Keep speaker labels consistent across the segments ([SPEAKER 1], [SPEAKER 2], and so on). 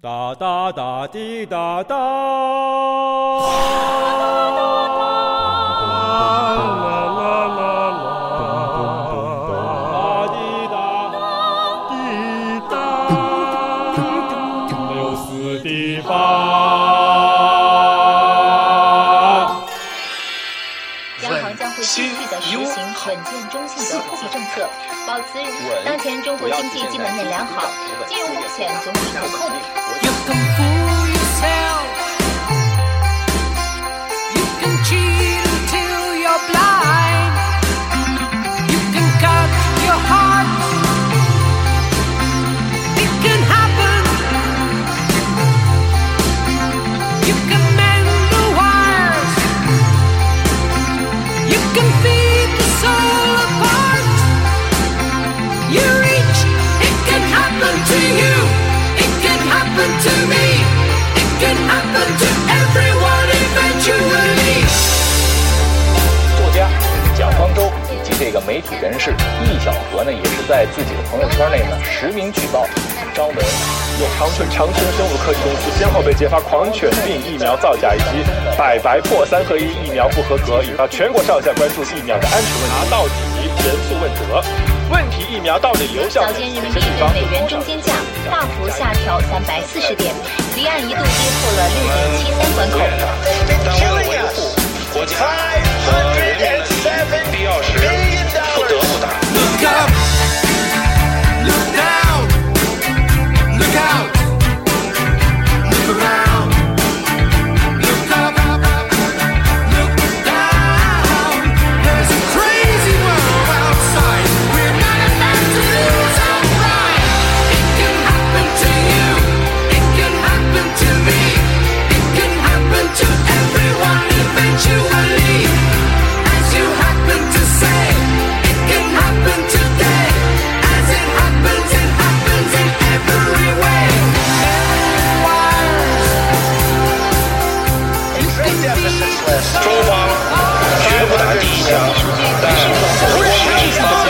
[SPEAKER 1] 哒哒哒滴哒哒，啦啦啦啦啦，哒滴哒滴哒，六四滴八。
[SPEAKER 2] 央行将会继续的实行稳健中性的货币政策，保持当前中国经济基本面良好，金融风险总体可控。
[SPEAKER 3] You can fool yourself. You can cheat until you're blind. You can cut your heart. It can happen. You can mend the wires. You can feed the soul apart. You reach, it can happen to you. It can happen to me. It can happen to everyone eventually.
[SPEAKER 4] 作家蒋方舟以及这个媒体人士易小河呢，也是在自己的朋友圈内呢实名举报张文有
[SPEAKER 5] 长春长春生物科技公司先后被揭发狂犬病疫苗造假以及百白破三合一疫苗不合格，引发全国上下关注疫苗的安全问题。到底严肃问责，问题疫苗到底有效
[SPEAKER 2] 早
[SPEAKER 5] 哪
[SPEAKER 2] 间人民
[SPEAKER 5] 些
[SPEAKER 2] 币
[SPEAKER 5] 地
[SPEAKER 2] 对
[SPEAKER 5] 方？
[SPEAKER 2] 美元中间价大幅下调三百四十点，离岸一度跌破了六点七三关口。
[SPEAKER 4] 必要时不得不打。
[SPEAKER 3] Look up. Look down. Look out. Look around. Look up. Look down. There's a crazy world outside. We're not about to lose our pride. It can happen to you. It can happen to me. It can happen to everyone eventually. As you happen to say, it can happen today. As it happens, it happens in every way. Everywhere. You can be the
[SPEAKER 4] 中方绝不打第一枪，但不是一方。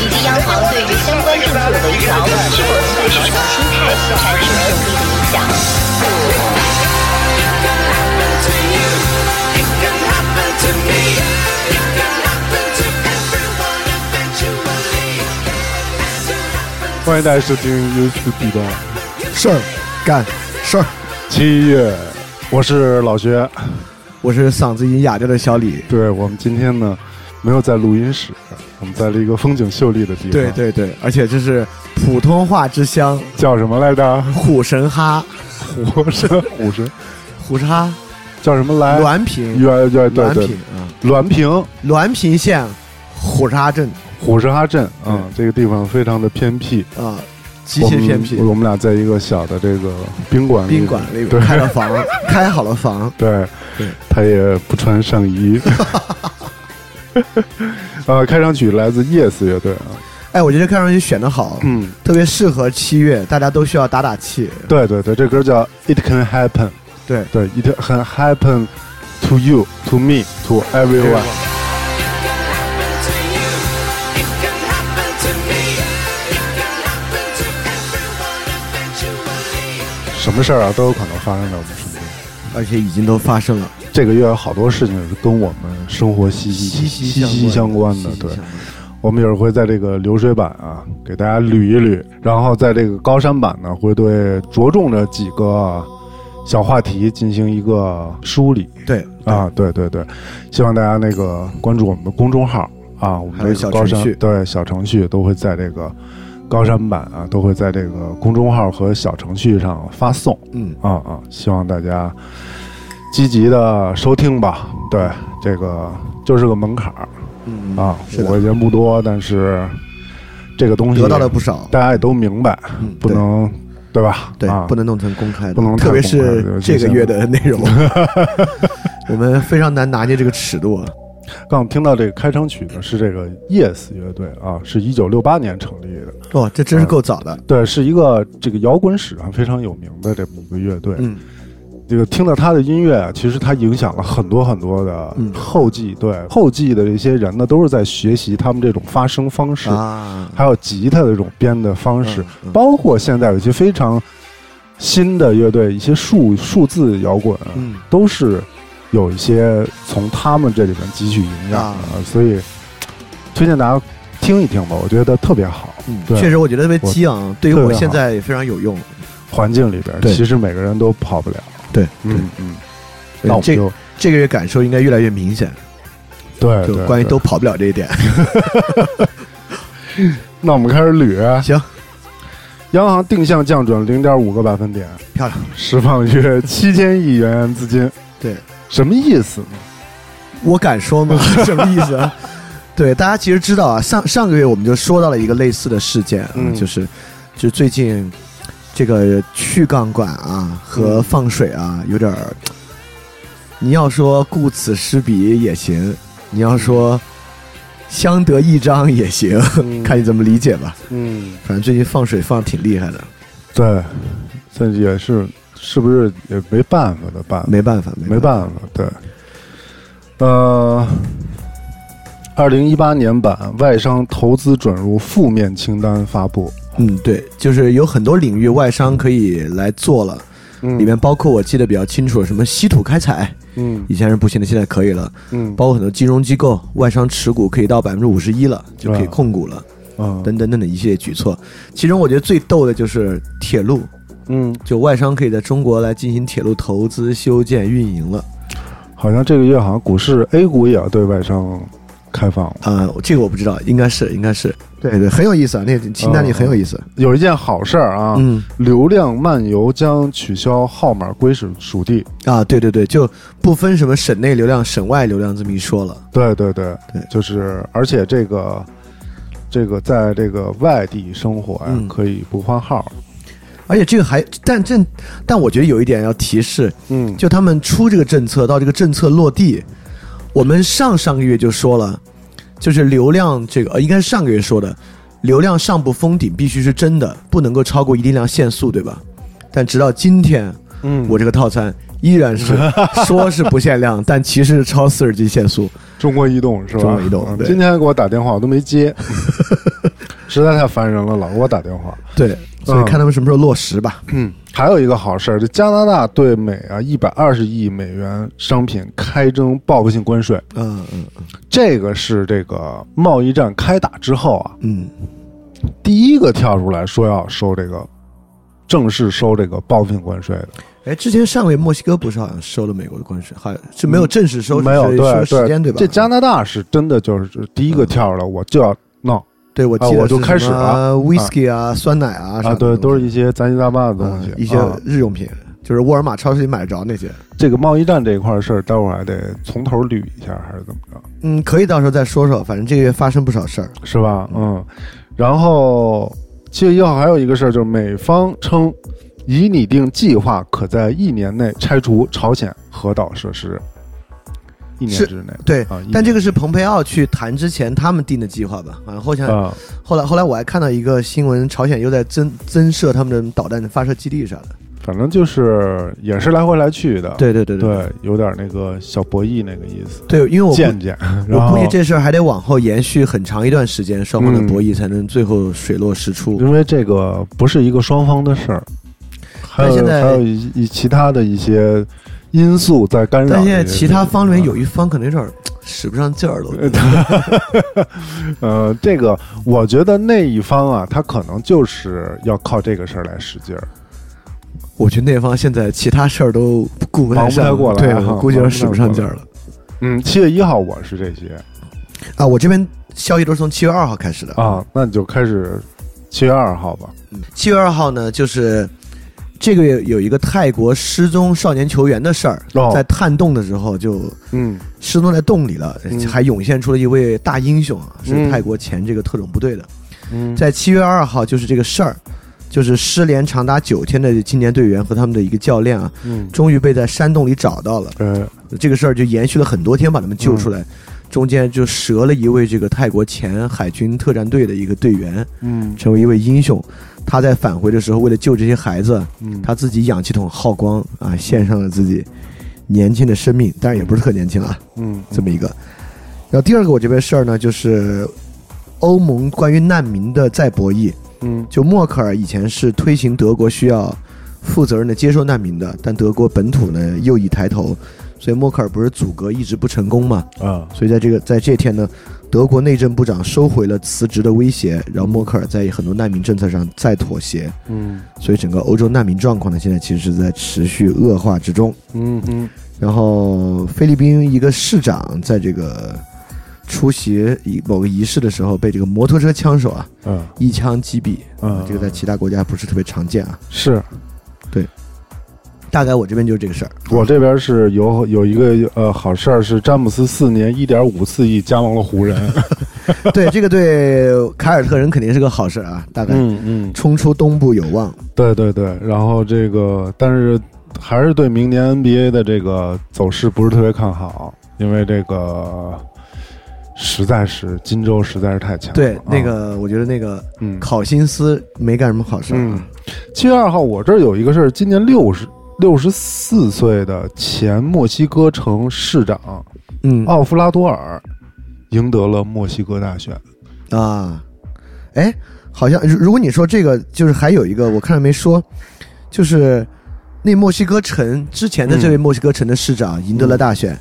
[SPEAKER 2] 以及央行对于相关政策的引导是否存在市场心态产生有利的影响。
[SPEAKER 3] It can happen to you. It can happen to me. It can happen to everyone eventually. As it happens,
[SPEAKER 6] 欢迎大家收听 YouTube 频道。
[SPEAKER 7] 事儿干事儿。
[SPEAKER 6] 七月，我是老薛。
[SPEAKER 7] 我是嗓子已经哑掉的小李。
[SPEAKER 6] 对我们今天呢，没有在录音室，我们在了一个风景秀丽的地方。
[SPEAKER 7] 对，对对，而且这是普通话之乡
[SPEAKER 6] 叫什么来着？
[SPEAKER 7] 虎神哈，
[SPEAKER 6] 虎神，虎神，
[SPEAKER 7] 虎神哈，
[SPEAKER 6] 叫什么来？
[SPEAKER 7] 滦平，
[SPEAKER 6] 原原对
[SPEAKER 7] 滦
[SPEAKER 6] 对
[SPEAKER 7] 平，啊，
[SPEAKER 6] 滦平
[SPEAKER 7] 滦平县虎神哈镇
[SPEAKER 6] 虎石哈镇啊、这个地方非常的偏僻，
[SPEAKER 7] 啊，极其偏僻
[SPEAKER 6] 我，们我们俩在一个小的这个宾馆里，
[SPEAKER 7] 宾馆里
[SPEAKER 6] 对
[SPEAKER 7] 开了房， 开好了房，
[SPEAKER 6] 对
[SPEAKER 7] 对，
[SPEAKER 6] 他也不穿上 衣。呃，开场曲来自 Yes 乐队啊，
[SPEAKER 7] 哎，我觉得看上去选的好，
[SPEAKER 6] 嗯，
[SPEAKER 7] 特别适合七月，大家都需要打打气。
[SPEAKER 6] 对对对，这歌叫 It Can Happen，
[SPEAKER 7] 对
[SPEAKER 6] 对，It Can Happen to you, to me, to everyone。
[SPEAKER 3] it can happen to you. It can happen to me. It can happen to everyone eventually.
[SPEAKER 6] 什么事儿啊都有可能发生在我们身边。
[SPEAKER 7] 而且已经都发生了，
[SPEAKER 6] 这个月有好多事情是跟我们生活息息息息相关的，对。我们有时候会在这个流水版啊，给大家捋一捋，然后在这个高山版呢，会对着重的几个小话题进行一个梳理
[SPEAKER 7] 对
[SPEAKER 6] 啊，对对对，希望大家那个关注我们的公众号啊，我们
[SPEAKER 7] 还有
[SPEAKER 6] 这个
[SPEAKER 7] 小
[SPEAKER 6] 高
[SPEAKER 7] 程
[SPEAKER 6] 山
[SPEAKER 7] 序
[SPEAKER 6] 对小程序都会在这个高山版啊，都会在这个公众号和小程序上发送
[SPEAKER 7] 嗯，
[SPEAKER 6] 啊啊，希望大家积极的收听吧，对，这个就是个门槛儿。
[SPEAKER 7] 嗯
[SPEAKER 6] 啊，
[SPEAKER 7] 是的
[SPEAKER 6] 我人不多，但是这个东西
[SPEAKER 7] 得到了不少，
[SPEAKER 6] 大家也都明白，
[SPEAKER 7] 嗯，
[SPEAKER 6] 不
[SPEAKER 7] 对
[SPEAKER 6] 能对吧？
[SPEAKER 7] 对，
[SPEAKER 6] 啊
[SPEAKER 7] 不，能弄成公开的，
[SPEAKER 6] 不能太
[SPEAKER 7] 特别
[SPEAKER 6] 公开
[SPEAKER 7] 是
[SPEAKER 6] 对
[SPEAKER 7] 这
[SPEAKER 6] 就
[SPEAKER 7] 个
[SPEAKER 6] 像
[SPEAKER 7] 月的内 容，我们非常难拿捏这个尺度。啊
[SPEAKER 6] 刚我听到这个开场曲呢是这个 Yes 乐队啊，是一九六八年成立的，
[SPEAKER 7] 哦，这
[SPEAKER 6] 嗯
[SPEAKER 7] 真是够早的。
[SPEAKER 6] 对，是一个这个摇滚史上啊非常有名的这么一个乐队。
[SPEAKER 7] 嗯，
[SPEAKER 6] 这个听到他的音乐啊，其实他影响了很多很多的
[SPEAKER 7] 嗯
[SPEAKER 6] 后继，对后继的这些人呢，都是在学习他们这种发声方式
[SPEAKER 7] 啊，
[SPEAKER 6] 还有吉他的这种编的方式，
[SPEAKER 7] 嗯嗯
[SPEAKER 6] 包括现在有一些非常新的乐队，一些数数字摇滚，啊
[SPEAKER 7] 嗯，
[SPEAKER 6] 都是有一些从他们这里面汲取营养
[SPEAKER 7] 啊
[SPEAKER 6] 的，所以推荐大家听一听吧，我觉得特别好。
[SPEAKER 7] 嗯
[SPEAKER 6] 对啊
[SPEAKER 7] 确实我觉得特别激昂，对于
[SPEAKER 6] 特
[SPEAKER 7] 我
[SPEAKER 6] 别好
[SPEAKER 7] 现在也非常有用。
[SPEAKER 6] 环境里边，
[SPEAKER 7] 对
[SPEAKER 6] 其实每个人都跑不了。
[SPEAKER 7] 对，
[SPEAKER 6] 嗯嗯，
[SPEAKER 7] 对
[SPEAKER 6] 那我们
[SPEAKER 7] 这
[SPEAKER 6] 就
[SPEAKER 7] 这个感受应该越来越明显，
[SPEAKER 6] 对
[SPEAKER 7] 就
[SPEAKER 6] 对，
[SPEAKER 7] 关于
[SPEAKER 6] 对
[SPEAKER 7] 都，跑不了这一 点。
[SPEAKER 6] 那我们开始捋。啊
[SPEAKER 7] 行，
[SPEAKER 6] 央行定向降准零点五个百分点，
[SPEAKER 7] 漂亮。
[SPEAKER 6] 释放约七千亿元资金，
[SPEAKER 7] 对，
[SPEAKER 6] 什么意思呢？
[SPEAKER 7] 我敢 说吗？什么意思啊？对，大家其实知道啊，上上个月我们就说到了一个类似的事件啊，
[SPEAKER 6] 嗯
[SPEAKER 7] 就是就是最近这个去杠杆啊
[SPEAKER 6] 嗯
[SPEAKER 7] 和放水啊，有点儿。你要说顾此失彼也行，你要说相得益彰也行， 看你怎么理解吧。
[SPEAKER 6] 嗯，
[SPEAKER 7] 反正最近放水放的挺厉害的，
[SPEAKER 6] 对，这也是是不是也没办法的办法，
[SPEAKER 7] 没办法，
[SPEAKER 6] 没
[SPEAKER 7] 法。
[SPEAKER 6] 办法，对。呃，二零一八年版外商投资准入负面清单发布，
[SPEAKER 7] 嗯，对，就是有很多领域外商可以来做了，
[SPEAKER 6] 嗯
[SPEAKER 7] 里面包括我记得比较清楚，什么稀土开采，
[SPEAKER 6] 嗯
[SPEAKER 7] 以前是不行的，现在可以了。
[SPEAKER 6] 嗯
[SPEAKER 7] 包括很多金融机构、外商持股可以到百分之五十一了，就可以控股了，
[SPEAKER 6] 啊
[SPEAKER 7] 等等等等一系列举措。其中我觉得最逗的就是铁路，
[SPEAKER 6] 嗯，
[SPEAKER 7] 就外商可以在中国来进行铁路投资、修建、运营了。
[SPEAKER 6] 好像这个月好像股市 A 股也要对外商开放了。
[SPEAKER 7] 啊、这个我不知道，应该是应该是对对，很有意思啊，那个清单里很有意思。
[SPEAKER 6] 有一件好事儿啊，
[SPEAKER 7] 嗯
[SPEAKER 6] 流量漫游将取消号码归属属地。
[SPEAKER 7] 啊，对对对，就不分什么省内流量、省外流量这么一说了。
[SPEAKER 6] 对对对，
[SPEAKER 7] 对
[SPEAKER 6] 就是而且这个这个在这个外地生活呀、
[SPEAKER 7] 嗯
[SPEAKER 6] 可以不换号。
[SPEAKER 7] 而且这个还，但这但我觉得有一点要提示，
[SPEAKER 6] 嗯
[SPEAKER 7] 就他们出这个政策到这个政策落地，我们上上个月就说了，就是流量这个呃，应该是上个月说的，流量上不封顶必须是真的，不能够超过一定量限速，对吧？但直到今天，
[SPEAKER 6] 嗯
[SPEAKER 7] 我这个套餐依 然是说是不限量，但其实是超四十 G 限速。
[SPEAKER 6] 中国移动是吧？
[SPEAKER 7] 中国移动
[SPEAKER 6] 嗯
[SPEAKER 7] 对
[SPEAKER 6] 今天给我打电话我都没 接，实在太烦人了，老给我打电话。
[SPEAKER 7] 对，所以
[SPEAKER 6] 嗯
[SPEAKER 7] 看他们什么时候落实吧。
[SPEAKER 6] 嗯，还有一个好事儿，这加拿大对美啊一百二十亿美元商品开征报复性关税，
[SPEAKER 7] 嗯嗯
[SPEAKER 6] 这个是这个贸易战开打之后啊，
[SPEAKER 7] 嗯，
[SPEAKER 6] 第一个跳出来说要收这个，正式收这个报复性关税的。
[SPEAKER 7] 哎，之前上个月墨西哥不是好像收了美国的关税，好像是没有正式收，
[SPEAKER 6] 嗯没有
[SPEAKER 7] 只是
[SPEAKER 6] 对
[SPEAKER 7] 说时间对吧？嗯
[SPEAKER 6] 这加拿大是真的就是第一个跳出来，我就要闹
[SPEAKER 7] 对，我记
[SPEAKER 6] 啊
[SPEAKER 7] 得、
[SPEAKER 6] 我就开始了
[SPEAKER 7] 了，whisky 啊、酸奶啊啥
[SPEAKER 6] 啊！
[SPEAKER 7] 的
[SPEAKER 6] 对，都是一
[SPEAKER 7] 一
[SPEAKER 6] 些杂七杂八的东西。
[SPEAKER 7] 嗯一些
[SPEAKER 6] 啊
[SPEAKER 7] 日用品，就是沃尔玛超市里买得着那些。
[SPEAKER 6] 这个贸易战这一块儿事儿，待会儿还得从头捋一下，还是怎么着，
[SPEAKER 7] 嗯，可以到时候再说说，反正这个月发生不少事儿。
[SPEAKER 6] 是吧？嗯。然后七月一号还有一个事儿，就是美方称已拟定计划，可在一年内拆除朝鲜核岛设施，一年
[SPEAKER 7] 是
[SPEAKER 6] 之内。
[SPEAKER 7] 对，
[SPEAKER 6] 啊，一
[SPEAKER 7] 但
[SPEAKER 6] 年
[SPEAKER 7] 这个是蓬佩奥去谈之前他们定的计划吧？反正后来、
[SPEAKER 6] 啊，
[SPEAKER 7] 后来后来我还看到一个新闻，朝鲜又在增增设他们的导弹的发射基地啥的。
[SPEAKER 6] 反正就是也是来回来去的。
[SPEAKER 7] 对对对对
[SPEAKER 6] 对，有点那个小博弈那个意思。
[SPEAKER 7] 对，因为我
[SPEAKER 6] 见
[SPEAKER 7] 估
[SPEAKER 6] 见，然
[SPEAKER 7] 我
[SPEAKER 6] 后
[SPEAKER 7] 估计这事儿还得往后延续很长一段时间，双方的博弈才能最后水落石出。
[SPEAKER 6] 因为这个不是一个双方的事儿，还有
[SPEAKER 7] 但现在
[SPEAKER 6] 还有一一其他的一些因素在干扰。
[SPEAKER 7] 但现在其他方里面有，一方可能有哎点儿使不上劲儿了。我觉得
[SPEAKER 6] 呃，这个我觉得那一方啊，他可能就是要靠这个事儿来使劲儿。
[SPEAKER 7] 我觉得那方现在其他事儿都顾不太上
[SPEAKER 6] 忙不太过来
[SPEAKER 7] 对，
[SPEAKER 6] 啊
[SPEAKER 7] 我估计有点使不上劲儿了。
[SPEAKER 6] 嗯，七月一号我是这些
[SPEAKER 7] 啊，我这边消息都是从七月二号开始的。
[SPEAKER 6] 啊，那你就开始七月二号吧。
[SPEAKER 7] 七月二号呢，就是这个月有一个泰国失踪少年球员的事儿，
[SPEAKER 6] 哦
[SPEAKER 7] 在探洞的时候就
[SPEAKER 6] 嗯
[SPEAKER 7] 失踪在洞里了，
[SPEAKER 6] 嗯
[SPEAKER 7] 还涌现出了一位大英雄啊，是
[SPEAKER 6] 嗯
[SPEAKER 7] 泰国前这个特种部队的。
[SPEAKER 6] 嗯
[SPEAKER 7] 在七月二号，就是这个事儿，就是失联长达九天的青年队员和他们的一个教练啊，
[SPEAKER 6] 嗯，
[SPEAKER 7] 终于被在山洞里找到了。
[SPEAKER 6] 呃，
[SPEAKER 7] 这个事儿就延续了很多天，把他们救出
[SPEAKER 6] 嗯
[SPEAKER 7] 来。中间就折了一位这个泰国前海军特战队的一个队员，
[SPEAKER 6] 嗯
[SPEAKER 7] 成为一位英雄。他在返回的时候，为了救这些孩子，
[SPEAKER 6] 嗯，
[SPEAKER 7] 他自己氧气筒耗光啊，献上了自己年轻的生命，但是也不是特年轻啊，
[SPEAKER 6] 嗯
[SPEAKER 7] 这么一个。然后第二个我这边事儿呢，就是欧盟关于难民的再博弈。
[SPEAKER 6] 嗯
[SPEAKER 7] 就默克尔以前是推行德国需要负责任的接受难民的，但德国本土呢右翼抬头，所以默克尔不是阻隔一直不成功嘛？
[SPEAKER 6] 啊，
[SPEAKER 7] 所以在这个在这天呢，德国内政部长收回了辞职的威胁，然后默克尔在很多难民政策上再妥协，
[SPEAKER 6] 嗯
[SPEAKER 7] 所以整个欧洲难民状况呢，现在其实是在持续恶化之中。
[SPEAKER 6] 嗯嗯
[SPEAKER 7] 然后菲律宾一个市长在这个出席一某个仪式的时候，被这个摩托车枪手啊
[SPEAKER 6] 嗯
[SPEAKER 7] 一枪击毙，啊
[SPEAKER 6] 嗯，
[SPEAKER 7] 这个在其他国家不是特别常见啊。
[SPEAKER 6] 是
[SPEAKER 7] 大概我这边就是这个事儿。
[SPEAKER 6] 我这边是有有一个呃好事儿是詹姆斯四年一点五四亿加盟了湖人，
[SPEAKER 7] 对这个对凯尔特人肯定是个好事儿啊，大概
[SPEAKER 6] 嗯，
[SPEAKER 7] 冲出东部有望。
[SPEAKER 6] 对对对，然后这个但是还是对明年 NBA 的这个走势不是特别看好，因为这个实在是金州实在是太强了，
[SPEAKER 7] 对
[SPEAKER 6] 啊，
[SPEAKER 7] 那个我觉得那个
[SPEAKER 6] 嗯
[SPEAKER 7] 考辛斯没干什么好事儿
[SPEAKER 6] 嗯
[SPEAKER 7] 啊。，
[SPEAKER 6] 七月二号，我这儿有一个事儿，今年六十六十四岁的前墨西哥城市长
[SPEAKER 7] 嗯
[SPEAKER 6] 奥弗拉多尔赢得了墨西哥大选。
[SPEAKER 7] 啊，哎，好像如如果你说这个，就是还有一个我看着没说，就是那墨西哥城之前的这位墨西哥城的市长赢得了大
[SPEAKER 6] 嗯
[SPEAKER 7] 选，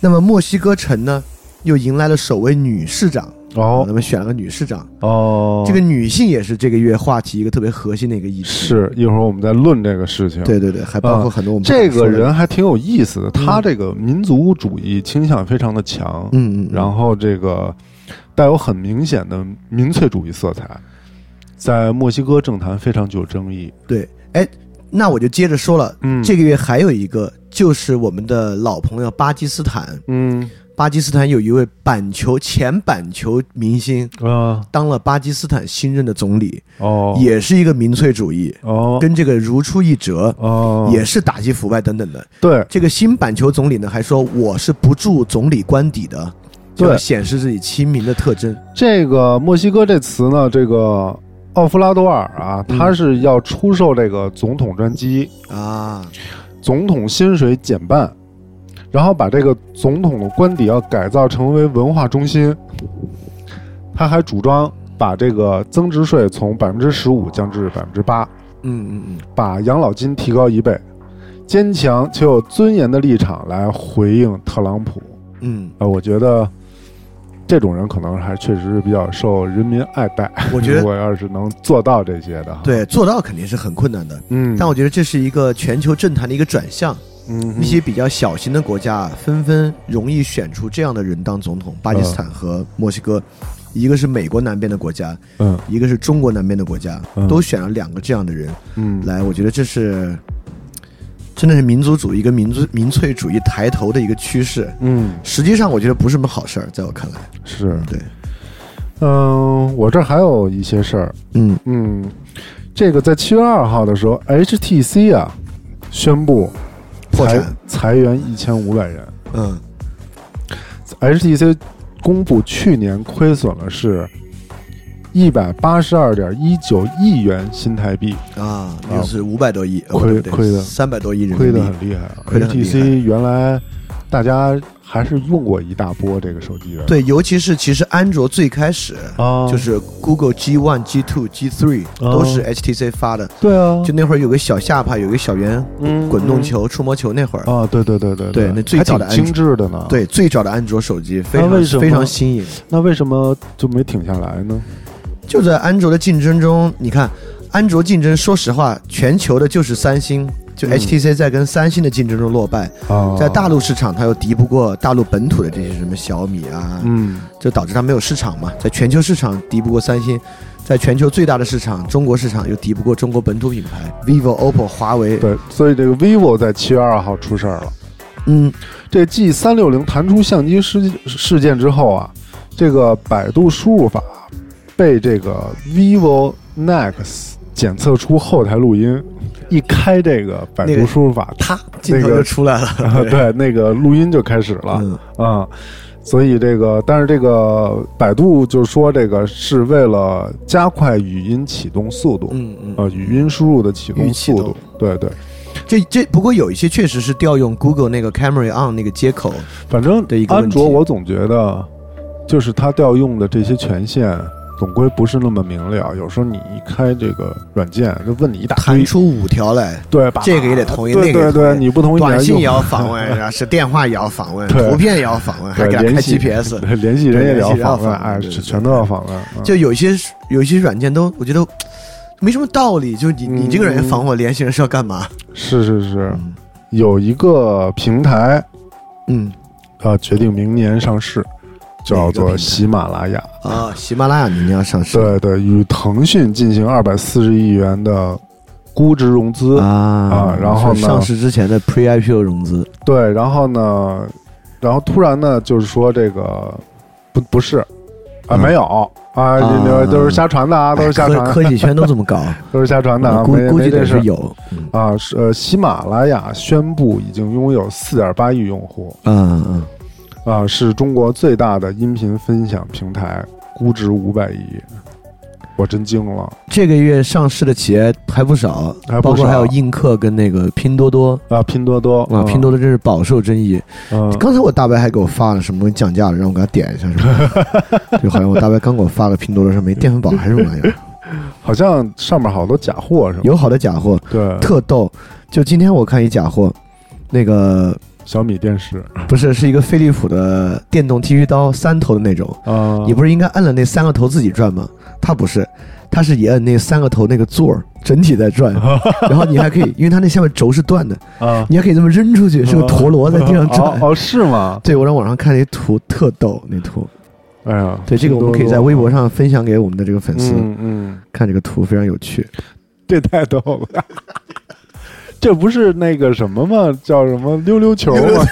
[SPEAKER 7] 那么墨西哥城呢又迎来了首位女市长，
[SPEAKER 6] 哦
[SPEAKER 7] 那么选了个女市长，
[SPEAKER 6] 哦
[SPEAKER 7] 这个女性也是这个月话题一个特别核心的一个议题。，
[SPEAKER 6] 是一会儿我们再论这个事情。，
[SPEAKER 7] 对对对，还包括很多我们不敢
[SPEAKER 6] 这个
[SPEAKER 7] 说的嗯
[SPEAKER 6] 人，还挺有意思的，他这个民族主义倾向非常的强，
[SPEAKER 7] 嗯嗯，嗯
[SPEAKER 6] 然后这个带有很明显的民粹主义色彩，在墨西哥政坛非常具有争议。
[SPEAKER 7] 对，哎，那我就接着说了，
[SPEAKER 6] 嗯
[SPEAKER 7] 这个月还有一个就是我们的老朋友巴基斯坦，
[SPEAKER 6] 嗯
[SPEAKER 7] 巴基斯坦有一位板球前板球明星
[SPEAKER 6] 啊
[SPEAKER 7] 当了巴基斯坦新任的总理，
[SPEAKER 6] 哦
[SPEAKER 7] 也是一个民粹主义，
[SPEAKER 6] 哦
[SPEAKER 7] 跟这个如出一辙，
[SPEAKER 6] 哦
[SPEAKER 7] 也是打击腐败等等的。
[SPEAKER 6] 对
[SPEAKER 7] 这个新板球总理呢，还说我是不住总理官邸的，
[SPEAKER 6] 对
[SPEAKER 7] 就要显示自己亲民的特征。
[SPEAKER 6] 这个墨西哥这词呢，这个奥弗拉多尔啊，
[SPEAKER 7] 嗯
[SPEAKER 6] 他是要出售这个总统专机，
[SPEAKER 7] 啊，
[SPEAKER 6] 总统薪水减半，然后把这个总统的官邸要改造成为文化中心。他还主张把这个增值税从百分之十五降至百分之八，
[SPEAKER 7] 嗯嗯嗯，
[SPEAKER 6] 把养老金提高一倍，坚强且有尊严的立场来回应特朗普。
[SPEAKER 7] 嗯，
[SPEAKER 6] 啊，我觉得这种人可能还确实是比较受人民爱戴。
[SPEAKER 7] 我觉 得
[SPEAKER 6] 如果要是能做到这些的，，
[SPEAKER 7] 对，做到肯定是很困难的，
[SPEAKER 6] 嗯，
[SPEAKER 7] 但我觉得这是一个全球政坛的一个转向。
[SPEAKER 6] 嗯
[SPEAKER 7] 一些比较小型的国家啊纷纷容易选出这样的人当总统，巴基斯坦和墨西哥，一个是美国南边的国家，
[SPEAKER 6] 嗯
[SPEAKER 7] 一个是中国南边的国家
[SPEAKER 6] 嗯，
[SPEAKER 7] 都选了两个这样的人
[SPEAKER 6] 嗯
[SPEAKER 7] 来，我觉得这是真的是民族主义跟民族民粹主义抬头的一个趋势。
[SPEAKER 6] 嗯
[SPEAKER 7] 实际上，我觉得不是什么好事儿，在我看来，
[SPEAKER 6] 是，
[SPEAKER 7] 对，
[SPEAKER 6] 嗯，我这儿还有一些事儿，
[SPEAKER 7] 嗯
[SPEAKER 6] 嗯，这个在七月二号的时候，HTC 啊宣布
[SPEAKER 7] 破
[SPEAKER 6] 裁
[SPEAKER 7] 产
[SPEAKER 6] 裁员一千五百人
[SPEAKER 7] 嗯
[SPEAKER 6] ，HTC 公布去年亏损了是。一百八十二点一九亿元新台币，
[SPEAKER 7] 啊，又是五百多亿，啊
[SPEAKER 6] 亏亏的
[SPEAKER 7] 三百多亿人
[SPEAKER 6] 亏
[SPEAKER 7] 民
[SPEAKER 6] 得
[SPEAKER 7] 币，
[SPEAKER 6] 很厉害啊。
[SPEAKER 7] 亏得很厉害
[SPEAKER 6] HTC 原来大家还是用过一大波这个手机的，
[SPEAKER 7] 对，尤其是其实安卓最开始
[SPEAKER 6] 啊
[SPEAKER 7] 就是 Google G One、G Two、G Three
[SPEAKER 6] 哦
[SPEAKER 7] 都是 HTC 发的。
[SPEAKER 6] 对啊，
[SPEAKER 7] 就那会儿有个小下巴，有个小圆
[SPEAKER 6] 嗯
[SPEAKER 7] 滚动球、触摸球那会儿，
[SPEAKER 6] 啊，对对对对
[SPEAKER 7] 对那最
[SPEAKER 6] 还
[SPEAKER 7] 早
[SPEAKER 6] 挺
[SPEAKER 7] 的安
[SPEAKER 6] 精致的呢。，
[SPEAKER 7] 对最早的安卓手机非
[SPEAKER 6] 那为
[SPEAKER 7] 常
[SPEAKER 6] 什么
[SPEAKER 7] 非常新颖。
[SPEAKER 6] 那为什么就没停下来呢？
[SPEAKER 7] 就在安卓的竞争中，你看安卓竞争，说实话，全球的就是三星，就
[SPEAKER 6] 嗯
[SPEAKER 7] HTC 在跟三星的竞争中落败，
[SPEAKER 6] 啊，
[SPEAKER 7] 在大陆市场它又敌不过大陆本土的这些什么小米啊，
[SPEAKER 6] 嗯
[SPEAKER 7] 就导致它没有市场嘛，在全球市场敌不过三星，在全球最大的市场中国市场又敌不过中国本土品牌 vivo、OPPO、华为，
[SPEAKER 6] 对，所以这个 vivo 在七月二号出事儿了。
[SPEAKER 7] 嗯
[SPEAKER 6] 这 G 三六零弹出相机事事件之后啊，这个百度输入法被这个 vivo Nex 检测出后台录音，一开这个百
[SPEAKER 7] 那
[SPEAKER 6] 度
[SPEAKER 7] 个
[SPEAKER 6] 输入 法，它
[SPEAKER 7] 镜头
[SPEAKER 6] 那
[SPEAKER 7] 就
[SPEAKER 6] 个
[SPEAKER 7] 出来了，
[SPEAKER 6] 啊， 对，那个录音就开始了啊、
[SPEAKER 7] 嗯
[SPEAKER 6] 所以这个，但是这个百度就说这个是为了加快语音启动速度，
[SPEAKER 7] 嗯嗯。
[SPEAKER 6] 呃，语音输入的启动
[SPEAKER 7] 预启
[SPEAKER 6] 速
[SPEAKER 7] 动
[SPEAKER 6] 度，对对，
[SPEAKER 7] 这这不过有一些确实是调用 Google 那个 Camera On 那个接口，
[SPEAKER 6] 反正
[SPEAKER 7] 的一个问
[SPEAKER 6] 安卓
[SPEAKER 7] 题
[SPEAKER 6] 我总觉得就是它调用的这些权限总归不是那么明了。有时候你一开这个软件，就问你一大
[SPEAKER 7] 弹
[SPEAKER 6] 堆，
[SPEAKER 7] 出五条来，
[SPEAKER 6] 对吧？
[SPEAKER 7] 这个也得同意
[SPEAKER 6] 对
[SPEAKER 7] 那个
[SPEAKER 6] 对
[SPEAKER 7] 也同
[SPEAKER 6] 对，
[SPEAKER 7] 意
[SPEAKER 6] 你不同意，你还
[SPEAKER 7] 短信
[SPEAKER 6] 用
[SPEAKER 7] 也要访问， 然后是电话也要访问，
[SPEAKER 6] 对
[SPEAKER 7] 图片也要访问，还
[SPEAKER 6] 对
[SPEAKER 7] 给他开
[SPEAKER 6] 联系
[SPEAKER 7] GPS。
[SPEAKER 6] 对联系人也得
[SPEAKER 7] 对联系人要
[SPEAKER 6] 访问，
[SPEAKER 7] 访问
[SPEAKER 6] 哎，
[SPEAKER 7] 对
[SPEAKER 6] 全
[SPEAKER 7] 对
[SPEAKER 6] 全都要访问。嗯
[SPEAKER 7] 就有些有些软件都我觉得没什么道理，就是你你这个
[SPEAKER 6] 嗯
[SPEAKER 7] 人访我联系人是要干嘛？
[SPEAKER 6] 是是是，
[SPEAKER 7] 嗯
[SPEAKER 6] 有一个平台
[SPEAKER 7] 嗯
[SPEAKER 6] 啊，决定明年上市，叫
[SPEAKER 7] 哪个平
[SPEAKER 6] 做
[SPEAKER 7] 台
[SPEAKER 6] 喜马拉雅。
[SPEAKER 7] 啊，喜马拉雅明年要上市
[SPEAKER 6] 对对，与腾讯进行二百四十亿元的估值融资。
[SPEAKER 7] 啊
[SPEAKER 6] 啊然后呢
[SPEAKER 7] 是上市之前的 pre IPO 融资
[SPEAKER 6] 对，然后呢，然后突然呢，就是说这个不不是啊，
[SPEAKER 7] 嗯
[SPEAKER 6] 没有啊，这个
[SPEAKER 7] 啊
[SPEAKER 6] 都是瞎传的啊，都是瞎传
[SPEAKER 7] 科
[SPEAKER 6] 的，
[SPEAKER 7] 科技圈都这 么搞，嗯
[SPEAKER 6] 都是瞎传的啊，
[SPEAKER 7] 估
[SPEAKER 6] 没
[SPEAKER 7] 估
[SPEAKER 6] 没
[SPEAKER 7] 计
[SPEAKER 6] 这
[SPEAKER 7] 得
[SPEAKER 6] 事
[SPEAKER 7] 是有，嗯
[SPEAKER 6] 啊。是呃，喜马拉雅宣布已经拥有四点八亿用户
[SPEAKER 7] 嗯嗯，
[SPEAKER 6] 啊，是中国最大的音频分享平台，估值五百亿，我真惊了
[SPEAKER 7] 这个月上市的企业还不少，
[SPEAKER 6] 还不少
[SPEAKER 7] 包括还有映客跟那个拼多多
[SPEAKER 6] 啊！拼多多
[SPEAKER 7] 啊，拼多多真是饱受争议。
[SPEAKER 6] 嗯
[SPEAKER 7] 刚才我大白还给我发了什么东西降价了，让我给他点一下，是吧？ 就好像我大白刚给我发了拼多多上面淀粉宝还是什么玩意儿，
[SPEAKER 6] 好像上面好多假货是吧？
[SPEAKER 7] 有好的假货，
[SPEAKER 6] 对，
[SPEAKER 7] 特逗。就今天我看一假货，那个
[SPEAKER 6] 小米电视
[SPEAKER 7] 不是是一个飞利浦的电动剃须刀，三头的那种。
[SPEAKER 6] 啊，
[SPEAKER 7] 你不是应该摁了那三个头自己转吗？它不是，它是也摁那三个头那个座儿整体在转， 然后你还可以，因为它那下面轴是断的，
[SPEAKER 6] 啊，
[SPEAKER 7] 你还可以这么扔出去，是个陀螺在地上转。
[SPEAKER 6] 哦哦，是吗？
[SPEAKER 7] 对，我在网上看了一图，特逗那图。
[SPEAKER 6] 哎呀，
[SPEAKER 7] 对，这个我们可以在微博上分享给我们的这个粉丝，
[SPEAKER 6] 嗯嗯，
[SPEAKER 7] 看这个图非常有趣。
[SPEAKER 6] 这太逗了。这不是那个什么吗？叫什么溜溜球吗？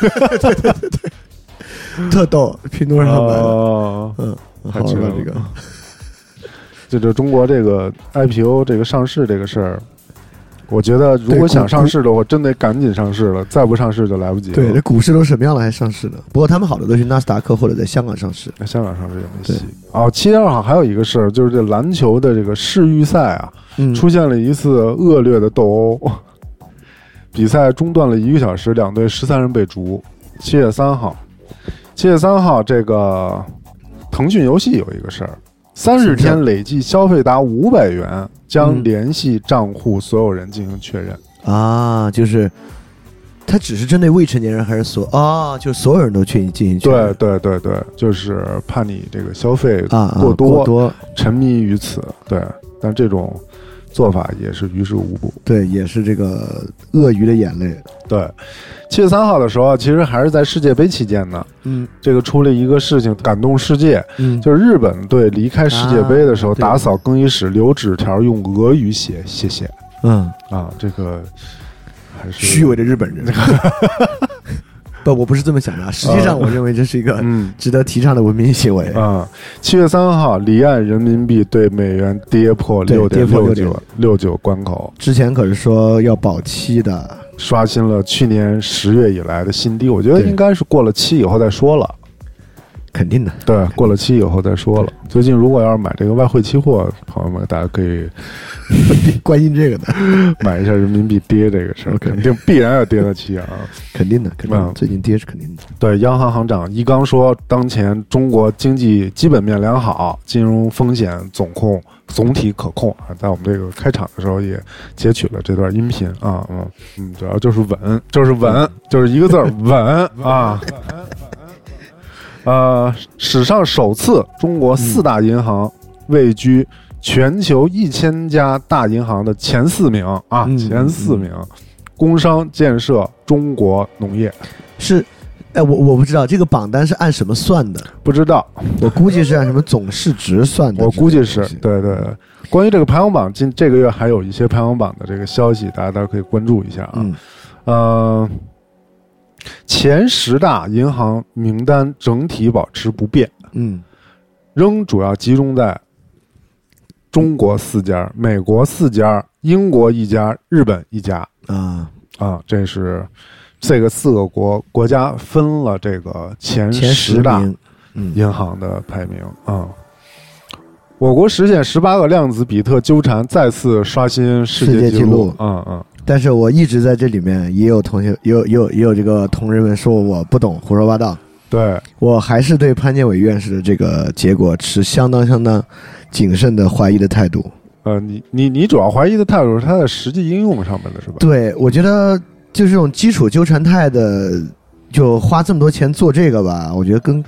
[SPEAKER 7] 特逗，拼多多上买的，
[SPEAKER 6] 哦，
[SPEAKER 7] 嗯，
[SPEAKER 6] 还
[SPEAKER 7] 好玩
[SPEAKER 6] 知道
[SPEAKER 7] 吧这个？
[SPEAKER 6] 这就中国这个 IPO 这个上市这个事儿，我觉得如果想上市的话，真得赶紧上市了，再不上市就来不及了。
[SPEAKER 7] 对，这股市都什么样了还上市呢？不过他们好的都去纳斯达克或者在香港上市。
[SPEAKER 6] 那香港上市也没戏。哦，七月二号还有一个事儿，就是这篮球的这个世预赛啊，
[SPEAKER 7] 嗯，
[SPEAKER 6] 出现了一次恶劣的斗殴，比赛中断了一个小时，两队十三人被逐。七月三号，七月三号，这个腾讯游戏有一个事儿，三十天累计消费达五百元，将
[SPEAKER 7] 嗯
[SPEAKER 6] 联系账户所有人进行确认。
[SPEAKER 7] 啊，就是他只是针对未成年人，还是所啊，就是所有人都去进行确
[SPEAKER 6] 对
[SPEAKER 7] 认
[SPEAKER 6] 对对对，就是怕你这个消费
[SPEAKER 7] 啊啊
[SPEAKER 6] 过多
[SPEAKER 7] 过多
[SPEAKER 6] 沉迷于此。对，但这种做法也是于事无补。
[SPEAKER 7] 对，也是这个鳄鱼的眼泪。
[SPEAKER 6] 对，七月三号的时候啊，其实还是在世界杯期间呢。
[SPEAKER 7] 嗯
[SPEAKER 6] 这个出了一个事情，感动世界，
[SPEAKER 7] 嗯，
[SPEAKER 6] 就是日本队离开世界杯的时候，
[SPEAKER 7] 啊对
[SPEAKER 6] 打扫更衣室留纸条用俄语写“谢谢
[SPEAKER 7] 嗯，”
[SPEAKER 6] 啊，这个还是
[SPEAKER 7] 虚伪，的日本人。 不，我不是这么想的啊。实际上，我认为这是一个
[SPEAKER 6] 嗯
[SPEAKER 7] 值得提倡的文明行为。
[SPEAKER 6] 啊。七月三号，离岸人民币对美元跌破
[SPEAKER 7] 对
[SPEAKER 6] 六
[SPEAKER 7] 跌
[SPEAKER 6] 点
[SPEAKER 7] 破
[SPEAKER 6] 六
[SPEAKER 7] 6.69
[SPEAKER 6] 九六九关口，
[SPEAKER 7] 之前可是说要保期的，
[SPEAKER 6] 刷新了去年十月以来的新低。我觉得
[SPEAKER 7] 对
[SPEAKER 6] 应该是过了期以后再说了。
[SPEAKER 7] 肯 定的。
[SPEAKER 6] 对，过了期以后再说了。最近如果要是买这个外汇期货，朋友们，大家可以
[SPEAKER 7] 关心这个的，
[SPEAKER 6] 买一下人民币跌这个事儿，
[SPEAKER 7] OK
[SPEAKER 6] 肯定必然要跌得起啊。
[SPEAKER 7] 肯定的，肯定的。
[SPEAKER 6] 嗯
[SPEAKER 7] 最近跌是肯定的。
[SPEAKER 6] 对，央行行长易纲说，当前中国经济基本面良好，金融风险总控总体可控啊。在我们这个开场的时候也截取了这段音频啊，嗯嗯，主要就是稳， 就是稳，就是一个字儿稳啊。呃，史上首次，中国四大银行位居全球一千家大银行的前四名啊，
[SPEAKER 7] 嗯
[SPEAKER 6] 前四名。工商建设、中国农业，
[SPEAKER 7] 是，哎，我我不知道这个榜单是按什么算的，
[SPEAKER 6] 不知道
[SPEAKER 7] 我估计是按什么总市值算的。
[SPEAKER 6] 我估计是
[SPEAKER 7] 这个东西
[SPEAKER 6] 对对对。关于这个排行榜，今这个月还有一些排行榜的这个消息，大家大家可以关注一下啊。
[SPEAKER 7] 嗯，
[SPEAKER 6] 呃，前十大银行名单整体保持不变，
[SPEAKER 7] 嗯，
[SPEAKER 6] 仍主要集中在中国四家、美国四家、英国一家、日本一家
[SPEAKER 7] 啊，
[SPEAKER 6] 啊，这是。这个四个国国家分了这个前
[SPEAKER 7] 前
[SPEAKER 6] 十
[SPEAKER 7] 十
[SPEAKER 6] 大
[SPEAKER 7] 名，嗯，
[SPEAKER 6] 银行的排名啊、我国实现十八个量子比特纠缠，再次刷新世界纪
[SPEAKER 7] 世界纪录
[SPEAKER 6] 嗯嗯，
[SPEAKER 7] 但是我一直在这里面也有同学，也有也有也有这个同仁们说我不懂胡说八道，
[SPEAKER 6] 对，
[SPEAKER 7] 我还是对潘建伟院士的这个结果持相当相当谨慎的怀疑的态度。
[SPEAKER 6] 呃，你你你主要怀疑的态度是它在实际应用上面的是吧？
[SPEAKER 7] 对，我觉得就是这种基础纠缠态的，就花这么多钱做这个吧，我觉得跟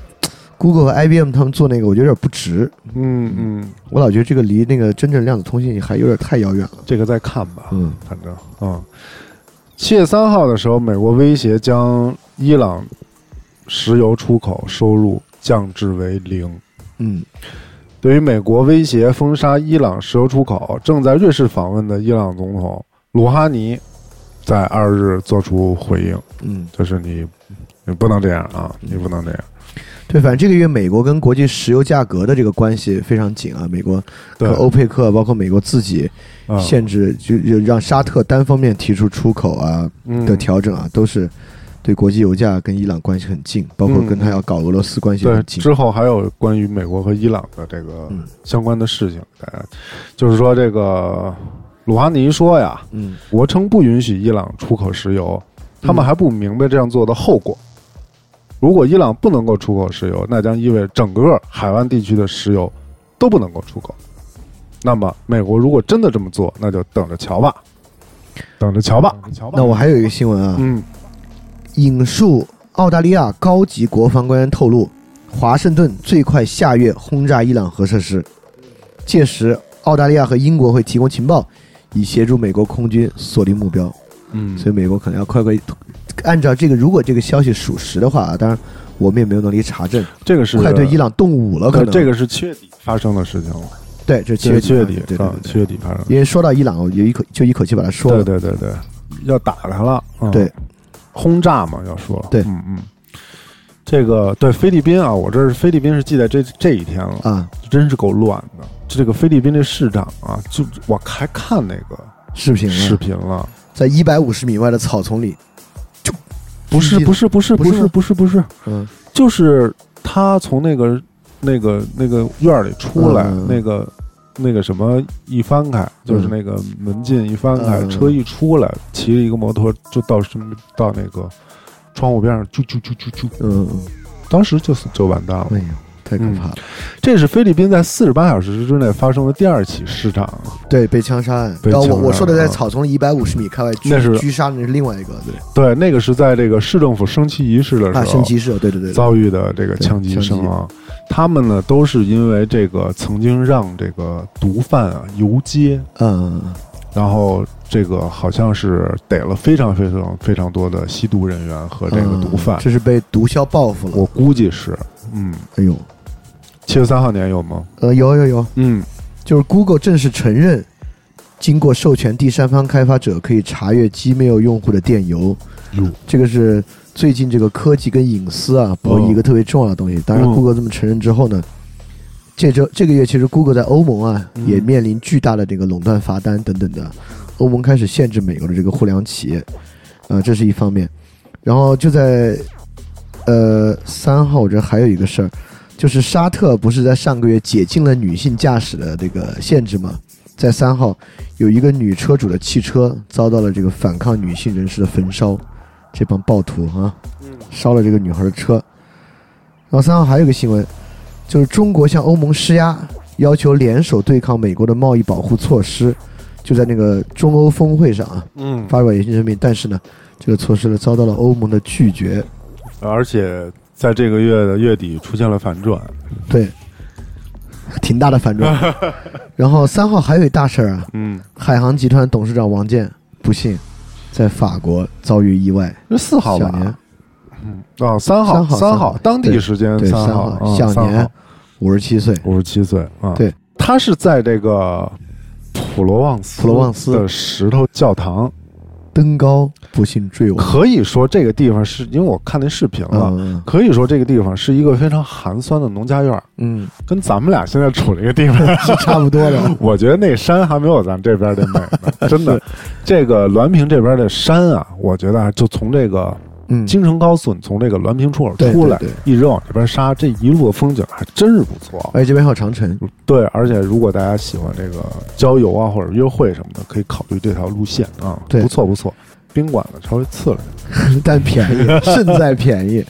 [SPEAKER 7] Google 和 IBM 他们做那个，我觉得有点不值。
[SPEAKER 6] 嗯嗯，
[SPEAKER 7] 我老觉得这个离那个真正量子通信还有点太遥远了。
[SPEAKER 6] 这个再看吧。
[SPEAKER 7] 嗯，
[SPEAKER 6] 反正啊，七、月三号的时候，美国威胁将伊朗石油出口收入降至为零。
[SPEAKER 7] 嗯，
[SPEAKER 6] 对于美国威胁封杀伊朗石油出口，正在瑞士访问的伊朗总统鲁哈尼在二日作出回应，
[SPEAKER 7] 嗯，
[SPEAKER 6] 就是你你不能这样啊，你不能这样。
[SPEAKER 7] 对，反正这个月美国跟国际石油价格的这个关系非常紧啊，美国
[SPEAKER 6] 对
[SPEAKER 7] 和，欧佩克包括美国自己
[SPEAKER 6] 嗯
[SPEAKER 7] 限制，就就让沙特单方面提出出口啊
[SPEAKER 6] 嗯
[SPEAKER 7] 的调整啊，都是对国际油价跟伊朗关系很近，包括
[SPEAKER 6] 嗯
[SPEAKER 7] 跟他要搞俄罗斯关系
[SPEAKER 6] 对
[SPEAKER 7] 很近。
[SPEAKER 6] 之后还有关于美国和伊朗的这个
[SPEAKER 7] 嗯
[SPEAKER 6] 相关的事情，大家就是说这个鲁哈尼说呀，
[SPEAKER 7] 嗯
[SPEAKER 6] 国称不允许伊朗出口石油，他们还不明白这样做的后果。如果伊朗不能够出口石油，那将意味着整个海湾地区的石油都不能够出口。那么，美国如果真的这么做，那就等着瞧吧，等着瞧吧。
[SPEAKER 7] 那我还有一个新闻啊，
[SPEAKER 6] 嗯
[SPEAKER 7] 引述澳大利亚高级国防官员透露，华盛顿最快下月轰炸伊朗核设施，届时澳大利亚和英国会提供情报，以协助美国空军锁定目标。
[SPEAKER 6] 嗯
[SPEAKER 7] 所以美国可能要快快按照这个，如果这个消息属实的话啊，当然我们也没有能力查证，
[SPEAKER 6] 这个是
[SPEAKER 7] 快对伊朗动武了，可
[SPEAKER 6] 呃
[SPEAKER 7] 能
[SPEAKER 6] 这个是七月底发生的事情了，
[SPEAKER 7] 对，这是七
[SPEAKER 6] 这
[SPEAKER 7] 月
[SPEAKER 6] 是七月底
[SPEAKER 7] 对对
[SPEAKER 6] 啊
[SPEAKER 7] 对，
[SPEAKER 6] 七
[SPEAKER 7] 对。
[SPEAKER 6] 月底发生的。
[SPEAKER 7] 因为说到伊朗，我就一口就一口气把它说了。
[SPEAKER 6] 对对对对，要打他了。嗯、
[SPEAKER 7] 对，
[SPEAKER 6] 轰炸嘛，要说。
[SPEAKER 7] 对
[SPEAKER 6] 嗯嗯。这个对菲律宾啊，我这儿菲律宾是记在这这一天了，
[SPEAKER 7] 啊，
[SPEAKER 6] 真是够乱的。这个菲律宾这市长啊，就我还看那个
[SPEAKER 7] 视频
[SPEAKER 6] 视
[SPEAKER 7] 了，
[SPEAKER 6] 频了，
[SPEAKER 7] 在一百五十米外的草丛里，就
[SPEAKER 6] 不是不，是不是
[SPEAKER 7] 不
[SPEAKER 6] 不
[SPEAKER 7] 是
[SPEAKER 6] 是
[SPEAKER 7] 吗
[SPEAKER 6] 不是不是，
[SPEAKER 7] 嗯
[SPEAKER 6] 就是他从那个那个那个院儿里出来，
[SPEAKER 7] 嗯
[SPEAKER 6] 那个那个什么一翻开，就是那个门禁一翻开，
[SPEAKER 7] 嗯
[SPEAKER 6] 车一出来，骑着一个摩托就到身到那个窗户边上，啾啾啾啾啾，
[SPEAKER 7] 嗯，嗯
[SPEAKER 6] 当时就是就完蛋了。
[SPEAKER 7] 哎呀，太可怕了。
[SPEAKER 6] 这是菲律宾在四十八小时之内发生的第二起市场，
[SPEAKER 7] 对，被枪杀案。
[SPEAKER 6] 被
[SPEAKER 7] 然后
[SPEAKER 6] 枪
[SPEAKER 7] 我
[SPEAKER 6] 杀
[SPEAKER 7] 我说的
[SPEAKER 6] 案
[SPEAKER 7] 在
[SPEAKER 6] 啊
[SPEAKER 7] 草丛里一百五十米开外狙
[SPEAKER 6] 那是
[SPEAKER 7] 狙杀，那是另外一个对
[SPEAKER 6] 对，那个是在这个市政府升旗仪式的时候，
[SPEAKER 7] 啊，升旗式，对对对对，
[SPEAKER 6] 遭遇的这个枪击声啊，他们呢都是因为这个曾经让这个毒贩啊游街，
[SPEAKER 7] 嗯，嗯
[SPEAKER 6] 然后这个好像是逮了非常非常非常多的吸毒人员和这
[SPEAKER 7] 嗯
[SPEAKER 6] 个毒贩，
[SPEAKER 7] 这是被毒枭报复了。
[SPEAKER 6] 我估计是，嗯，
[SPEAKER 7] 哎呦，
[SPEAKER 6] 七月三号年有吗？
[SPEAKER 7] 呃，有有有，
[SPEAKER 6] 嗯，
[SPEAKER 7] 就是 Google 正式承认，经过授权第三方开发者可以查阅 Gmail 用户的电邮。这个是最近这个科技跟隐私啊博弈一个特别重要的东西。当然
[SPEAKER 6] 哦嗯
[SPEAKER 7] ，Google 这么承认之后呢，这周这个月其实 Google 在欧盟啊、
[SPEAKER 6] 嗯
[SPEAKER 7] 也面临巨大的这个垄断罚单等等的，欧盟开始限制美国的这个互联网企业，呃，这是一方面。然后就在呃三号，我这还有一个事儿，就是沙特不是在上个月解禁了女性驾驶的这个限制吗？在三号，有一个女车主的汽车遭到了这个反抗女性人士的焚烧，这帮暴徒啊，
[SPEAKER 6] 嗯
[SPEAKER 7] 烧了这个女孩的车。然后三号还有一个新闻，就是中国向欧盟施压，要求联手对抗美国的贸易保护措施，就在那个中欧峰会上啊，
[SPEAKER 6] 嗯，
[SPEAKER 7] 发表联合声明。但是呢，这个措施呢遭到了欧盟的拒绝。
[SPEAKER 6] 而且在这个月的月底出现了反转，
[SPEAKER 7] 对， 挺大的 反转。然后三号还有一大事儿啊，
[SPEAKER 6] 嗯，
[SPEAKER 7] 海航集团董事长王健不幸在法国遭遇意外，
[SPEAKER 6] 这四号
[SPEAKER 7] 享
[SPEAKER 6] 吧
[SPEAKER 7] 年，
[SPEAKER 6] 啊，三
[SPEAKER 7] 三
[SPEAKER 6] 号，
[SPEAKER 7] 号
[SPEAKER 6] 三
[SPEAKER 7] 三号
[SPEAKER 6] 号，当地
[SPEAKER 7] 对
[SPEAKER 6] 时间
[SPEAKER 7] 对
[SPEAKER 6] 三
[SPEAKER 7] 三
[SPEAKER 6] 号，
[SPEAKER 7] 号
[SPEAKER 6] 嗯
[SPEAKER 7] 享
[SPEAKER 6] 三
[SPEAKER 7] 年
[SPEAKER 6] 号
[SPEAKER 7] 五十七岁。
[SPEAKER 6] 五十七岁啊。
[SPEAKER 7] 对，
[SPEAKER 6] 他是在这个普罗旺斯
[SPEAKER 7] 普罗旺斯嗯
[SPEAKER 6] 的石头教堂，
[SPEAKER 7] 登高不幸坠亡。
[SPEAKER 6] 可以说这个地方是因为我看那视频了，
[SPEAKER 7] 嗯
[SPEAKER 6] 可以说这个地方是一个非常寒酸的农家院儿，
[SPEAKER 7] 嗯，
[SPEAKER 6] 跟咱们俩现在处这个地方，
[SPEAKER 7] 是差不多 的。
[SPEAKER 6] 我觉得那山还没有咱这边的美呢，真 的。这个滦平这边的山啊，我觉得啊，就从这个
[SPEAKER 7] 嗯，
[SPEAKER 6] 京承高速，你从这个滦平出口
[SPEAKER 7] 对
[SPEAKER 6] 出来
[SPEAKER 7] 对对，
[SPEAKER 6] 一直往这边杀，这一路的风景还真是不错。
[SPEAKER 7] 而且这边还有 长城。
[SPEAKER 6] 对，而且如果大家喜欢这个郊游啊或者约会什么的，可以考虑这条路线啊，
[SPEAKER 7] 对
[SPEAKER 6] 不错不错。宾馆呢稍微次了点，
[SPEAKER 7] 但便宜，胜在便宜。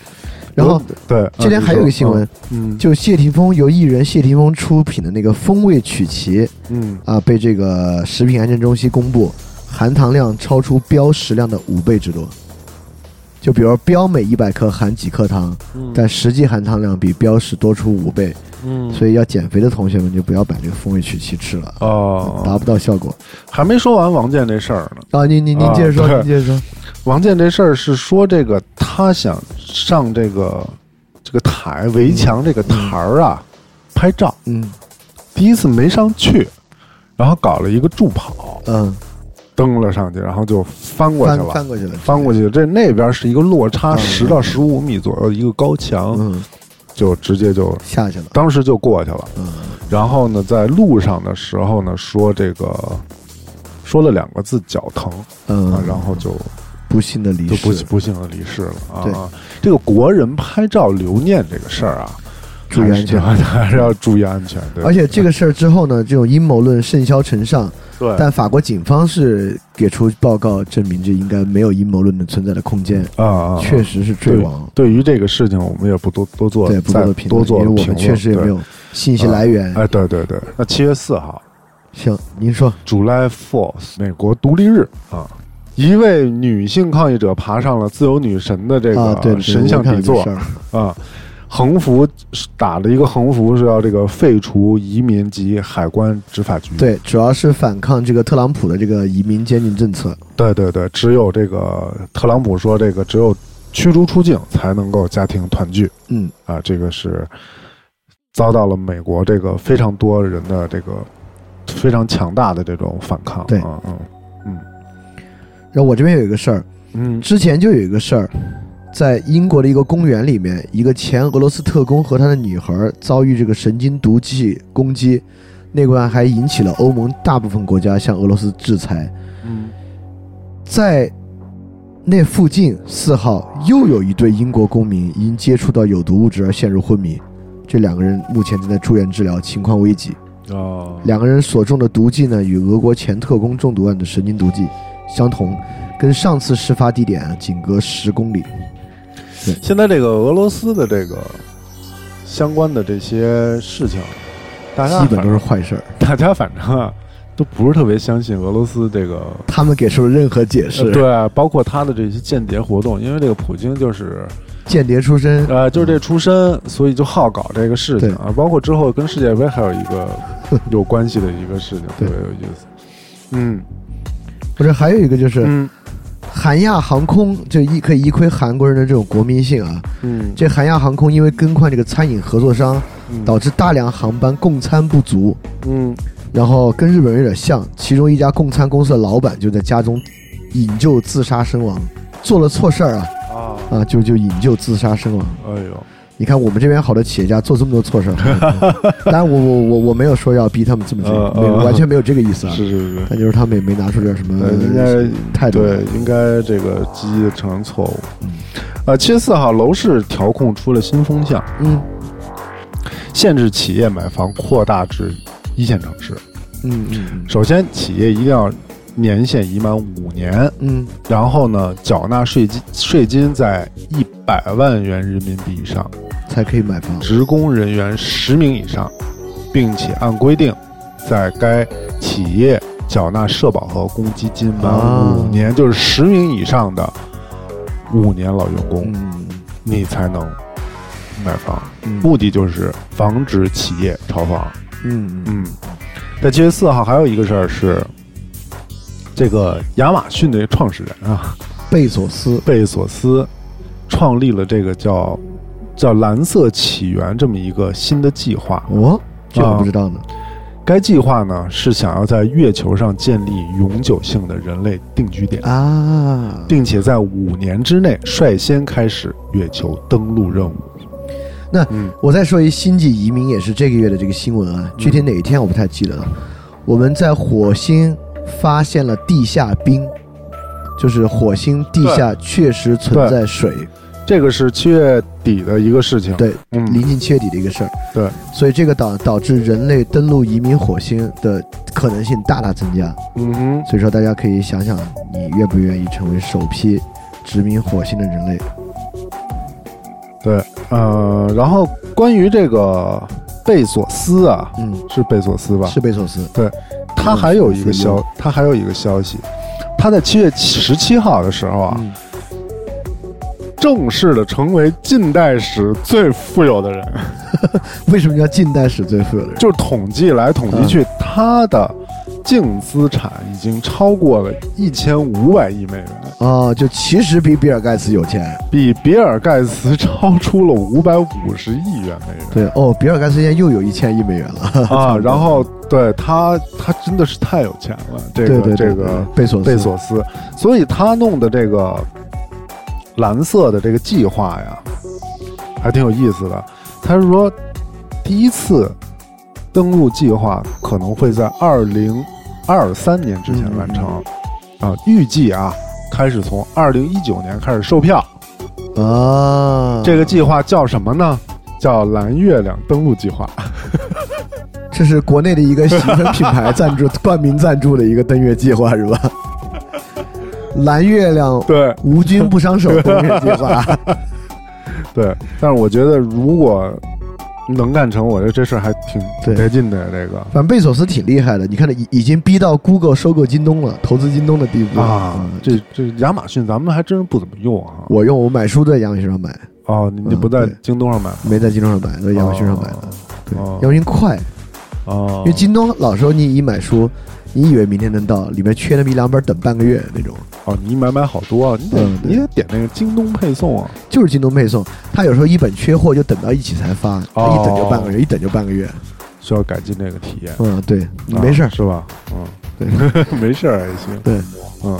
[SPEAKER 7] 然后
[SPEAKER 6] 对，呃
[SPEAKER 7] 这边还有一个新闻，
[SPEAKER 6] 嗯，
[SPEAKER 7] 就谢霆锋由艺人谢霆锋出品的那个风味曲奇
[SPEAKER 6] 嗯
[SPEAKER 7] 啊、被这个食品安全中心公布，含糖量超出标识量的五倍之多。就比如标每一百克含几克糖，
[SPEAKER 6] 嗯，
[SPEAKER 7] 但实际含糖量比标识多出五倍，
[SPEAKER 6] 嗯，
[SPEAKER 7] 所以要减肥的同学们就不要把这个风味曲奇吃了，达
[SPEAKER 6] 哦，
[SPEAKER 7] 不到效果。
[SPEAKER 6] 还没说完王健这事儿呢。
[SPEAKER 7] 啊，您您您
[SPEAKER 6] 啊
[SPEAKER 7] 接着说，
[SPEAKER 6] 对
[SPEAKER 7] 您接着说。
[SPEAKER 6] 王健这事儿是说这个他想上这个这个台围墙这个台儿啊、拍照，
[SPEAKER 7] 嗯
[SPEAKER 6] 第一次没上去，然后搞了一个助跑，
[SPEAKER 7] 嗯，
[SPEAKER 6] 蹬了上去，然后就翻过去
[SPEAKER 7] 翻
[SPEAKER 6] 了，
[SPEAKER 7] 翻过去了，
[SPEAKER 6] 翻过去，这那边是一个落差
[SPEAKER 7] 嗯
[SPEAKER 6] 十到十五米左右的一个高墙，
[SPEAKER 7] 嗯，
[SPEAKER 6] 就直接就
[SPEAKER 7] 下去了。
[SPEAKER 6] 当时就过去了。
[SPEAKER 7] 嗯
[SPEAKER 6] 然后呢，在路上的时候呢，说这个说了两个字脚疼啊
[SPEAKER 7] 嗯，，
[SPEAKER 6] 然后就
[SPEAKER 7] 不幸的离
[SPEAKER 6] 就
[SPEAKER 7] 世，
[SPEAKER 6] 不不幸的离世了
[SPEAKER 7] 对
[SPEAKER 6] 啊。这个国人拍照留念这个事儿啊，
[SPEAKER 7] 注意安全
[SPEAKER 6] 还是 还是要注意安全。对
[SPEAKER 7] 而且这个事儿之后呢，这种阴谋论甚嚣尘上，
[SPEAKER 6] 对
[SPEAKER 7] 但法国警方是给出报告证明，这应该没有阴谋论的存在的空间，
[SPEAKER 6] 啊啊，啊
[SPEAKER 7] 确实是坠亡。
[SPEAKER 6] 对于这个事情，我们也不多多做
[SPEAKER 7] 对，不
[SPEAKER 6] 再
[SPEAKER 7] 多的评
[SPEAKER 6] 多
[SPEAKER 7] 论，
[SPEAKER 6] 做
[SPEAKER 7] 因为我
[SPEAKER 6] 评
[SPEAKER 7] 们
[SPEAKER 6] 论
[SPEAKER 7] 确实也没。有信息来源
[SPEAKER 6] 对。哎，对对对，那七月四号
[SPEAKER 7] 行，您说，
[SPEAKER 6] ，July Fourth，美国独立日啊。一位女性抗议者爬上了自由女神的这
[SPEAKER 7] 啊，对，
[SPEAKER 6] 个
[SPEAKER 7] 对
[SPEAKER 6] 神
[SPEAKER 7] 我
[SPEAKER 6] 像
[SPEAKER 7] 看
[SPEAKER 6] 底
[SPEAKER 7] 了这
[SPEAKER 6] 座
[SPEAKER 7] 事儿
[SPEAKER 6] 啊，横幅是打了一个横幅是要这个废除移民及海关执法局。
[SPEAKER 7] 对，主要是反抗这个特朗普的这个移民监禁政策。
[SPEAKER 6] 对对对，只有这个特朗普说这个只有驱逐出境才能够家庭团聚
[SPEAKER 7] 嗯，
[SPEAKER 6] 啊，这个是遭到了美国这个非常多人的这个非常强大的这种反抗。
[SPEAKER 7] 对
[SPEAKER 6] 啊嗯
[SPEAKER 7] 然后我这边有一个事儿，
[SPEAKER 6] 嗯
[SPEAKER 7] 之前就有一个事儿，在英国的一个公园里面，一个前俄罗斯特工和他的女孩遭遇这个神经毒气攻击，那关还引起了欧盟大部分国家向俄罗斯制裁。
[SPEAKER 6] 嗯
[SPEAKER 7] 在那附近四号又有一对英国公民因接触到有毒物质而陷入昏迷，这两个人目前正在住院治疗，情况危急。
[SPEAKER 6] 哦
[SPEAKER 7] 两个人所中的毒剂呢，与俄国前特工中毒案的神经毒剂相同，跟上次事发地点啊仅隔十公里。
[SPEAKER 6] 现在这个俄罗斯的这个相关的这些事情，大家
[SPEAKER 7] 基本
[SPEAKER 6] 反
[SPEAKER 7] 都是坏事儿。
[SPEAKER 6] 大家反正啊都不是特别相信俄罗斯这个，
[SPEAKER 7] 他们给出了任何解
[SPEAKER 6] 呃
[SPEAKER 7] 释，
[SPEAKER 6] 对，包括他的这些间谍活动，因为这个普京就是
[SPEAKER 7] 间谍出 身，
[SPEAKER 6] 呃就是这出身，所以就好搞这个事情啊，包括之后跟世界杯还有一个有关系的一个事情，特
[SPEAKER 7] 对
[SPEAKER 6] 别有意思。嗯
[SPEAKER 7] 不是还有一个就是
[SPEAKER 6] 嗯
[SPEAKER 7] 韩亚航空，就一可以一窥韩国人的这种国民性啊。
[SPEAKER 6] 嗯，
[SPEAKER 7] 这韩亚航空因为更换这个餐饮合作商，导致大量航班供餐不足，
[SPEAKER 6] 嗯
[SPEAKER 7] 然后跟日本人有点像，其中一家供餐公司的老板就在家中引咎自杀身亡，做了错事儿啊
[SPEAKER 6] 啊，
[SPEAKER 7] 啊，就就引咎自杀身亡。
[SPEAKER 6] 哎呦，
[SPEAKER 7] 你看我们这边好多企业家做这么多错事儿， 当然我我我我没有说要逼他们这么
[SPEAKER 6] 呃
[SPEAKER 7] 做，没有
[SPEAKER 6] 呃
[SPEAKER 7] 完全没有这个意思啊。
[SPEAKER 6] 是是是。
[SPEAKER 7] 但就是他们也没拿出点什么
[SPEAKER 6] 对人家
[SPEAKER 7] 态度来。
[SPEAKER 6] 对，应该这个积极的承认错误
[SPEAKER 7] 嗯。
[SPEAKER 6] 呃，七月四号，楼市调控出了新风向，
[SPEAKER 7] 嗯
[SPEAKER 6] 限制企业买房扩大至一线城市。
[SPEAKER 7] 嗯嗯
[SPEAKER 6] 首先，企业一定要年限已满五年，
[SPEAKER 7] 嗯
[SPEAKER 6] 然后呢，缴纳税金税金在一百万元人民币以上，
[SPEAKER 7] 嗯，才可以买房。
[SPEAKER 6] 职工人员十名以上，并且按规定，在该企业缴纳社保和公积金满
[SPEAKER 7] 啊
[SPEAKER 6] 五年，就是十名以上的五年老员工，
[SPEAKER 7] 嗯
[SPEAKER 6] 你才能买房。
[SPEAKER 7] 嗯
[SPEAKER 6] 目的就是防止企业炒房。
[SPEAKER 7] 嗯嗯
[SPEAKER 6] 嗯，在七月四号还有一个事儿是，这个亚马逊的创始人啊，
[SPEAKER 7] 贝索斯
[SPEAKER 6] 贝索斯创立了这个叫叫“蓝色起源”这么一个新的计划。
[SPEAKER 7] 哦，这
[SPEAKER 6] 啊
[SPEAKER 7] 我不知道呢。
[SPEAKER 6] 该计划呢是想要在月球上建立永久性的人类定居点，
[SPEAKER 7] 啊，
[SPEAKER 6] 并且在五年之内率先开始月球登陆任务。
[SPEAKER 7] 那
[SPEAKER 6] 嗯
[SPEAKER 7] 我再说一星际移民也是这个月的这个新闻啊，具体哪一天我不太记得了。我们在火星发现了地下冰，就是火星地下确实存在水，
[SPEAKER 6] 这个是七月底的一个事情。
[SPEAKER 7] 对，
[SPEAKER 6] 嗯，
[SPEAKER 7] 临近七月底的一个事儿。
[SPEAKER 6] 对，
[SPEAKER 7] 所以这个导导致人类登陆移民火星的可能性大大增加。
[SPEAKER 6] 嗯哼，
[SPEAKER 7] 所以说，大家可以想想，你愿不愿意成为首批殖民火星的人类？
[SPEAKER 6] 对，呃，然后关于这个贝索斯啊，
[SPEAKER 7] 嗯，
[SPEAKER 6] 是贝索斯吧？
[SPEAKER 7] 是贝索斯，
[SPEAKER 6] 他还有一个
[SPEAKER 7] 嗯
[SPEAKER 6] 消，他还有一个消息，他在七月十七号的时候啊，
[SPEAKER 7] 嗯
[SPEAKER 6] 正式的成为近代史最富有的人。
[SPEAKER 7] 为什么叫近代史最富有的人？
[SPEAKER 6] 就是统计来统计去，他的净资产已经超过了一千五百亿美元，
[SPEAKER 7] 哦，就其实比比尔盖茨有钱。
[SPEAKER 6] 比比尔盖茨超出了五百五十亿元美 元。
[SPEAKER 7] 对哦，比尔盖茨现在又有一千亿美元了。
[SPEAKER 6] 啊，然后对他，他真的是太有钱了， 这个
[SPEAKER 7] 对对对
[SPEAKER 6] 这个
[SPEAKER 7] 贝索斯
[SPEAKER 6] 贝索斯，所以他弄的这个蓝色的这个计划呀，还挺有意思的。他是说，第一次登陆计划可能会在二零二三年之前完成，啊，预计啊，开始从二零一九年开始售票。
[SPEAKER 7] 啊，
[SPEAKER 6] 这个计划叫什么呢？叫蓝月亮登陆计划。
[SPEAKER 7] 这是国内的一个洗粉品牌赞助 冠名赞助的一个登月计划是吧？蓝月亮
[SPEAKER 6] 对，
[SPEAKER 7] 无菌不伤手 登月计划，
[SPEAKER 6] 对，但是我觉得如果能干成，我觉得这事儿还挺挺
[SPEAKER 7] 对
[SPEAKER 6] 带劲的。这个
[SPEAKER 7] 反正贝索斯挺厉害的，你看他已已经逼到 Google 收购京东了，投资京东的地步
[SPEAKER 6] 啊
[SPEAKER 7] 嗯，
[SPEAKER 6] 这这亚马逊咱们还真不怎么用啊。
[SPEAKER 7] 我用我买书都在亚马逊上买，
[SPEAKER 6] 哦，你你
[SPEAKER 7] 嗯
[SPEAKER 6] 不在
[SPEAKER 7] 对
[SPEAKER 6] 京东上买，
[SPEAKER 7] 没在京东上买，都在亚马逊上买的。对，
[SPEAKER 6] 哦
[SPEAKER 7] 亚马逊快，
[SPEAKER 6] 哦，
[SPEAKER 7] 因为京东老说你一买书，你以为明天能到，里面缺那么一两本，等半个月那种。
[SPEAKER 6] 哦，你一买买好多，你得
[SPEAKER 7] 嗯对
[SPEAKER 6] 你得点那个京东配送啊。
[SPEAKER 7] 就是京东配送，他有时候一本缺货就等到一起才发，他
[SPEAKER 6] 哦
[SPEAKER 7] 一等就半个月，一等就半个月。
[SPEAKER 6] 需要改进这个体验，
[SPEAKER 7] 嗯，对，没事
[SPEAKER 6] 啊
[SPEAKER 7] 儿。
[SPEAKER 6] 是吧？嗯，对， 没事儿还行。
[SPEAKER 7] 对，
[SPEAKER 6] 嗯，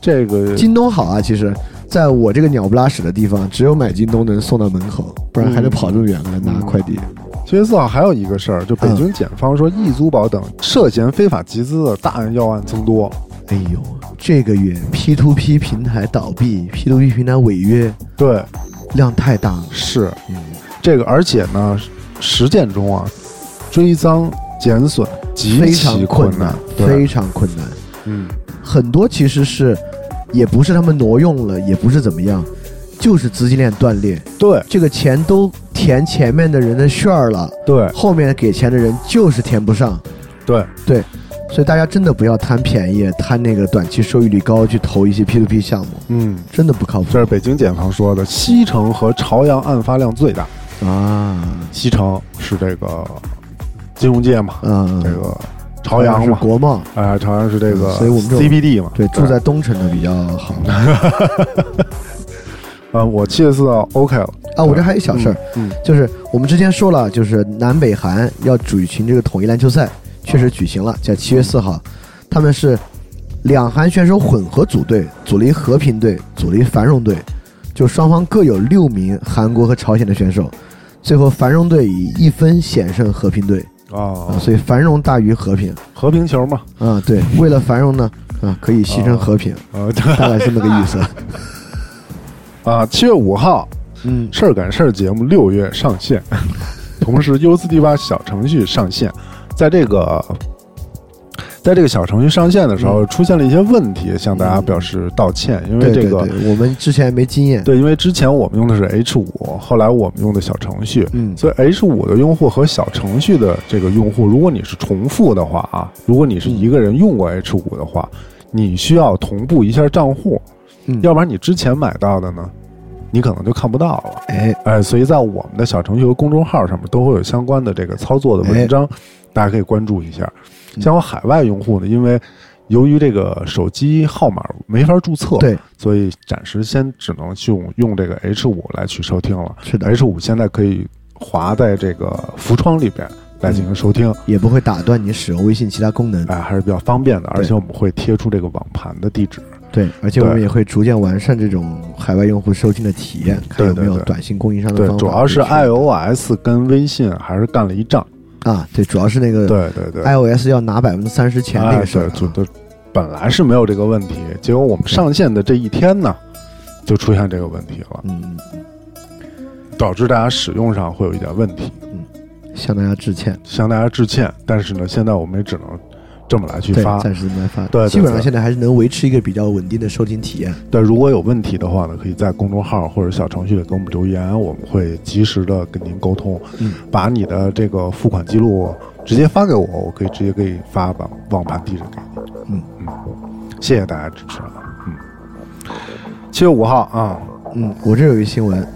[SPEAKER 6] 这个
[SPEAKER 7] 京东好啊，其实在我这个鸟不拉屎的地方，只有买京东能送到门口，不然还得跑这么远来拿快递。
[SPEAKER 6] 七月四号还有一个事儿，就北
[SPEAKER 7] 嗯
[SPEAKER 6] 京检方说，易租宝等涉嫌非法集资的大案要案增多。
[SPEAKER 7] 哎呦，这个月 P to P 平台倒闭，P to P 平台违约
[SPEAKER 6] 对，
[SPEAKER 7] 量太大了。
[SPEAKER 6] 是
[SPEAKER 7] 嗯，
[SPEAKER 6] 这个，而且呢，实践中啊，追赃减损极
[SPEAKER 7] 非
[SPEAKER 6] 其
[SPEAKER 7] 常困
[SPEAKER 6] 难
[SPEAKER 7] 难，，非
[SPEAKER 6] 对，啊
[SPEAKER 7] 常困难。
[SPEAKER 6] 嗯，
[SPEAKER 7] 很多其实是，也不是他们挪用了，也不是怎么样，就是资金链断裂，
[SPEAKER 6] 对
[SPEAKER 7] 这个钱都填前面的人的券儿了，
[SPEAKER 6] 对
[SPEAKER 7] 后面给钱的人就是填不上。
[SPEAKER 6] 对，
[SPEAKER 7] 所以大家真的不要贪便宜、贪那个短期收益率高去投一些 P to P 项目，
[SPEAKER 6] 嗯，
[SPEAKER 7] 真的不靠谱
[SPEAKER 6] 这是北京检方说的，西城和朝阳案发量最大，
[SPEAKER 7] 啊。
[SPEAKER 6] 西城是这个金融界嘛，
[SPEAKER 7] 嗯，
[SPEAKER 6] 这个朝阳
[SPEAKER 7] 是
[SPEAKER 6] 嘛，
[SPEAKER 7] 国贸，
[SPEAKER 6] 哎、朝阳是这个
[SPEAKER 7] 所以我们这种
[SPEAKER 6] CBD 嘛，
[SPEAKER 7] 对，住在东城的比较好
[SPEAKER 6] 呃，我七月四号 OK 了，
[SPEAKER 7] 啊。我这还有一小事儿，
[SPEAKER 6] 嗯，
[SPEAKER 7] 就是我们之前说了，就是南北韩要举行这个统一篮球赛，确实举行了，在七月四号，他们是两韩选手混合组队，组了一和平队，组了一繁荣队，就双方各有六名韩国和朝鲜的选手，最后繁荣队以一分险胜和平队
[SPEAKER 6] 嗯啊
[SPEAKER 7] 啊，，所以繁荣大于和平
[SPEAKER 6] 和平球嘛，
[SPEAKER 7] 啊， 对，为了繁荣呢啊，可以牺牲和平，
[SPEAKER 6] 呃
[SPEAKER 7] 大概这么个意思，
[SPEAKER 6] 啊，七月五号
[SPEAKER 7] 嗯，
[SPEAKER 6] 事儿赶事儿节目六月上 线，同时 U 四 D 八小程序上线，在这个。在这个小程序上线的时候，出现了一些问题，向大家表示道歉。因为
[SPEAKER 7] 嗯对
[SPEAKER 6] 这
[SPEAKER 7] 对
[SPEAKER 6] 个，
[SPEAKER 7] 对，我们之前没经验，
[SPEAKER 6] 对因为之前我们用的是 H 五，后来我们用的小程序，
[SPEAKER 7] 嗯
[SPEAKER 6] 所以 H 五的用户和小程序的这个用户，如果你是重复的话啊，如果你是一个人用
[SPEAKER 7] 嗯
[SPEAKER 6] 过 H 五的话，你需要同步一下账户，
[SPEAKER 7] 嗯
[SPEAKER 6] 要不然你之前买到的呢，你可能就看不到了。
[SPEAKER 7] 哎，
[SPEAKER 6] 哎，所以在我们的小程序和公众号上面都会有相关的这个操作的
[SPEAKER 7] 哎
[SPEAKER 6] 文章，大家可以关注一下。
[SPEAKER 7] 嗯
[SPEAKER 6] 像我海外用户呢，因为由于这个手机号码没法注册，
[SPEAKER 7] 对，
[SPEAKER 6] 所以暂时先只能用用这个 H 五来去收听了。
[SPEAKER 7] 是的
[SPEAKER 6] H 五现在可以滑在这个浮窗里边来进
[SPEAKER 7] 嗯
[SPEAKER 6] 行收听，
[SPEAKER 7] 也不会打断你使用微信其他功能。
[SPEAKER 6] 哎，还是比较方便的。而
[SPEAKER 7] 对
[SPEAKER 6] 且我们会贴出这个网盘的地址。
[SPEAKER 7] 对，而且我们
[SPEAKER 6] 对
[SPEAKER 7] 也会逐渐完善这种海外用户收听的体验，看
[SPEAKER 6] 对
[SPEAKER 7] 有没
[SPEAKER 6] 对
[SPEAKER 7] 有
[SPEAKER 6] 对
[SPEAKER 7] 短信供应商的
[SPEAKER 6] 对
[SPEAKER 7] 方，法。
[SPEAKER 6] 主要是
[SPEAKER 7] 嗯就是
[SPEAKER 6] iOS 跟微信还是干了一仗。
[SPEAKER 7] 啊，对，主要是那个
[SPEAKER 6] 对对对。
[SPEAKER 7] iOS 要拿百分之三十钱那
[SPEAKER 6] 哎
[SPEAKER 7] 个事儿、
[SPEAKER 6] 对就就本来是没有这个问题，结果我们上线的这一天呢，就出现这个问题了，
[SPEAKER 7] 嗯，
[SPEAKER 6] 导致大家使用上会有一点问题，
[SPEAKER 7] 向大家致歉。
[SPEAKER 6] 向大家致歉。但是呢，现在我们也只能这么来去
[SPEAKER 7] 对
[SPEAKER 6] 发，。
[SPEAKER 7] 暂时应该发，
[SPEAKER 6] 对对
[SPEAKER 7] 基本上
[SPEAKER 6] 对
[SPEAKER 7] 现在还是能维持一个比较稳定的收听体验。
[SPEAKER 6] 但如果有问题的话呢，可以在公众号或者小程序里给我们留言，我们会及时的跟您沟通，
[SPEAKER 7] 嗯
[SPEAKER 6] 把你的这个付款记录直接发给我，我可以直接给你发把网盘地址给你。
[SPEAKER 7] 嗯
[SPEAKER 6] 嗯，谢谢大家支持啊。嗯，七月五号啊，
[SPEAKER 7] 嗯，我这有一新闻，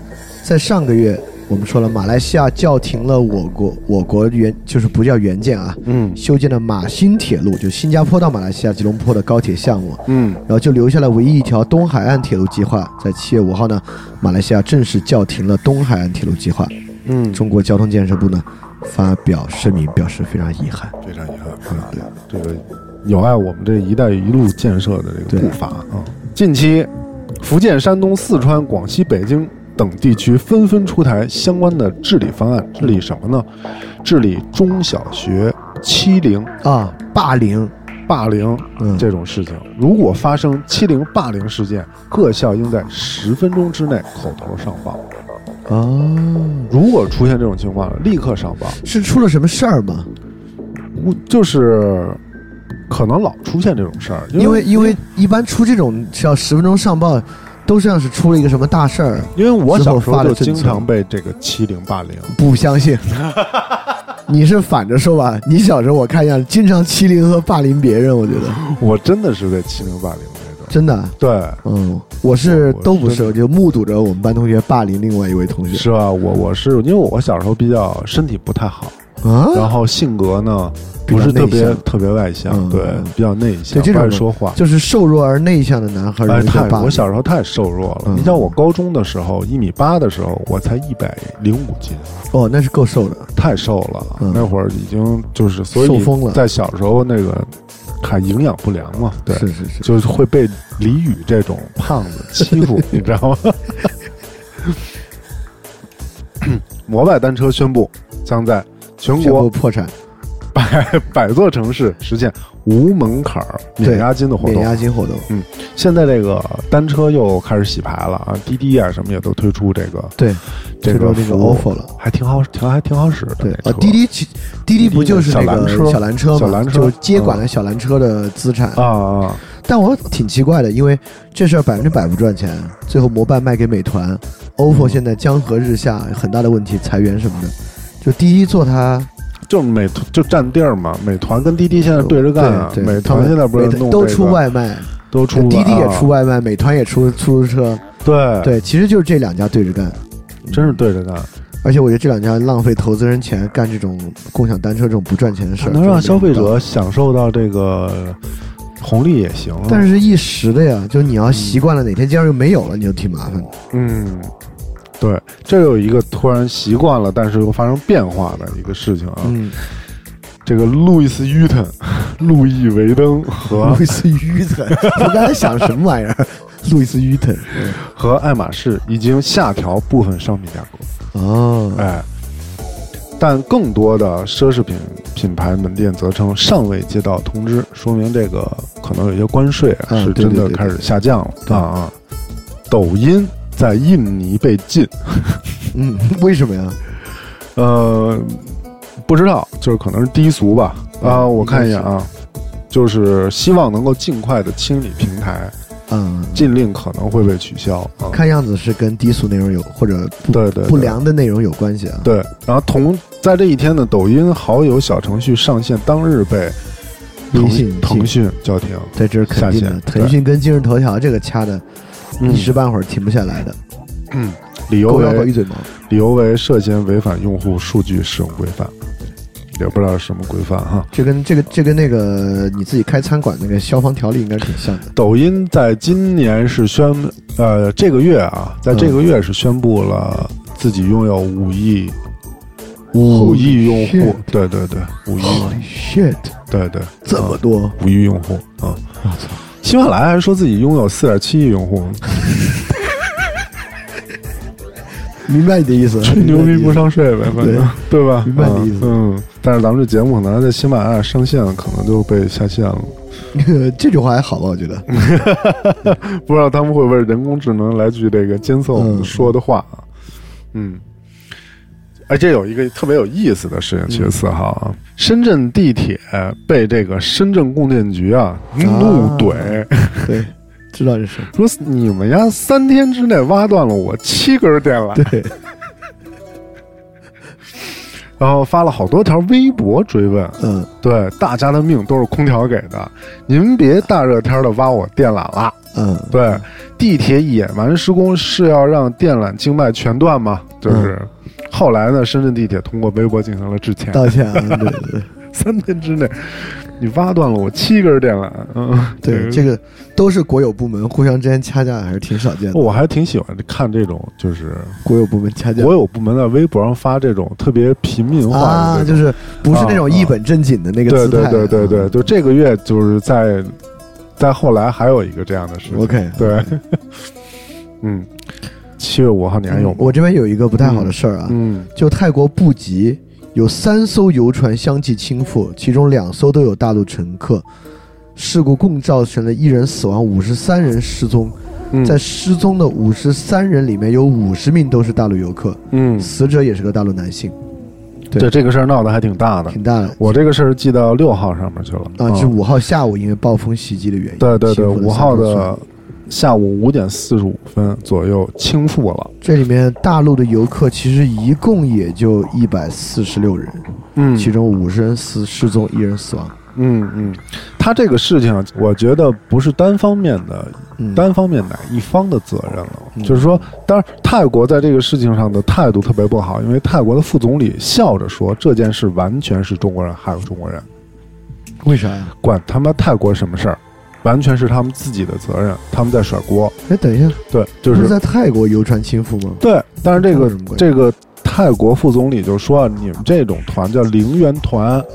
[SPEAKER 7] 在上个月我们说了，马来西亚叫停了我国我国原就是不叫原建啊，
[SPEAKER 6] 嗯
[SPEAKER 7] 修建的马新铁路，就新加坡到马来西亚吉隆坡的高铁项目，
[SPEAKER 6] 嗯
[SPEAKER 7] 然后就留下了唯一一条东海岸铁路计划。在七月五号呢，马来西亚正式叫停了东海岸铁路计划。
[SPEAKER 6] 嗯，
[SPEAKER 7] 中国交通建设部呢发表声明，表示非常遗憾。
[SPEAKER 6] 非常遗憾啊，对这个有碍我们这“一带一路”建设的这个步伐啊。近期，福建、山东、四川、广西、北京等地区纷纷出台相关的治理方案，治理什么呢？治理中小学欺凌、
[SPEAKER 7] 啊，霸凌，
[SPEAKER 6] 霸凌
[SPEAKER 7] 嗯
[SPEAKER 6] 这种事情。如果发生欺凌、霸凌事件，各校应在十分钟之内口头上报。
[SPEAKER 7] 哦，
[SPEAKER 6] 如果出现这种情况，立刻上报。
[SPEAKER 7] 是出了什么事儿吗？
[SPEAKER 6] 我就是可能老出现这种事儿，
[SPEAKER 7] 因为因为一般出这种只要十分钟上报，都是像是出了一个什么大事儿，
[SPEAKER 6] 因为我小时
[SPEAKER 7] 之后发
[SPEAKER 6] 候
[SPEAKER 7] 了
[SPEAKER 6] 就经
[SPEAKER 7] 政策
[SPEAKER 6] 常被这个欺凌霸凌，
[SPEAKER 7] 不 相信。你是反着说吧？你小时候我看一下，经常欺凌和霸凌别人，我觉得
[SPEAKER 6] 我真的是被欺凌霸凌那种。
[SPEAKER 7] 真的。
[SPEAKER 6] 对，
[SPEAKER 7] 嗯，我是
[SPEAKER 6] 我
[SPEAKER 7] 都不
[SPEAKER 6] 真
[SPEAKER 7] 是，我就目睹着我们班同学霸凌另外一位同学啊
[SPEAKER 6] 是吧？我我是因为我小时候比较身体不太好，然
[SPEAKER 7] 啊，
[SPEAKER 6] 后性格呢
[SPEAKER 7] 比较
[SPEAKER 6] 不是特
[SPEAKER 7] 内
[SPEAKER 6] 别
[SPEAKER 7] 向
[SPEAKER 6] 特别外向，
[SPEAKER 7] 嗯
[SPEAKER 6] 对
[SPEAKER 7] 嗯，
[SPEAKER 6] 比较内向，
[SPEAKER 7] 对这
[SPEAKER 6] 不
[SPEAKER 7] 种
[SPEAKER 6] 爱说话。
[SPEAKER 7] 就是瘦弱而内向的男孩容
[SPEAKER 6] 哎，
[SPEAKER 7] 易被
[SPEAKER 6] 太
[SPEAKER 7] 霸凌。
[SPEAKER 6] 我小时候太瘦弱了。
[SPEAKER 7] 嗯
[SPEAKER 6] 你像我高中的时候，一米八的时候，我才一百零五斤，
[SPEAKER 7] 哦，那是够瘦的。
[SPEAKER 6] 太瘦了。
[SPEAKER 7] 嗯
[SPEAKER 6] 那会儿已经就是，所以
[SPEAKER 7] 受
[SPEAKER 6] 你
[SPEAKER 7] 风了
[SPEAKER 6] 在小时候那个，还营养不良嘛，对，
[SPEAKER 7] 是是是，
[SPEAKER 6] 就是会被李宇这种胖子欺 负，你知道吗？ 摩拜单车宣布将在全
[SPEAKER 7] 全部
[SPEAKER 6] 国
[SPEAKER 7] 破产，
[SPEAKER 6] 百百座城市实现无门槛儿免押金的活
[SPEAKER 7] 免押
[SPEAKER 6] 动。
[SPEAKER 7] 金活动。
[SPEAKER 6] 现在这个单车又开始洗牌了啊，滴滴啊什么也都推出这个
[SPEAKER 7] 对，
[SPEAKER 6] 这
[SPEAKER 7] 推
[SPEAKER 6] 个
[SPEAKER 7] 出那个
[SPEAKER 6] 服务
[SPEAKER 7] offer 了，
[SPEAKER 6] 还挺好，挺还挺好使的。
[SPEAKER 7] 对
[SPEAKER 6] 那
[SPEAKER 7] 啊，
[SPEAKER 6] 车
[SPEAKER 7] 滴滴其滴滴
[SPEAKER 6] 滴
[SPEAKER 7] 不
[SPEAKER 6] 的
[SPEAKER 7] 就是
[SPEAKER 6] 小
[SPEAKER 7] 那
[SPEAKER 6] 蓝
[SPEAKER 7] 个
[SPEAKER 6] 车
[SPEAKER 7] 小蓝车嘛，
[SPEAKER 6] 小蓝车
[SPEAKER 7] 就是接管了小蓝车的资产。
[SPEAKER 6] 啊啊，
[SPEAKER 7] 但我挺奇怪的，因为这事儿百分之百不赚钱，最后摩拜卖给美团，OPPO 现在江河日下，很大的问题，裁员什么的。就滴滴做它，
[SPEAKER 6] 就是美团就占地儿嘛，美团跟滴滴现在对着干啊，
[SPEAKER 7] 对对
[SPEAKER 6] 美
[SPEAKER 7] 他
[SPEAKER 6] 团
[SPEAKER 7] 们
[SPEAKER 6] 现在不是
[SPEAKER 7] 美
[SPEAKER 6] 弄
[SPEAKER 7] 都
[SPEAKER 6] 这
[SPEAKER 7] 出
[SPEAKER 6] 个
[SPEAKER 7] 外卖，
[SPEAKER 6] 都出
[SPEAKER 7] 滴滴也
[SPEAKER 6] 啊哎
[SPEAKER 7] 出外卖，美团也出出租车，
[SPEAKER 6] 对，
[SPEAKER 7] 对，其实就是这两家对着干。
[SPEAKER 6] 真是对着干。
[SPEAKER 7] 而且我觉得这两家浪费投资人钱干这种共享单车这种不赚钱的事儿，
[SPEAKER 6] 能让
[SPEAKER 7] 真
[SPEAKER 6] 消
[SPEAKER 7] 的
[SPEAKER 6] 费
[SPEAKER 7] 没有道
[SPEAKER 6] 者
[SPEAKER 7] 理，
[SPEAKER 6] 享受到这个红利也行，
[SPEAKER 7] 但是一时的呀，就你要习惯了，哪天街上就没有了，你就挺麻烦的。
[SPEAKER 6] 嗯，对，这有一个突然习惯了，但是又发生变化的一个事情啊。
[SPEAKER 7] 嗯，
[SPEAKER 6] 这个路易斯·约顿、路易·维登 和
[SPEAKER 7] 路易斯·于腾，我刚才想什么玩意儿？路易斯·于腾，
[SPEAKER 6] 和爱马仕已经下调部分商品价格。
[SPEAKER 7] 哦，
[SPEAKER 6] 哎，但更多的奢侈品品牌门店则称尚未接到通知，说明这个可能有些关税啊
[SPEAKER 7] 嗯
[SPEAKER 6] 是
[SPEAKER 7] 对
[SPEAKER 6] 真
[SPEAKER 7] 对
[SPEAKER 6] 的
[SPEAKER 7] 对
[SPEAKER 6] 开始
[SPEAKER 7] 对
[SPEAKER 6] 下降了
[SPEAKER 7] 对
[SPEAKER 6] 啊啊！抖音在印尼被禁，
[SPEAKER 7] 嗯，为什么呀？嗯
[SPEAKER 6] 呃，不知道，就是可能是低俗吧啊！
[SPEAKER 7] 嗯
[SPEAKER 6] 我看一眼啊。就是希望能够尽快的清理平台，
[SPEAKER 7] 嗯，
[SPEAKER 6] 禁令可能会被取消啊。
[SPEAKER 7] 看样子是跟低俗内容有或者不
[SPEAKER 6] 对对对
[SPEAKER 7] 不良的内容有关系啊。
[SPEAKER 6] 对，然后同在这一天呢，抖音好友小程序上线当日被
[SPEAKER 7] 微
[SPEAKER 6] 腾
[SPEAKER 7] 信
[SPEAKER 6] 腾讯叫停，
[SPEAKER 7] 对，这是肯定的。
[SPEAKER 6] 下线对嗯
[SPEAKER 7] 腾讯跟今日头条这个掐的，一时半会儿停不下来的，
[SPEAKER 6] 理由
[SPEAKER 7] 狗咬狗一
[SPEAKER 6] 为
[SPEAKER 7] 嘴毛。
[SPEAKER 6] 理由为涉嫌违反用户数据使用规范，也不知道是什么规范哈。
[SPEAKER 7] 这跟这个这跟那个你自己开餐馆那个消防条例应该挺像的。
[SPEAKER 6] 抖音在今年是宣呃这个月啊，在这
[SPEAKER 7] 嗯
[SPEAKER 6] 个月是宣布了自己拥有五亿五亿用户
[SPEAKER 7] shit，
[SPEAKER 6] 对对对，五亿
[SPEAKER 7] Holy shit，
[SPEAKER 6] 对对
[SPEAKER 7] 这么多！
[SPEAKER 6] 五亿用户啊。喜马拉雅还说自己拥有四点七亿用户呢，
[SPEAKER 7] 明白你的意思，
[SPEAKER 6] 吹牛逼不上税呗，反正对吧？
[SPEAKER 7] 明白你的意思
[SPEAKER 6] 嗯，但是咱们这节目可能在喜马拉雅上线，可能就被下线了。
[SPEAKER 7] 明白你的意思。这句话还好吧？我觉得，
[SPEAKER 6] 不知道他们会不会人工智能来去这个监测我们
[SPEAKER 7] 嗯
[SPEAKER 6] 说的话啊？嗯，而且有一个特别有意思的事情，七月四号啊，
[SPEAKER 7] 嗯
[SPEAKER 6] 深圳地铁被这个深圳供电局啊怒 怼，
[SPEAKER 7] 对，知道这事儿，
[SPEAKER 6] 说你们家三天之内挖断了我七根电缆，
[SPEAKER 7] 对，
[SPEAKER 6] 然后发了好多条微博追问，
[SPEAKER 7] 嗯，
[SPEAKER 6] 对，大家的命都是空调给的，您别大热天的挖我电缆啦。
[SPEAKER 7] 嗯，
[SPEAKER 6] 对，地铁野蛮施工是要让电缆经脉全断吗？就是、后来呢，深圳地铁通过微博进行了致歉，
[SPEAKER 7] 道歉啊，嗯对对对
[SPEAKER 6] 三天之内你挖断了我七根电缆，嗯，
[SPEAKER 7] 对，这个都是国有部门互相之间掐架，还是挺少见的。
[SPEAKER 6] 我还挺喜欢看这种，就是
[SPEAKER 7] 国有部门掐架
[SPEAKER 6] 国有部门在微博上发这种特别平民化的
[SPEAKER 7] 啊，
[SPEAKER 6] 这
[SPEAKER 7] 就
[SPEAKER 6] 种
[SPEAKER 7] 是不是那种
[SPEAKER 6] 啊
[SPEAKER 7] 一本正经的那个
[SPEAKER 6] 对
[SPEAKER 7] 姿态
[SPEAKER 6] 对
[SPEAKER 7] 啊，
[SPEAKER 6] 对对对，就这个月就是在在后来还有一个这样的事情
[SPEAKER 7] OK，
[SPEAKER 6] 对，嗯，七月五号你还有吗？
[SPEAKER 7] 我这边有一个不太好的事儿啊，
[SPEAKER 6] 嗯
[SPEAKER 7] 就泰国布吉有三艘游船相继倾覆，其中两艘都有大陆乘客。事故共造成了一人死亡，五十三人失踪。
[SPEAKER 6] 嗯
[SPEAKER 7] 在失踪的五十三人里面，有五十名都是大陆游客，
[SPEAKER 6] 嗯，
[SPEAKER 7] 死者也是个大陆男性，对
[SPEAKER 6] 对这个事儿闹得还挺大的。
[SPEAKER 7] 挺大的。
[SPEAKER 6] 嗯我这个事儿记到六号上面去了嗯
[SPEAKER 7] 啊，是五号下午因为暴风袭击的原因，
[SPEAKER 6] 对对对，
[SPEAKER 7] 倾覆了
[SPEAKER 6] 五
[SPEAKER 7] 三
[SPEAKER 6] 号
[SPEAKER 7] 艘船
[SPEAKER 6] 的下午五点四十五分左右倾覆了。
[SPEAKER 7] 这里面大陆的游客其实一共也就一百四十六人，
[SPEAKER 6] 嗯
[SPEAKER 7] 其中五十人失失踪，一人死亡。
[SPEAKER 6] 嗯嗯，他这个事情，我觉得不是单方面的、
[SPEAKER 7] 嗯
[SPEAKER 6] 单方面哪一方的责任了。就是说，当然泰国在这个事情上的态度特别不好，因为泰国的副总理笑着说这件事完全是中国人害了中国人，
[SPEAKER 7] 为啥呀？
[SPEAKER 6] 管他妈泰国什么事儿，完全是他们自己的责任，他们在甩锅。
[SPEAKER 7] 哎，等一下，
[SPEAKER 6] 对，就
[SPEAKER 7] 不
[SPEAKER 6] 是
[SPEAKER 7] 是在泰国游船倾覆吗？
[SPEAKER 6] 对，但是这
[SPEAKER 7] 这有
[SPEAKER 6] 个
[SPEAKER 7] 什么关系
[SPEAKER 6] 这个泰国副总理就说，啊你们这种团叫零元团，
[SPEAKER 7] 啊，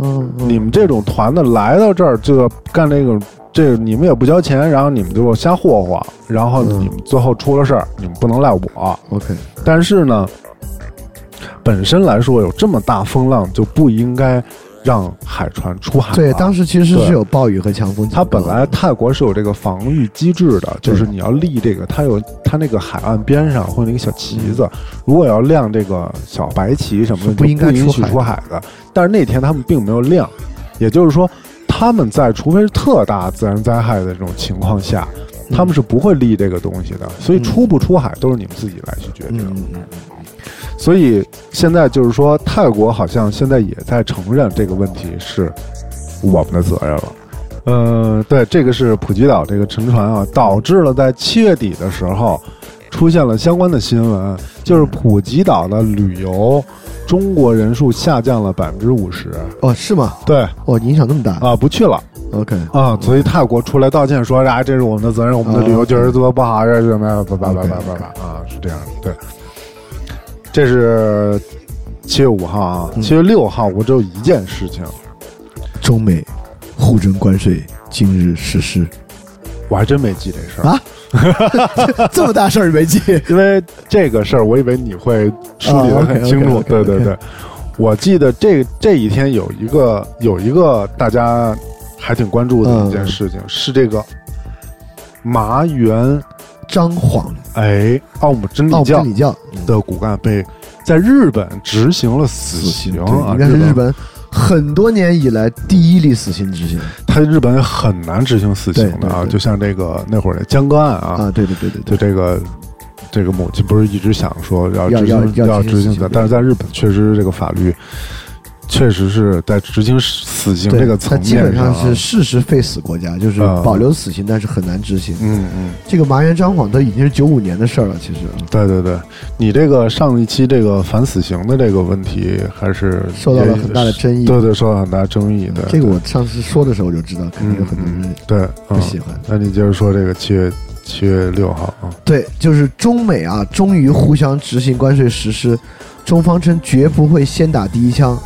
[SPEAKER 7] 嗯嗯
[SPEAKER 6] 你们这种团的来到这儿就要干这个，这你们也不交钱，然后你们就瞎霍霍，然后
[SPEAKER 7] 嗯
[SPEAKER 6] 你们最后出了事儿，你们不能赖我。
[SPEAKER 7] ，OK，
[SPEAKER 6] 但是呢，本身来说有这么大风浪就不应该让海船出海了。
[SPEAKER 7] 对，当时其实
[SPEAKER 6] 对
[SPEAKER 7] 是有暴雨和强风
[SPEAKER 6] 啊
[SPEAKER 7] 警
[SPEAKER 6] 它
[SPEAKER 7] 报的。
[SPEAKER 6] 本来泰国是有这个防御机制的，就是你要立这个，它有它那个海岸边上会有那个小旗子，如果要亮这个小白旗什么的，
[SPEAKER 7] 嗯是不应该
[SPEAKER 6] 就允许
[SPEAKER 7] 出海
[SPEAKER 6] 出海
[SPEAKER 7] 的
[SPEAKER 6] 的。但是那天他们并没有亮，也就是说，他们在除非是特大自然灾害的这种情况下，他
[SPEAKER 7] 嗯
[SPEAKER 6] 们是不会立这个东西的，所以出不出海都是你们自己来去决定。
[SPEAKER 7] 嗯，嗯，
[SPEAKER 6] 所以现在就是说，泰国好像现在也在承认这个问题是我们的责任了。呃，对，这个是普吉岛这个沉船啊，导致了在七月底的时候出现了相关的新闻，就是普吉岛的旅游中国人数下降了百分之五十。
[SPEAKER 7] 哦，是吗？
[SPEAKER 6] 对
[SPEAKER 7] 哦，影响那么大
[SPEAKER 6] 啊，不去了
[SPEAKER 7] ？OK，
[SPEAKER 6] 啊，所以泰国出来道歉说，啊，这是我们的责任，我们的旅
[SPEAKER 7] 嗯
[SPEAKER 6] 游确实做得不好，啊这是怎么样，叭叭叭叭叭叭啊，是这样的，对。这是七月五号啊，
[SPEAKER 7] 嗯
[SPEAKER 6] 七月六号我只有一件事情，
[SPEAKER 7] 中美互征关税今日 实施
[SPEAKER 6] 我还真没记这事儿。
[SPEAKER 7] 啊，这么大事儿没记？
[SPEAKER 6] 因为这个事儿，我以为你会梳理的很清楚。
[SPEAKER 7] 啊，OK，OK，OK，OK
[SPEAKER 6] 对对对，我记得这这一天有一个有一个大家还挺关注的一
[SPEAKER 7] 嗯
[SPEAKER 6] 件事情，是这个麻原
[SPEAKER 7] 张 晃，
[SPEAKER 6] 哎奥姆真理
[SPEAKER 7] 奥姆
[SPEAKER 6] 教
[SPEAKER 7] 真理教嗯
[SPEAKER 6] 的骨干被在日本执行了死
[SPEAKER 7] 死刑，
[SPEAKER 6] 刑
[SPEAKER 7] 对，
[SPEAKER 6] 啊，
[SPEAKER 7] 应该是日
[SPEAKER 6] 本
[SPEAKER 7] 本很多年以来第一例死刑执行
[SPEAKER 6] 他日本很难执行死刑的啊，
[SPEAKER 7] 对对对
[SPEAKER 6] 就像这个那会儿的江歌案啊，
[SPEAKER 7] 啊！对对对对
[SPEAKER 6] 就
[SPEAKER 7] 对，
[SPEAKER 6] 这个这个母亲不是一直想说要
[SPEAKER 7] 要
[SPEAKER 6] 执行
[SPEAKER 7] 要要执行
[SPEAKER 6] 执行
[SPEAKER 7] 死刑
[SPEAKER 6] 的，但是在日本确实这个法律确实是在执行死刑
[SPEAKER 7] 对
[SPEAKER 6] 这个
[SPEAKER 7] 它
[SPEAKER 6] 层
[SPEAKER 7] 基
[SPEAKER 6] 面
[SPEAKER 7] 本上
[SPEAKER 6] 啊
[SPEAKER 7] 是事实废死国家，就是
[SPEAKER 6] 啊
[SPEAKER 7] 保留死刑，但是很难执行。
[SPEAKER 6] 嗯嗯，
[SPEAKER 7] 这个麻原张晃都已经是九五年的事儿了，其实啊
[SPEAKER 6] 对对对，你这个上一期这个反死刑的这个问题还是
[SPEAKER 7] 受到了很大的争议。
[SPEAKER 6] 对对，受到很大争议的。
[SPEAKER 7] 这个我上次说的时候我就知道，肯定有很多人
[SPEAKER 6] 对
[SPEAKER 7] 不
[SPEAKER 6] 嗯
[SPEAKER 7] 喜欢。
[SPEAKER 6] 那你接着说这个七月七月六号啊，
[SPEAKER 7] 对，就是中美啊，终于互相执行关税实施，中方称绝不会先打第一枪，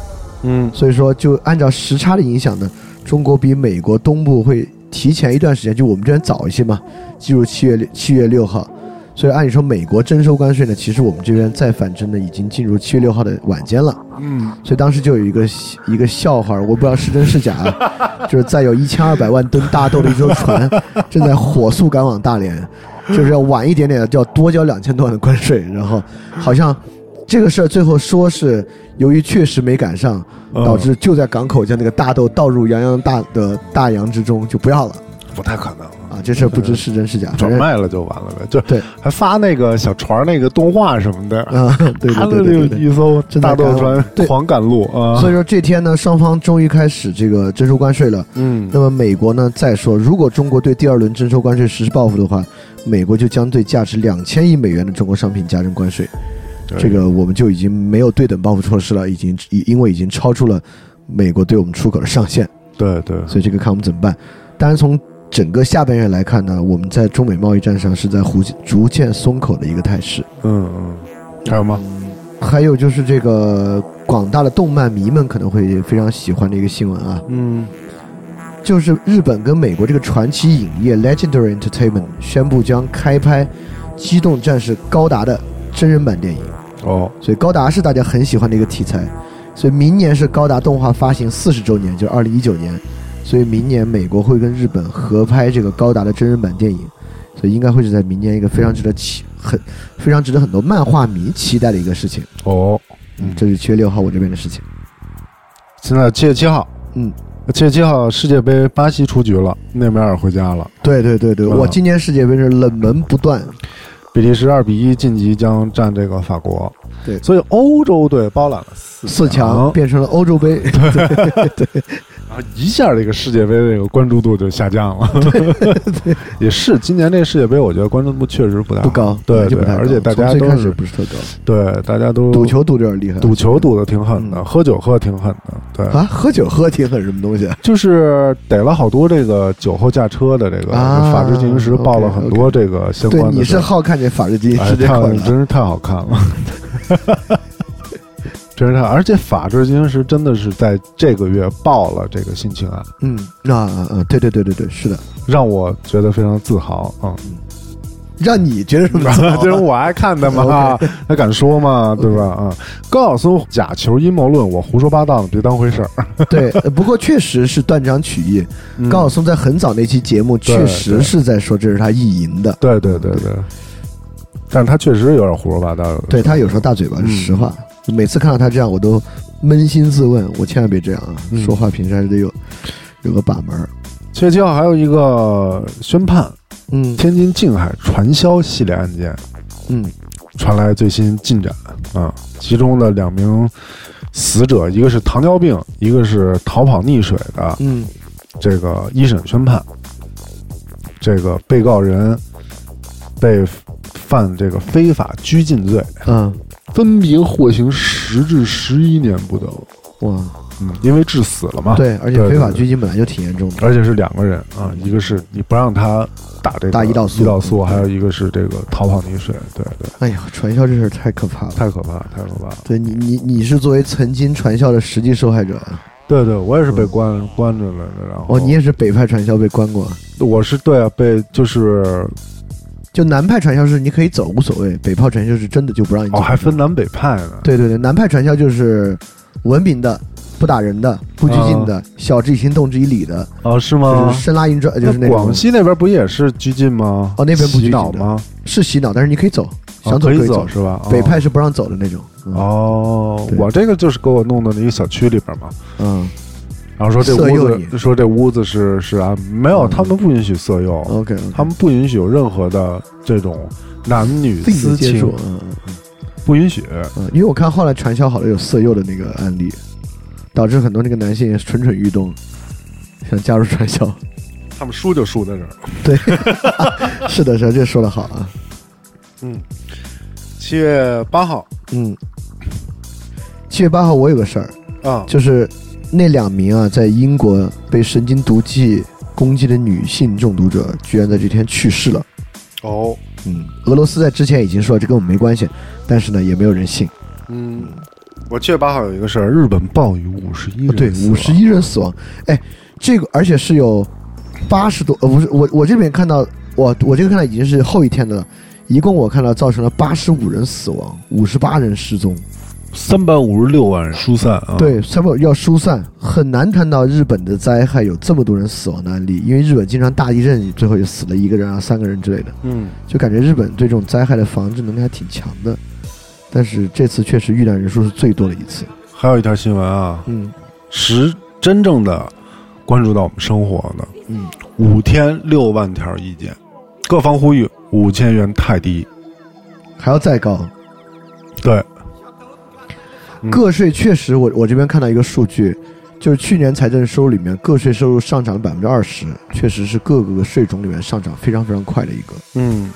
[SPEAKER 6] 嗯
[SPEAKER 7] 所以说就按照时差的影响呢，中国比美国东部会提前一段时间，就我们这边早一些嘛，进入七月七月六号。所以按理说美国征收关税呢，其实我们这边再反征呢，已经进入七月六号的晚间了。
[SPEAKER 6] 嗯，
[SPEAKER 7] 所以当时就有一个一个笑话，我不知道是真是假 啊，就是载有一千二百万吨大豆的一艘船正在火速赶往大连，就是要晚一点点就要多交两千多万的关税，然后好像这个事儿最后说是由于确实没赶上，
[SPEAKER 6] 嗯
[SPEAKER 7] 导致就在港口将那个大豆倒入洋洋大的大洋之中，就不要了
[SPEAKER 6] 不太可能啊
[SPEAKER 7] 啊！这事儿不知是真是假，反
[SPEAKER 6] 嗯转
[SPEAKER 7] 正
[SPEAKER 6] 卖了就完了呗，就
[SPEAKER 7] 哎对
[SPEAKER 6] 还发那个小船儿那个动画什么的，
[SPEAKER 7] 啊，对
[SPEAKER 6] 他
[SPEAKER 7] 对
[SPEAKER 6] 们
[SPEAKER 7] 对对对
[SPEAKER 6] 就
[SPEAKER 7] 对。
[SPEAKER 6] 一艘
[SPEAKER 7] 真的
[SPEAKER 6] 大
[SPEAKER 7] 赶
[SPEAKER 6] 豆
[SPEAKER 7] 路
[SPEAKER 6] 船
[SPEAKER 7] 对
[SPEAKER 6] 狂赶路啊，
[SPEAKER 7] 所以说这天呢，双方终于开始这个征收关税了。
[SPEAKER 6] 嗯
[SPEAKER 7] 那么美国呢，再说，如果中国对第二轮征收关税实施报复的话，美国就将对价值两千亿美元的中国商品加征关税。
[SPEAKER 6] 对
[SPEAKER 7] 这个我们就已经没有对等报复措施了，已经已因为已经超出了美国对我们出口的上限，
[SPEAKER 6] 对对
[SPEAKER 7] 所以这个看我们怎么办。当然，从整个下半月来看呢，我们在中美贸易战上是在逐逐渐松口的一个态势。
[SPEAKER 6] 嗯嗯，还有吗？
[SPEAKER 7] 还有就是这个广大的动漫迷们可能会非常喜欢的一个新闻啊，
[SPEAKER 6] 嗯
[SPEAKER 7] 就是日本跟美国这个传奇影业 Legendary Entertainment 宣布将开拍《机动战士高达》的真人版电影，
[SPEAKER 6] 哦
[SPEAKER 7] 所以高达是大家很喜欢的一个题材，所以明年是高达动画发行四十周年，就是二零一九年，所以明年美国会跟日本合拍这个高达的真人版电影，所以应该会是在明年一个非常值得期很非常值得很多漫画迷期待的一个事情。
[SPEAKER 6] 哦，
[SPEAKER 7] 嗯，这是七月六号我这边的事情。
[SPEAKER 6] 现在七月七号，
[SPEAKER 7] 嗯，
[SPEAKER 6] 七月七号世界杯巴西出局了，内马尔回家了，
[SPEAKER 7] 对对对对，
[SPEAKER 6] 嗯
[SPEAKER 7] 我今年世界杯是冷门不断，
[SPEAKER 6] 比利时二比一晋级将战这个法国，
[SPEAKER 7] 对
[SPEAKER 6] 所以欧洲队包揽了四
[SPEAKER 7] 四强变成了欧洲杯。
[SPEAKER 6] 然后一下这个世界杯这个关注度就下降了， 也是今年这世界杯，我觉得关注度确实不大
[SPEAKER 7] 不高，
[SPEAKER 6] 对
[SPEAKER 7] 就不
[SPEAKER 6] 对，
[SPEAKER 7] 太高
[SPEAKER 6] 而且大家
[SPEAKER 7] 从最
[SPEAKER 6] 都
[SPEAKER 7] 开始
[SPEAKER 6] 是
[SPEAKER 7] 不是特高，
[SPEAKER 6] 对大家都
[SPEAKER 7] 赌球赌这儿厉害，
[SPEAKER 6] 赌球赌的挺狠的，
[SPEAKER 7] 嗯
[SPEAKER 6] 喝酒喝得挺狠的，对，
[SPEAKER 7] 啊，喝酒喝挺狠什么东西啊？
[SPEAKER 6] 就是逮了好多这个酒后驾车的这个
[SPEAKER 7] 啊
[SPEAKER 6] 法制进行时报了很多这个相
[SPEAKER 7] 对
[SPEAKER 6] 关，的
[SPEAKER 7] 你
[SPEAKER 6] 事
[SPEAKER 7] 是
[SPEAKER 6] 儿。
[SPEAKER 7] 好看这法制进行
[SPEAKER 6] 哎，
[SPEAKER 7] 时这
[SPEAKER 6] 太
[SPEAKER 7] 块儿
[SPEAKER 6] 真
[SPEAKER 7] 了，
[SPEAKER 6] 是太好看了， 真是太好，而且法制进行时真的是在这个月报了这个性侵案，
[SPEAKER 7] 嗯，那啊啊，对对对对对，是的，
[SPEAKER 6] 让我觉得非常自豪啊。？
[SPEAKER 7] 让你觉 得什么
[SPEAKER 6] 这是我爱看的嘛， 他敢说嘛，对吧？啊，高晓松假球阴谋论，我胡说八道呢，别当回事儿。
[SPEAKER 7] 对，呃不过确实是断章取义。高晓松在很早那期节目确
[SPEAKER 6] 对
[SPEAKER 7] 实
[SPEAKER 6] 对
[SPEAKER 7] 是在说这是他意淫的，
[SPEAKER 6] 对对对对，但是他确实有点胡说八道的。
[SPEAKER 7] 对嗯他有时候大嘴巴是实话，每次看到他这样，我都扪心自问，我千万别这样啊！
[SPEAKER 6] 嗯
[SPEAKER 7] 说话平时还是得有有个把门儿。
[SPEAKER 6] 七月七啊号还有一个宣判，
[SPEAKER 7] 嗯
[SPEAKER 6] 天津近海传销系列案件
[SPEAKER 7] 嗯，
[SPEAKER 6] 传来最新进展啊，其中的两名死者，一个是糖尿病，一个是逃跑溺水的，
[SPEAKER 7] 嗯，
[SPEAKER 6] 这个一审宣判，这个被告人被犯这个非法拘禁罪，
[SPEAKER 7] 嗯，
[SPEAKER 6] 分别获刑十至十一年不等，
[SPEAKER 7] 哇，
[SPEAKER 6] 嗯，因为致死了嘛，
[SPEAKER 7] 对，而且
[SPEAKER 6] 对
[SPEAKER 7] 非法
[SPEAKER 6] 对
[SPEAKER 7] 拘禁本来就挺严重的，
[SPEAKER 6] 而且是两个人啊，一个是你不让他打这个
[SPEAKER 7] 打胰岛素
[SPEAKER 6] 胰岛素，还有一个是这个逃跑溺水，对对，
[SPEAKER 7] 哎呀，传销这事儿太可怕了。
[SPEAKER 6] 太可怕，了，太可怕了。
[SPEAKER 7] 对你，你你是作为曾经传销的实际受害者，啊
[SPEAKER 6] 对对，我也是被关关着了的，然后
[SPEAKER 7] 哦，你也是北派传销被关过，
[SPEAKER 6] 我是对啊，被就是
[SPEAKER 7] 就南派传销是你可以走无所谓，北派传销是真的就不让你走。
[SPEAKER 6] 哦，还分南北派呢，
[SPEAKER 7] 对对对，南派传销就是文明的、不打人的、不拘禁的、小至以情，动之以理的，
[SPEAKER 6] 哦是
[SPEAKER 7] 就
[SPEAKER 6] 吗
[SPEAKER 7] 是？深拉硬拽，就是
[SPEAKER 6] 那
[SPEAKER 7] 那种
[SPEAKER 6] 广西那边不也是拘禁吗？
[SPEAKER 7] 哦那边不拘
[SPEAKER 6] 洗
[SPEAKER 7] 禁
[SPEAKER 6] 脑
[SPEAKER 7] 的
[SPEAKER 6] 吗？
[SPEAKER 7] 是洗脑，但是你可以走，
[SPEAKER 6] 哦
[SPEAKER 7] 想走
[SPEAKER 6] 可
[SPEAKER 7] 以
[SPEAKER 6] 走
[SPEAKER 7] 走。
[SPEAKER 6] 是吧？哦
[SPEAKER 7] 北派是不让走的那种。嗯，
[SPEAKER 6] 哦，
[SPEAKER 7] 对
[SPEAKER 6] 我这个就是给我弄到那一小区里边嘛，
[SPEAKER 7] 嗯
[SPEAKER 6] 然后说这
[SPEAKER 7] 色诱
[SPEAKER 6] 屋
[SPEAKER 7] 你
[SPEAKER 6] 子说这屋子是是啊，没有，
[SPEAKER 7] 嗯
[SPEAKER 6] 他们不允许色诱，
[SPEAKER 7] ，OK，
[SPEAKER 6] 他们不允许有任何的这种男女
[SPEAKER 7] 自己
[SPEAKER 6] 私
[SPEAKER 7] 的接
[SPEAKER 6] 情
[SPEAKER 7] 触，，嗯嗯嗯
[SPEAKER 6] 不允许。
[SPEAKER 7] 嗯，因为我看后来传销好了有色诱的那个案例，导致很多那个男性也蠢蠢欲动，想加入传销。
[SPEAKER 6] 他们输就输在这儿。
[SPEAKER 7] 是的，是的，这说的好啊。
[SPEAKER 6] 嗯，七月八号
[SPEAKER 7] 嗯，七月八号我有个事儿，
[SPEAKER 6] 啊，
[SPEAKER 7] 就是那两名啊在英国被神经毒剂攻击的女性中毒者，居然在这天去世了。
[SPEAKER 6] 哦，
[SPEAKER 7] 嗯，俄罗斯在之前已经说这跟我们没关系，但是呢也没有人信。
[SPEAKER 6] 嗯，我七月八号有一个事儿，日本暴雨五十一
[SPEAKER 7] 啊，对，五十，一人死亡。哎，这个而且是有八十多，呃，不是我我这边看到，我我这个看到已经是后一天的了，一共我看到造成了八十五人死亡，五十八人失踪。
[SPEAKER 6] 三百五十六万人疏散啊。，
[SPEAKER 7] 对，三不要疏散，很难谈到日本的灾害有这么多人死亡的案例，因为日本经常大地震最后就死了一个人啊、三个人之类的，
[SPEAKER 6] 嗯，
[SPEAKER 7] 就感觉日本对这种灾害的防治能力还挺强的。但是这次确实遇难人数是最多的一次。
[SPEAKER 6] 还有一条新闻啊，
[SPEAKER 7] 嗯
[SPEAKER 6] 实真正的关注到我们生活的，
[SPEAKER 7] 嗯，
[SPEAKER 6] 五天六万条意见，各方呼吁五千元太低，
[SPEAKER 7] 还要再高。
[SPEAKER 6] 对，嗯
[SPEAKER 7] 个税确实我，我这边看到一个数据，就是去年财政收入里面，个税收入上涨了百分之二十，确实是各个税种里面上涨非常非常快的一个。
[SPEAKER 6] 嗯，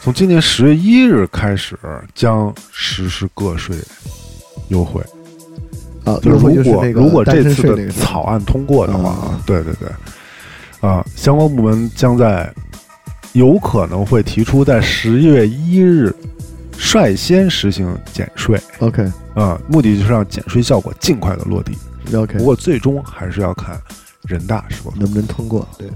[SPEAKER 6] 从今年十月一日开始将实施个税优惠，
[SPEAKER 7] 啊，
[SPEAKER 6] 就
[SPEAKER 7] 优惠
[SPEAKER 6] 是如
[SPEAKER 7] 就是
[SPEAKER 6] 果、
[SPEAKER 7] 那个
[SPEAKER 6] 如果
[SPEAKER 7] 单
[SPEAKER 6] 这
[SPEAKER 7] 身
[SPEAKER 6] 次
[SPEAKER 7] 税那
[SPEAKER 6] 的
[SPEAKER 7] 个
[SPEAKER 6] 草案通过的话，
[SPEAKER 7] 嗯
[SPEAKER 6] 啊，对对对，啊，相关部门将在有可能会提出在十月一日率先实行减税
[SPEAKER 7] OK
[SPEAKER 6] 啊，目的就是让减税效果尽快的落地。
[SPEAKER 7] OK，
[SPEAKER 6] 不过最终还是要看人大是否，
[SPEAKER 7] 能不能通过？对，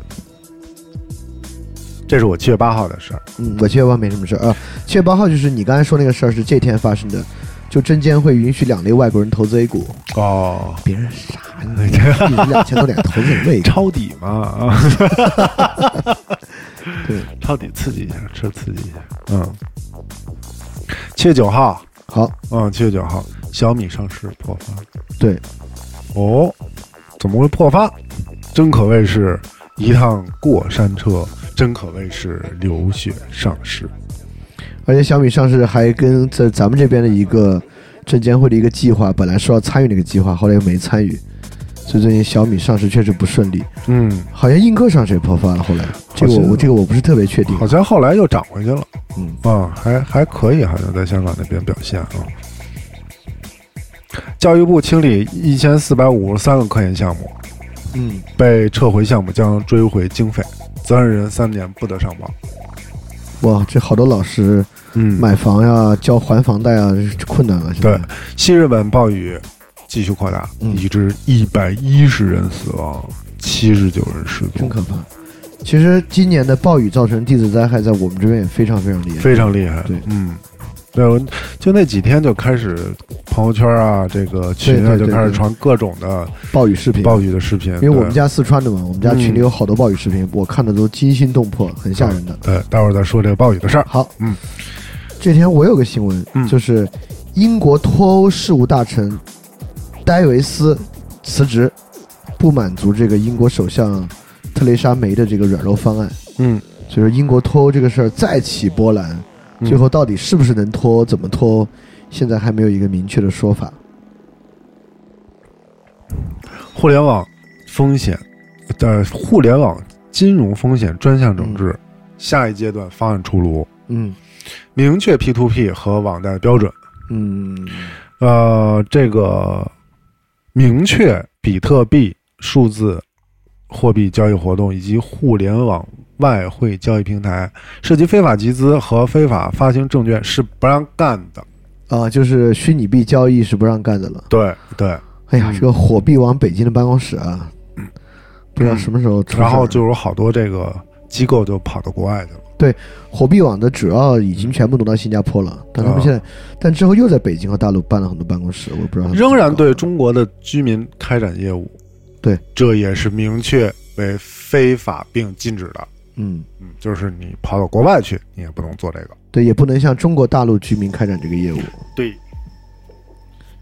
[SPEAKER 6] 这是我七月八号的事儿。
[SPEAKER 7] 嗯，我七月八号没什么事儿啊。七月八号就是你刚才说那个事儿是这天发生的，就证监会允许两类外国人投资 A 股，
[SPEAKER 6] 哦，
[SPEAKER 7] 别人傻， 你一人两千多点投资美股，
[SPEAKER 6] 抄底嘛 啊，
[SPEAKER 7] 对，
[SPEAKER 6] 抄底刺激一下，吃刺激一下。嗯，七月九号，
[SPEAKER 7] 好，
[SPEAKER 6] 嗯，七月九号，小米上市破发。
[SPEAKER 7] 对，
[SPEAKER 6] 哦，怎么会破发？真可谓是一趟过山车，真可谓是流血上市。
[SPEAKER 7] 而且小米上市还跟在咱们这边的一个证监会的一个计划，本来说要参与那个计划，后来又没参与，所以最近小米上市确实不顺利，
[SPEAKER 6] 嗯，
[SPEAKER 7] 好像映客上市也破发了，后来这个
[SPEAKER 6] 好像
[SPEAKER 7] 我我这个我不是特别确定，
[SPEAKER 6] 好像后来又涨回去了。
[SPEAKER 7] 嗯，
[SPEAKER 6] 啊，还还可以，好像在香港那边表现啊。教育部清理一千四百五十三个科研项目，
[SPEAKER 7] 嗯，
[SPEAKER 6] 被撤回项目将追回经费，责任人三年不得上报。
[SPEAKER 7] 哇，这好多老师
[SPEAKER 6] 嗯
[SPEAKER 7] 买房呀、交还房贷啊，困难了，现在
[SPEAKER 6] 对，西日本暴雨继续扩大，
[SPEAKER 7] 嗯
[SPEAKER 6] 已致一百一十人死亡，七十九人失
[SPEAKER 7] 真
[SPEAKER 6] 踪，
[SPEAKER 7] 可怕。其实今年的暴雨造成地质灾害，在我们这边也非常非常厉害。
[SPEAKER 6] 非常厉害。
[SPEAKER 7] 对
[SPEAKER 6] 嗯，对，我就那几天就开始朋友圈啊，这个群啊
[SPEAKER 7] 对对对
[SPEAKER 6] 就开始
[SPEAKER 7] 对
[SPEAKER 6] 传各种的
[SPEAKER 7] 暴雨视频，
[SPEAKER 6] 暴雨的视频，
[SPEAKER 7] 因为我
[SPEAKER 6] 对嗯
[SPEAKER 7] 们家四川的嘛，我们家群里有好多暴雨视频，我看的都惊心动魄，很吓人的。
[SPEAKER 6] 对，呃待会儿再说这个暴雨的事儿。
[SPEAKER 7] 好，
[SPEAKER 6] 嗯，
[SPEAKER 7] 这天我有个新闻，
[SPEAKER 6] 嗯
[SPEAKER 7] 就是英国脱欧事务大臣戴维斯辞职，不满足这个英国首相特蕾莎梅的这个软弱方案，
[SPEAKER 6] 嗯，
[SPEAKER 7] 所以说英国脱欧这个事儿再起波澜，
[SPEAKER 6] 嗯
[SPEAKER 7] 最后到底是不是能脱欧，怎么脱欧，现在还没有一个明确的说法。
[SPEAKER 6] 互联网风险，呃，互联网金融风险专项整治，下一阶段方案出炉，
[SPEAKER 7] 嗯
[SPEAKER 6] 明确 P to P 和网贷标准。
[SPEAKER 7] 嗯
[SPEAKER 6] 呃，这个明确比特币数字货币交易活动以及互联网外汇交易平台涉及非法集资和非法发行证券是不让干的。
[SPEAKER 7] 啊，就是虚拟币交易是不让干的了。
[SPEAKER 6] 对对，
[SPEAKER 7] 哎呀，
[SPEAKER 6] 嗯
[SPEAKER 7] 这个火币王北京的办公室啊，不知道
[SPEAKER 6] 嗯
[SPEAKER 7] 什么时候出事儿。
[SPEAKER 6] 然后就有好多这个机构就跑到国外去了。
[SPEAKER 7] 火币网的主要已经全部挪到新加坡了，但他们
[SPEAKER 6] 啊
[SPEAKER 7] 现在，但之后又在北京和大陆办了很多办公室，我不知道他们
[SPEAKER 6] 仍然对
[SPEAKER 7] 怎么
[SPEAKER 6] 中国的居民开展业务，
[SPEAKER 7] 对，
[SPEAKER 6] 这也是明确为非法并禁止的。
[SPEAKER 7] 搞嗯，
[SPEAKER 6] 嗯，就是你跑到国外去，你也不能做这个。
[SPEAKER 7] 对，也不能向中国大陆居民开展这个业务，
[SPEAKER 6] 对，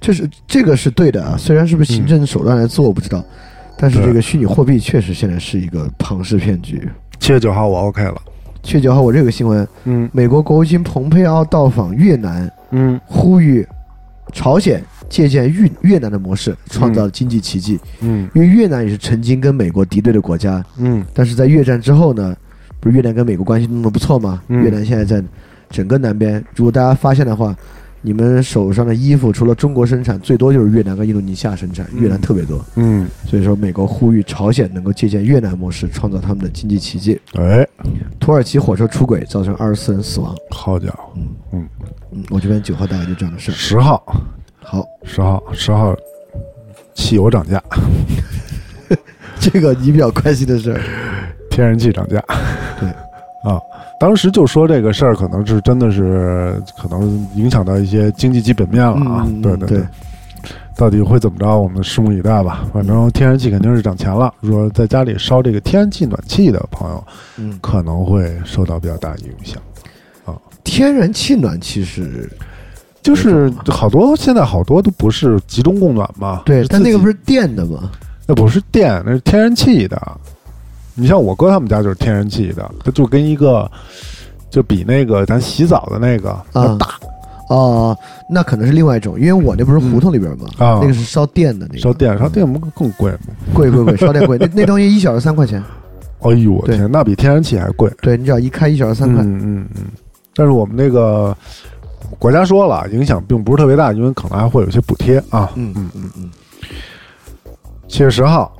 [SPEAKER 7] 这是这个是对的啊，虽然是不是行政手段来做我不知道，但是
[SPEAKER 6] 嗯对
[SPEAKER 7] 这个虚拟货币确实现在是一个庞氏骗局。
[SPEAKER 6] 七月九号我 OK 了。
[SPEAKER 7] 七月九号，我这个新闻，
[SPEAKER 6] 嗯
[SPEAKER 7] 美国国务卿蓬佩奥到访越南，
[SPEAKER 6] 嗯
[SPEAKER 7] 呼吁朝鲜借鉴越越南的模式，创造经济奇迹。
[SPEAKER 6] 嗯
[SPEAKER 7] 因为越南也是曾经跟美国敌对的国家，
[SPEAKER 6] 嗯
[SPEAKER 7] 但是在越战之后呢，不是越南跟美国关系弄得不错吗？
[SPEAKER 6] 嗯
[SPEAKER 7] 越南现在在整个南边，如果大家发现的话，你们手上的衣服除了中国生产，最多就是越南跟印度尼西亚生产，
[SPEAKER 6] 嗯
[SPEAKER 7] 越南特别多。
[SPEAKER 6] 嗯，
[SPEAKER 7] 所以说，美国呼吁朝鲜能够借鉴越南模式，创造他们的经济奇迹。
[SPEAKER 6] 哎，
[SPEAKER 7] 土耳其火车出轨造成二十四人死亡。
[SPEAKER 6] 好家伙，嗯
[SPEAKER 7] 嗯，我这边九号大概就这样的事儿。
[SPEAKER 6] 十号
[SPEAKER 7] 好，
[SPEAKER 6] 十号十号，汽油涨价，
[SPEAKER 7] 这个你比较关心的事儿，
[SPEAKER 6] 天然气涨价。
[SPEAKER 7] 对
[SPEAKER 6] 啊，当时就说这个事儿可能是真的是可能影响到一些经济基本面了啊。
[SPEAKER 7] 嗯，
[SPEAKER 6] 对
[SPEAKER 7] 对
[SPEAKER 6] 对。到底会怎么着？我们拭目以待吧。反正天然气肯定是涨钱了。如果在家里烧这个天然气暖气的朋友，
[SPEAKER 7] 嗯，
[SPEAKER 6] 可能会受到比较大影响。
[SPEAKER 7] 天然气暖气是
[SPEAKER 6] 就是好多现在好多都不是集中供暖嘛，
[SPEAKER 7] 对，但那个不
[SPEAKER 6] 是自己
[SPEAKER 7] 是电的吗？
[SPEAKER 6] 那不是电，那是天然气的。你像我哥他们家就是天然气的，它就跟一个就比那个咱洗澡的那个
[SPEAKER 7] 啊，大哦，那可能是另外一种，因为我那不是胡同里边吗？
[SPEAKER 6] 嗯啊
[SPEAKER 7] 那个是烧电的那个，
[SPEAKER 6] 烧电，烧电不更贵吗？
[SPEAKER 7] 贵 贵贵，烧电贵，那那东西一小时三块钱，
[SPEAKER 6] 哎呦我
[SPEAKER 7] 对
[SPEAKER 6] 天，那比天然气还贵。
[SPEAKER 7] 对你只要一开一小 时三块，
[SPEAKER 6] 嗯嗯嗯。但是我们那个国家说了，影响并不是特别大，因为可能还会有些补贴啊。
[SPEAKER 7] 嗯
[SPEAKER 6] 嗯嗯嗯。七月十号，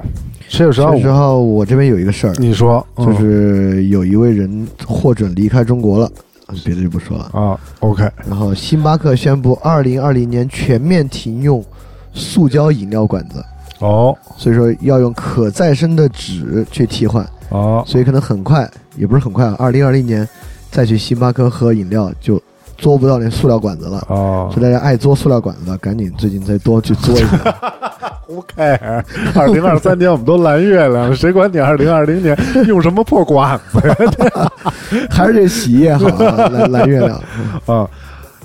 [SPEAKER 6] 七月十号
[SPEAKER 7] 这，时候我这边有一个事儿，
[SPEAKER 6] 你说
[SPEAKER 7] 就
[SPEAKER 6] 嗯
[SPEAKER 7] 是有一位人获准离开中国了，别的就不说了。
[SPEAKER 6] 啊？OK，
[SPEAKER 7] 然后星巴克宣布，二零二零年全面停用塑胶饮料管子，
[SPEAKER 6] 哦
[SPEAKER 7] 所以说要用可再生的纸去替换，
[SPEAKER 6] 哦
[SPEAKER 7] 所以可能很快，也不是很快啊，二零二零年再去星巴克喝饮料就嘬不到那塑料管子了。
[SPEAKER 6] 哦
[SPEAKER 7] 所以大家爱嘬塑料管子的，赶紧最近再多去嘬一下。
[SPEAKER 6] ，Who care？二零二三年我们都蓝月亮了，谁管你二零二零年用什么破管子 呀？
[SPEAKER 7] 还是这洗衣液好啊，蓝蓝月 亮。
[SPEAKER 6] 啊，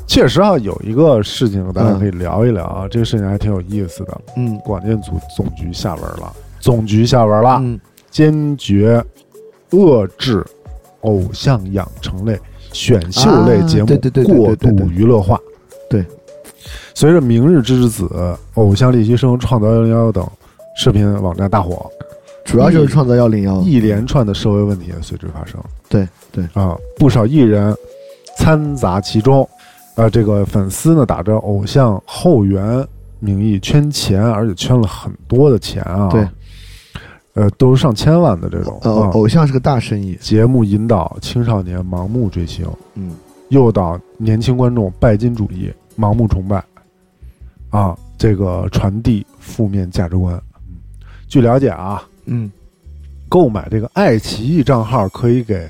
[SPEAKER 6] 七月十号有一个事情，大家可以聊一聊啊，这个事情还挺有意思的。
[SPEAKER 7] 嗯
[SPEAKER 6] 广电总总局下文了，总局下文了，
[SPEAKER 7] 嗯
[SPEAKER 6] 坚决遏制偶像养成类、选秀类节目、
[SPEAKER 7] 啊对对对对对
[SPEAKER 6] 过
[SPEAKER 7] 对
[SPEAKER 6] 度
[SPEAKER 7] 对
[SPEAKER 6] 娱乐化。
[SPEAKER 7] 对，
[SPEAKER 6] 随着《明日之子》《偶像练习生》《创造幺幺幺》等视频网站大火，
[SPEAKER 7] 主要就是创造幺零幺。
[SPEAKER 6] 一连串的社会问题也随之发生。
[SPEAKER 7] 嗯对对，
[SPEAKER 6] 啊，不少艺人掺杂其中。呃，这个粉丝呢，打着偶像后援名义圈钱，而且圈了很多的钱啊。
[SPEAKER 7] 对，
[SPEAKER 6] 呃，都上千万的这种。
[SPEAKER 7] 呃，
[SPEAKER 6] 啊
[SPEAKER 7] 偶像是个大生意。
[SPEAKER 6] 节目引导青少年盲目追星，
[SPEAKER 7] 嗯，
[SPEAKER 6] 诱导年轻观众拜金主义、盲目崇拜，啊，这个传递负面价值观。嗯，据了解啊，
[SPEAKER 7] 嗯，
[SPEAKER 6] 购买这个爱奇艺账号可以给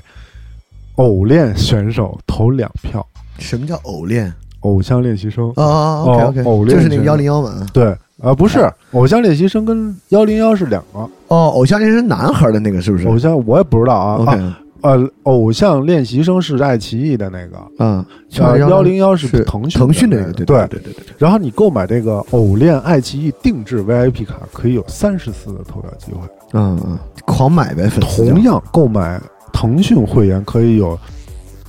[SPEAKER 6] 偶练选手投两票，
[SPEAKER 7] 什么叫偶练？
[SPEAKER 6] 偶像练习生。
[SPEAKER 7] 哦哦，OK
[SPEAKER 6] 偶
[SPEAKER 7] OK，
[SPEAKER 6] 练
[SPEAKER 7] 就是那个
[SPEAKER 6] 是
[SPEAKER 7] 幺零幺嘛。
[SPEAKER 6] 对，啊、不是，偶像练习生跟幺零幺是两个。
[SPEAKER 7] 哦，偶像练习生男孩的那个是不是
[SPEAKER 6] 偶像我也不知道啊
[SPEAKER 7] OK
[SPEAKER 6] 啊，呃，偶像练习生是爱奇艺的那个，
[SPEAKER 7] 啊，
[SPEAKER 6] 呃，幺零幺
[SPEAKER 7] 是
[SPEAKER 6] 是腾讯
[SPEAKER 7] 腾讯
[SPEAKER 6] 的
[SPEAKER 7] 那
[SPEAKER 6] 那
[SPEAKER 7] 个，
[SPEAKER 6] 个
[SPEAKER 7] 对
[SPEAKER 6] 对
[SPEAKER 7] 对对对对。
[SPEAKER 6] 然后你购买这个偶练爱奇艺定制 VIP 卡，可以有三十次的投票机会。
[SPEAKER 7] 嗯嗯，狂买呗，粉丝
[SPEAKER 6] 同样购买腾讯会员可以有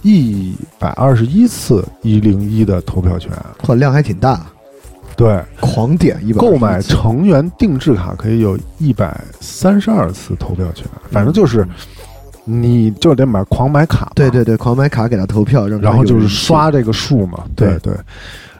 [SPEAKER 6] 一百二十一次一零一的投票权。
[SPEAKER 7] 或量还挺大，
[SPEAKER 6] 对，
[SPEAKER 7] 狂点一百
[SPEAKER 6] 购买成员定制卡可以有一百三十二次投票权。反正就是，你就得买狂买卡嘛，
[SPEAKER 7] 对对对，狂买卡给他投票，让他
[SPEAKER 6] 然后就
[SPEAKER 7] 有
[SPEAKER 6] 是
[SPEAKER 7] 人气
[SPEAKER 6] 刷这个数嘛，
[SPEAKER 7] 对
[SPEAKER 6] 对。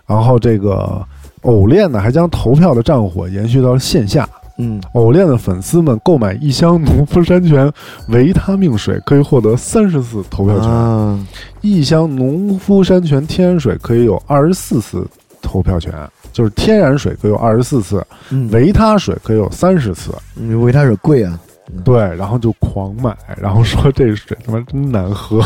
[SPEAKER 6] 然后这个偶练呢，还将投票的战火延续到线下。
[SPEAKER 7] 嗯
[SPEAKER 6] 偶练的粉丝们购买一箱农夫山泉维他命水，可以获得三十次投票权；
[SPEAKER 7] 啊，
[SPEAKER 6] 一箱农夫山泉天然水可以有二十四次投票权，就是天然水可以有二十四次，
[SPEAKER 7] 嗯
[SPEAKER 6] 维他水可以有三十次。
[SPEAKER 7] 嗯维他水贵啊，
[SPEAKER 6] 对，然后就狂买，然后说这水他妈真难 喝。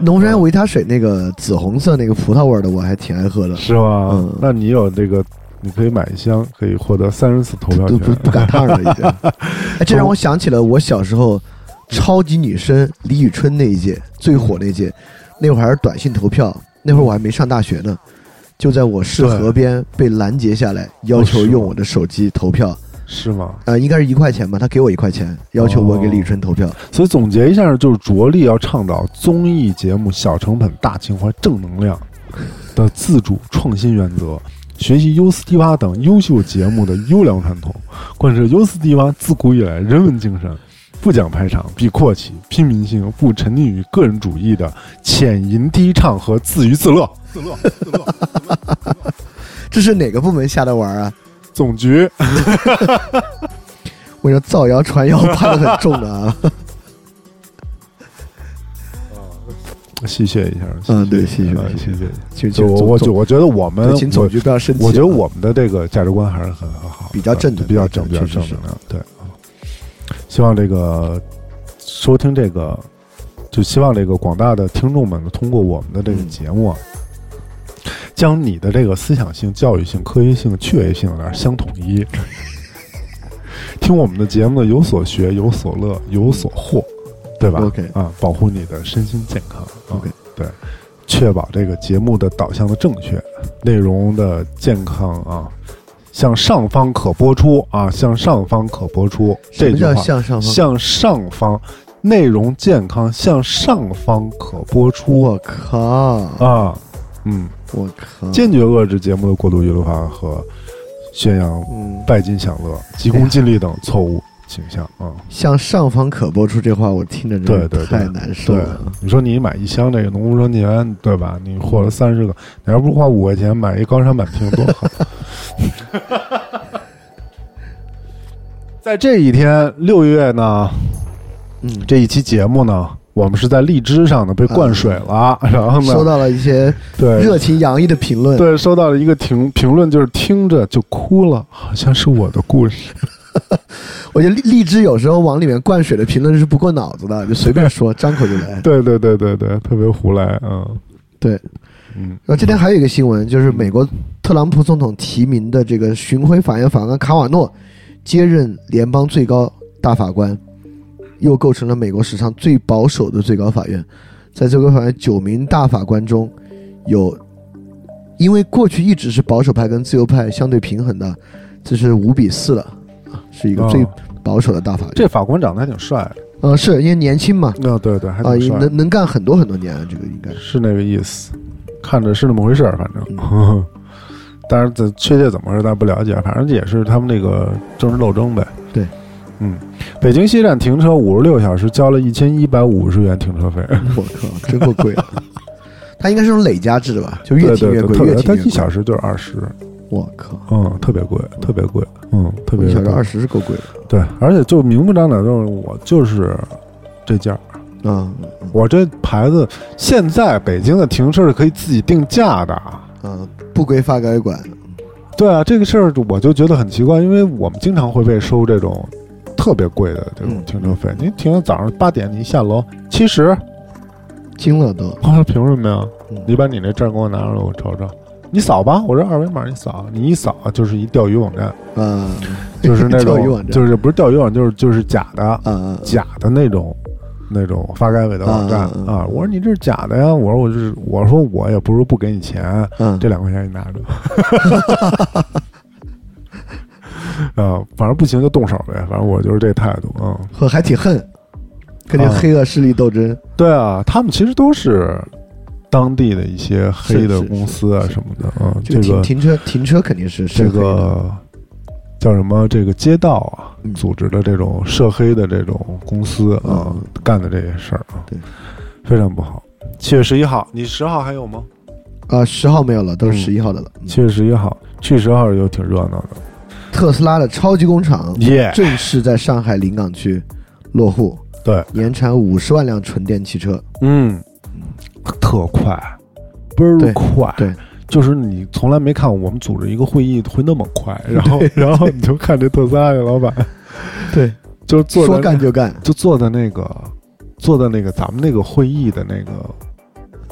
[SPEAKER 7] 农山维他水那个紫红色那个葡萄味儿的，我还挺爱喝的，
[SPEAKER 6] 是吗？
[SPEAKER 7] 嗯
[SPEAKER 6] 那你有这个，你可以买一箱，可以获得三十次投票
[SPEAKER 7] 都
[SPEAKER 6] 权。
[SPEAKER 7] 不不赶趟了已经。 哎，这让我想起了我小时候超级女声李宇春那一届最火那一届，那会儿还是短信投票，那会儿我还没上大学呢，就在我市
[SPEAKER 6] 对
[SPEAKER 7] 河边被拦截下来，要求
[SPEAKER 6] 是吗
[SPEAKER 7] 用我的手机投票。
[SPEAKER 6] 是吗？
[SPEAKER 7] 呃，应该是一块钱吧，他给我一块钱，要求我给李宇春投票。
[SPEAKER 6] 所以总结一下，就是着力要倡导综艺节目小成本、大情怀、正能量的自主创新原则，学习优斯蒂瓦等优秀节目的优良传统，贯彻优斯蒂瓦自古以来人文精神。不讲排场，必阔气，拼民心，不沉溺于个人主义的浅吟低唱和自娱自乐。
[SPEAKER 7] 这是哪个部门下的玩啊？
[SPEAKER 6] 总局
[SPEAKER 7] 我说造谣传谣判的很重的啊。
[SPEAKER 6] 哦 戏谑一下，
[SPEAKER 7] 嗯对戏谑
[SPEAKER 6] 啊戏
[SPEAKER 7] 戏谑
[SPEAKER 6] 谑一下。
[SPEAKER 7] 请
[SPEAKER 6] 就
[SPEAKER 7] 请
[SPEAKER 6] 我
[SPEAKER 7] 总
[SPEAKER 6] 我觉
[SPEAKER 7] 总
[SPEAKER 6] 我觉得我们
[SPEAKER 7] 对请总局不要生气。啊
[SPEAKER 6] 我，我觉得我们的这个价值观还是很很好的，
[SPEAKER 7] 比较正能量
[SPEAKER 6] 比较正，比
[SPEAKER 7] 对
[SPEAKER 6] 较
[SPEAKER 7] 确
[SPEAKER 6] 正
[SPEAKER 7] 实
[SPEAKER 6] 能量。对啊，希望这个收听这个，就希望这个广大的听众们呢通过我们的这个
[SPEAKER 7] 嗯
[SPEAKER 6] 节目啊，将你的这个思想性、教育性、科学性、趣味性呢相统一。 听我们的节目呢，有所学，有所乐，有所获，对吧
[SPEAKER 7] OK
[SPEAKER 6] 啊，保护你的身心健康。啊
[SPEAKER 7] OK
[SPEAKER 6] 对，确保这个节目的导向的正确，内容的健康啊，向上方可播出啊，向上方可播出这
[SPEAKER 7] 什么
[SPEAKER 6] 句
[SPEAKER 7] 叫
[SPEAKER 6] 话
[SPEAKER 7] 向上方？
[SPEAKER 6] 向上方，内容健康向上方可播出
[SPEAKER 7] 我靠！
[SPEAKER 6] 啊，嗯，
[SPEAKER 7] 我靠！
[SPEAKER 6] 坚决遏制节目的过度娱乐化和宣扬
[SPEAKER 7] 嗯，
[SPEAKER 6] 拜金享乐、急功近利等错误倾向啊。
[SPEAKER 7] 向上方可播出这话，我听着真
[SPEAKER 6] 对
[SPEAKER 7] 的
[SPEAKER 6] 对对
[SPEAKER 7] 太难受
[SPEAKER 6] 对
[SPEAKER 7] 了。，
[SPEAKER 6] 你说你买一箱这个农夫山泉，对吧？你获了三十个，你要不花五块钱买一高山版听多好。在这一天，六月呢，
[SPEAKER 7] 嗯，
[SPEAKER 6] 这一期节目呢，我们是在荔枝上呢被灌水了，然后呢，
[SPEAKER 7] 收到了一些
[SPEAKER 6] 对
[SPEAKER 7] 热情洋溢的评论。
[SPEAKER 6] 对，收到了一个评评论，就是听着就哭了，好像是我的故 事。
[SPEAKER 7] 我觉得荔荔枝有时候往里面灌水的评论是不过脑子的，就随便说，张口就来。
[SPEAKER 6] 对对对对对，特别胡来，嗯
[SPEAKER 7] 对，
[SPEAKER 6] 嗯，
[SPEAKER 7] 然后今天还有一个新闻，就是美国特朗普总统提名的这个巡回法院法官卡瓦诺接任联邦最高大法官，又构成了美国史上最保守的最高法院。在最高法院九名大法官中，有因为过去一直是保守派跟自由派相对平衡的，这是五比四了，啊是一个最
[SPEAKER 6] 哦
[SPEAKER 7] 保守的大法院。
[SPEAKER 6] 这法官长得还挺帅的，
[SPEAKER 7] 呃，是因为年轻嘛，
[SPEAKER 6] 嗯、对对，还
[SPEAKER 7] 啊、
[SPEAKER 6] 挺帅的。
[SPEAKER 7] 能能干很多很多年啊，这个应该是。
[SPEAKER 6] 是那个意思，看着是那么回事儿，反
[SPEAKER 7] 嗯
[SPEAKER 6] 正，但是这确切怎么回事咱不了解，反正也是他们那个政治斗争呗。
[SPEAKER 7] 对，
[SPEAKER 6] 嗯，北京西站停车五十六小时交了一千一百五十元停车费，
[SPEAKER 7] 我靠，真够贵的。 它应该是那种累加制的吧？ 就
[SPEAKER 6] 啊
[SPEAKER 7] 越
[SPEAKER 6] 对
[SPEAKER 7] 听
[SPEAKER 6] 对
[SPEAKER 7] 越
[SPEAKER 6] 对，
[SPEAKER 7] 贵，
[SPEAKER 6] 特
[SPEAKER 7] 越
[SPEAKER 6] 别，
[SPEAKER 7] 听
[SPEAKER 6] 它
[SPEAKER 7] 越
[SPEAKER 6] 一
[SPEAKER 7] 贵。
[SPEAKER 6] 小时就是二十，
[SPEAKER 7] 我靠，
[SPEAKER 6] 嗯，特别贵，特别贵，嗯，特别
[SPEAKER 7] 一小时
[SPEAKER 6] 贵
[SPEAKER 7] 二十是够贵的
[SPEAKER 6] 对，而且就明目张胆就是我就是这价儿，
[SPEAKER 7] 啊
[SPEAKER 6] 我这牌子现在北京的停车是可以自己定价的啊。
[SPEAKER 7] 啊！不归发改委管，
[SPEAKER 6] 对啊，这个事儿我就觉得很奇怪，因为我们经常会被收这种特别贵的这种
[SPEAKER 7] 嗯
[SPEAKER 6] 停车费。您停到早上八点，你一下楼七 十，
[SPEAKER 7] 惊了都。
[SPEAKER 6] 我说凭什么呀？
[SPEAKER 7] 嗯
[SPEAKER 6] 你把你那证给我拿上来，我瞅瞅。你扫吧，我这二维码你扫，你一扫就是一钓鱼网站，
[SPEAKER 7] 啊
[SPEAKER 6] 就是那
[SPEAKER 7] 钓鱼网
[SPEAKER 6] 种，
[SPEAKER 7] 站
[SPEAKER 6] 就是不是钓鱼网，就是就是假的，
[SPEAKER 7] 啊啊！
[SPEAKER 6] 假的那种，那种发改委的网站
[SPEAKER 7] 啊啊啊
[SPEAKER 6] 啊。我说你这是假的呀，我说我就是，我说我也不是不给你钱，
[SPEAKER 7] 嗯，
[SPEAKER 6] 这两块钱你拿着。 啊，反正不行就动手呗，反正我就是这态度啊、嗯。
[SPEAKER 7] 我还挺恨，跟那
[SPEAKER 6] 啊
[SPEAKER 7] 黑恶势力斗争。
[SPEAKER 6] 对啊，他们其实都是当地的一些黑
[SPEAKER 7] 是
[SPEAKER 6] 的
[SPEAKER 7] 是
[SPEAKER 6] 公司啊什么的啊、嗯，
[SPEAKER 7] 这个
[SPEAKER 6] 这
[SPEAKER 7] 停
[SPEAKER 6] 个
[SPEAKER 7] 停车停车肯定是
[SPEAKER 6] 这
[SPEAKER 7] 是黑的
[SPEAKER 6] 个叫什么？这个街道啊
[SPEAKER 7] 嗯，
[SPEAKER 6] 组织的这种涉黑的这种公司啊，
[SPEAKER 7] 嗯
[SPEAKER 6] 干的这些事儿啊，
[SPEAKER 7] 对，
[SPEAKER 6] 非常不好。七月十一号，你十号还有吗？
[SPEAKER 7] 啊，十号没有了，都是
[SPEAKER 6] 嗯
[SPEAKER 7] 十一号的了。嗯
[SPEAKER 6] 七月十一号，去十号又挺热闹的，
[SPEAKER 7] 特斯拉的超级工厂
[SPEAKER 6] 耶、
[SPEAKER 7] 正式在上海临港区落户，
[SPEAKER 6] 对，
[SPEAKER 7] 年产五十万辆纯电汽车。
[SPEAKER 6] 嗯，特快，倍儿
[SPEAKER 7] 对
[SPEAKER 6] 快，
[SPEAKER 7] 对
[SPEAKER 6] 就是你从来没看我们组织一个会议会那么快， 然后然后你就看这特斯拉这老板，
[SPEAKER 7] 对，
[SPEAKER 6] 就是坐
[SPEAKER 7] 说
[SPEAKER 6] 在
[SPEAKER 7] 干就干。
[SPEAKER 6] 就坐在那个坐在那个咱们那个会议的那个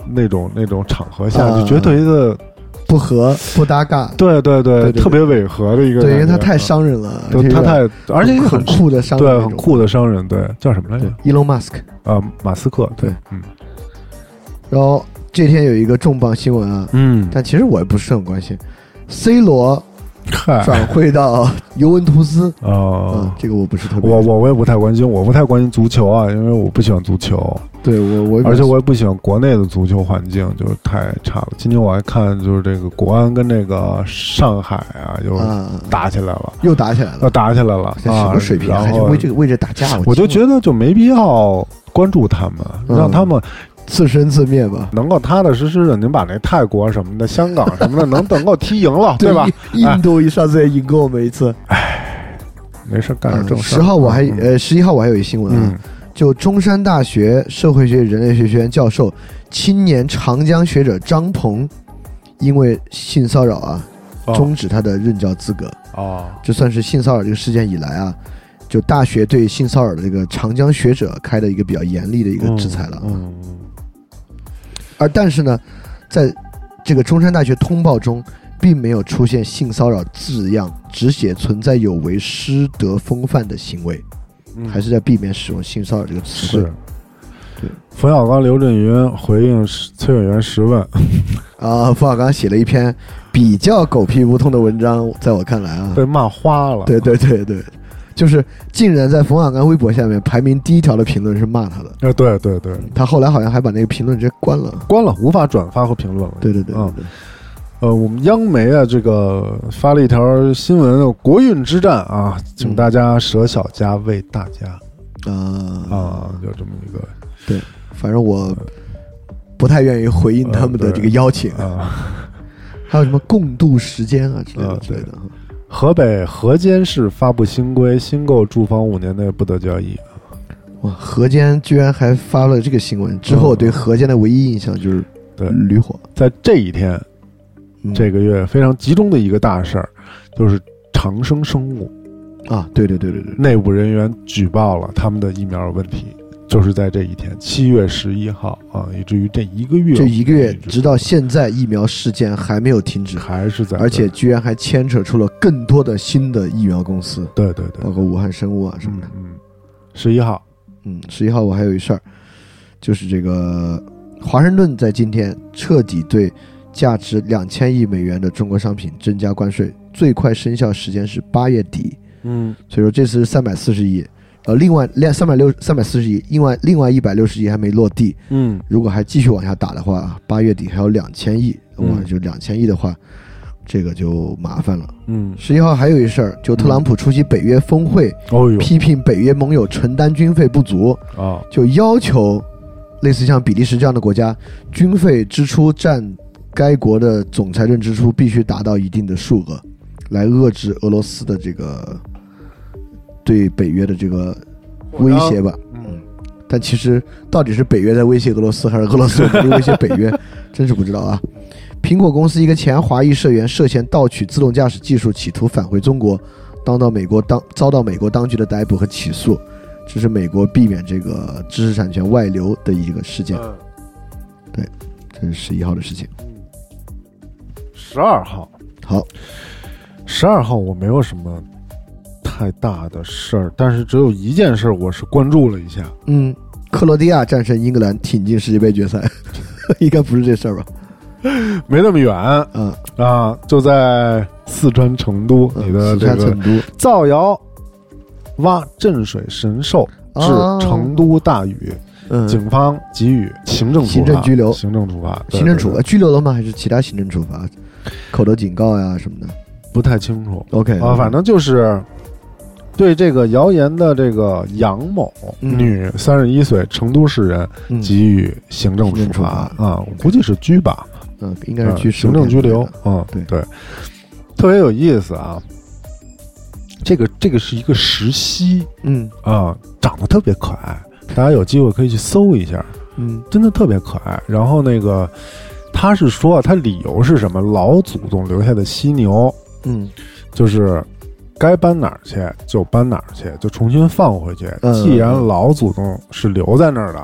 [SPEAKER 6] 那种那种场合下，
[SPEAKER 7] 啊
[SPEAKER 6] 就觉得特别的，
[SPEAKER 7] 不合不搭 嘎，
[SPEAKER 6] 对对对
[SPEAKER 7] 对对
[SPEAKER 6] 特别违和的一个感觉，
[SPEAKER 7] 对，因为他太商人了，
[SPEAKER 6] 对，
[SPEAKER 7] 而且
[SPEAKER 6] 他
[SPEAKER 7] 有点
[SPEAKER 6] 太而且
[SPEAKER 7] 很酷的商人，
[SPEAKER 6] 对很。酷的商人，对叫什么来着？
[SPEAKER 7] Elon Musk。
[SPEAKER 6] 啊，马斯克，对
[SPEAKER 7] 对，
[SPEAKER 6] 嗯
[SPEAKER 7] 然后这天有一个重磅新闻啊，
[SPEAKER 6] 嗯，
[SPEAKER 7] 但其实我也不是很关心，C 罗
[SPEAKER 6] 嗨，
[SPEAKER 7] 转会 到尤文图斯，
[SPEAKER 6] 哦
[SPEAKER 7] 啊，。这个我不是特别，
[SPEAKER 6] 我我我也不太关心，我不太关心足球啊，因为我不喜欢足球，
[SPEAKER 7] 对我我也不
[SPEAKER 6] 而且我也不喜欢国内的足球环境，就是太差了。今天我还看，就是这个国安跟这个上海啊，又
[SPEAKER 7] 啊
[SPEAKER 6] 打起来了，
[SPEAKER 7] 又打起来
[SPEAKER 6] 要
[SPEAKER 7] 了，
[SPEAKER 6] 打起来了
[SPEAKER 7] 这什
[SPEAKER 6] 啊！
[SPEAKER 7] 么水平啊？
[SPEAKER 6] 然
[SPEAKER 7] 还是
[SPEAKER 6] 后
[SPEAKER 7] 为这个位置打架？
[SPEAKER 6] 我就
[SPEAKER 7] 惊
[SPEAKER 6] 觉
[SPEAKER 7] 了
[SPEAKER 6] 得就没必要关注他们，
[SPEAKER 7] 嗯
[SPEAKER 6] 让他们
[SPEAKER 7] 自生自灭吧，
[SPEAKER 6] 能够踏踏实实的，您把那泰国什么的、香港什么的，能能够踢赢 了，对吧？？哎
[SPEAKER 7] 印印度一上次也赢过我们一次。啊
[SPEAKER 6] 没事干点正事儿。
[SPEAKER 7] 哎十号我还
[SPEAKER 6] 嗯
[SPEAKER 7] 呃十一号我还有一新闻啊
[SPEAKER 6] 嗯，
[SPEAKER 7] 就中山大学社会学与人类学学院教授、青年长江学者张鹏，因为性骚扰啊，
[SPEAKER 6] 哦
[SPEAKER 7] 终止他的任教资格。
[SPEAKER 6] 哦
[SPEAKER 7] 这算是性骚扰这个事件以来啊，就大学对性骚扰的这个长江学者开的一个比较严厉的一个制裁了啊。
[SPEAKER 6] 嗯嗯
[SPEAKER 7] 而但是呢，在这个中山大学通报中，并没有出现性骚扰字样，只写存在有违师德风范的行为，
[SPEAKER 6] 嗯
[SPEAKER 7] 还是在避免使用性骚扰这个词汇
[SPEAKER 6] 是。冯小刚、刘震云回应崔永元十问，
[SPEAKER 7] 啊，冯小刚写了一篇比较狗屁不通的文章，在我看来啊，
[SPEAKER 6] 被骂花了。
[SPEAKER 7] 对对对对，就是竟然在冯小刚微博下面排名第一条的评论是骂他的，
[SPEAKER 6] 哎，对对对，
[SPEAKER 7] 他后来好像还把那个评论直接关了。
[SPEAKER 6] 关了，无法转发和评论了。
[SPEAKER 7] 对对对对
[SPEAKER 6] 嗯
[SPEAKER 7] 对，
[SPEAKER 6] 呃，我们央媒啊，这个发了一条新闻，国运之战啊，请大家舍小家为大家
[SPEAKER 7] 啊，
[SPEAKER 6] 啊，就这么一个
[SPEAKER 7] 反正我不太愿意回应他们的这个邀请，
[SPEAKER 6] 呃啊。
[SPEAKER 7] 还有什么共度时间啊之类的
[SPEAKER 6] 啊
[SPEAKER 7] 之类的啊。
[SPEAKER 6] 河北河间市发布新规，新购住房五年内不得交易。
[SPEAKER 7] 哇，河间居然还发了这个新闻，之后我对河间的唯一印象就是
[SPEAKER 6] 哦对，
[SPEAKER 7] 驴火。
[SPEAKER 6] 在这一天，
[SPEAKER 7] 嗯
[SPEAKER 6] 这个月非常集中的一个大事儿，就是长生生物
[SPEAKER 7] 啊，对对对对对，
[SPEAKER 6] 内部人员举报了他们的疫苗有问题，就是在这一天，七月十一号啊，以至于这一个月，
[SPEAKER 7] 这一个月直到
[SPEAKER 6] 现
[SPEAKER 7] 现在，疫苗事件还没有停止，
[SPEAKER 6] 还是在，
[SPEAKER 7] 而且居然还牵扯出了更多的新的疫苗公司，
[SPEAKER 6] 对对对
[SPEAKER 7] 包，括武汉生物啊什么
[SPEAKER 6] 嗯
[SPEAKER 7] 的。
[SPEAKER 6] 嗯，十一号，
[SPEAKER 7] 嗯，十一号我还有一事儿，就是这个华盛顿在今天彻底对价值两千亿美元的中国商品增加关税，最快生效时间是八月底。
[SPEAKER 6] 嗯
[SPEAKER 7] 所以说这次是三百四十亿，呃，另外另三百六三百四十亿，另外另外一百六十亿还没落地，
[SPEAKER 6] 嗯
[SPEAKER 7] 如果还继续往下打的话，八月底还有两千亿，
[SPEAKER 6] 嗯
[SPEAKER 7] 哇，就两千亿的话，这个就麻烦了。
[SPEAKER 6] 嗯，
[SPEAKER 7] 十一号还有一事儿，就特朗普出席北约峰会，
[SPEAKER 6] 哦呦
[SPEAKER 7] 批评北约盟友承担军费不足，
[SPEAKER 6] 啊，
[SPEAKER 7] 就要求类似像比利时这样的国家，军费支出占该国的总财政支出必须达到一定的数额，来遏制俄罗斯的这个对北约的这个威胁吧。
[SPEAKER 6] 嗯，
[SPEAKER 7] 但其实到底是北约在威胁俄罗斯，还是俄罗斯 在威胁北约，真是不知道啊。苹果公司一个前华裔社员涉嫌盗取自动驾驶技术，企图返回中国，当到美国当遭到美国当局的逮捕和起诉。这是美国避免这个知识产权外流的一个事
[SPEAKER 6] 嗯
[SPEAKER 7] 件，这是十一号的事情。
[SPEAKER 6] 十二号，
[SPEAKER 7] 好，
[SPEAKER 6] 十二号我没有什么太大的事儿，但是只有一件事儿我是关注了一下，
[SPEAKER 7] 嗯，克罗地亚战胜英格兰，挺进世界杯决赛， 应该不是这事儿吧？
[SPEAKER 6] 没那么远
[SPEAKER 7] 嗯，
[SPEAKER 6] 啊，就在四川成都，你的
[SPEAKER 7] 嗯
[SPEAKER 6] 这
[SPEAKER 7] 四川
[SPEAKER 6] 个
[SPEAKER 7] 成都
[SPEAKER 6] 造谣挖镇水神兽致
[SPEAKER 7] 啊
[SPEAKER 6] 成都大雨，
[SPEAKER 7] 嗯，
[SPEAKER 6] 警方给予行政处罚
[SPEAKER 7] 行政拘留
[SPEAKER 6] 行政处罚、对
[SPEAKER 7] 行政
[SPEAKER 6] 对
[SPEAKER 7] 处罚、
[SPEAKER 6] 对
[SPEAKER 7] 拘留了吗？还是其他行政处罚？口头警告呀什么的
[SPEAKER 6] 不太清楚
[SPEAKER 7] ？OK
[SPEAKER 6] 啊，反正就是。对这个谣言的这个杨某，
[SPEAKER 7] 嗯
[SPEAKER 6] 女，三十一岁，成都市人，
[SPEAKER 7] 嗯
[SPEAKER 6] 给予行政
[SPEAKER 7] 行政
[SPEAKER 6] 处
[SPEAKER 7] 处
[SPEAKER 6] 罚
[SPEAKER 7] 罚
[SPEAKER 6] 啊，我估计是拘吧，
[SPEAKER 7] 嗯，应该是
[SPEAKER 6] 嗯
[SPEAKER 7] 去
[SPEAKER 6] 行政拘留。嗯，
[SPEAKER 7] 对
[SPEAKER 6] 对，特别有意思啊。这个这个是一个石蜥
[SPEAKER 7] 嗯
[SPEAKER 6] 啊，长得特别可爱，大家有机会可以去搜一下，
[SPEAKER 7] 嗯
[SPEAKER 6] 真的特别可爱。然后那个他是说他理由是什么？老祖宗留下的犀牛
[SPEAKER 7] 嗯
[SPEAKER 6] 就是。该搬哪儿去就搬哪儿去，就重新放回去。
[SPEAKER 7] 嗯
[SPEAKER 6] 既然
[SPEAKER 7] 嗯嗯
[SPEAKER 6] 老祖宗是留在那儿的，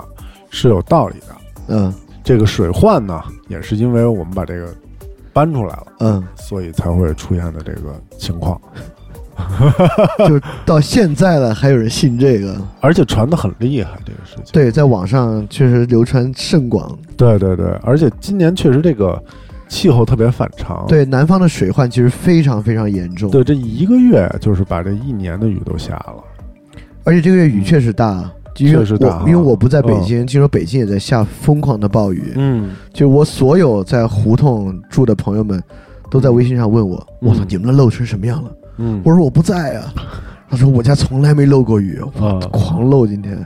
[SPEAKER 6] 是有道理的。
[SPEAKER 7] 嗯
[SPEAKER 6] 这个水患呢，也是因为我们把这个搬出来了，
[SPEAKER 7] 嗯，
[SPEAKER 6] 所以才会出现的这个情况，
[SPEAKER 7] 就是到现在了，还有人信这个？
[SPEAKER 6] 而且传的很厉害这个事情。
[SPEAKER 7] 对，在网上确实流传甚广。
[SPEAKER 6] 对对对，而且今年确实这个气候特别反常。
[SPEAKER 7] 对，南方的水患其实非常非常严重，
[SPEAKER 6] 啊对，这一个月就是把这一年的雨都下了。
[SPEAKER 7] 而且这个月雨确实大。因为
[SPEAKER 6] 嗯确实大
[SPEAKER 7] 我因为我不在北
[SPEAKER 6] 嗯
[SPEAKER 7] 京，听说北京也在下疯狂的暴雨。
[SPEAKER 6] 嗯，
[SPEAKER 7] 就我所有在胡同住的朋友们，都在微信上问我：“
[SPEAKER 6] 嗯
[SPEAKER 7] 我操，你们那漏成什么样了？”
[SPEAKER 6] 嗯
[SPEAKER 7] 我说我不在啊。他说我家从来没漏过雨，
[SPEAKER 6] 啊，
[SPEAKER 7] 狂漏 今天，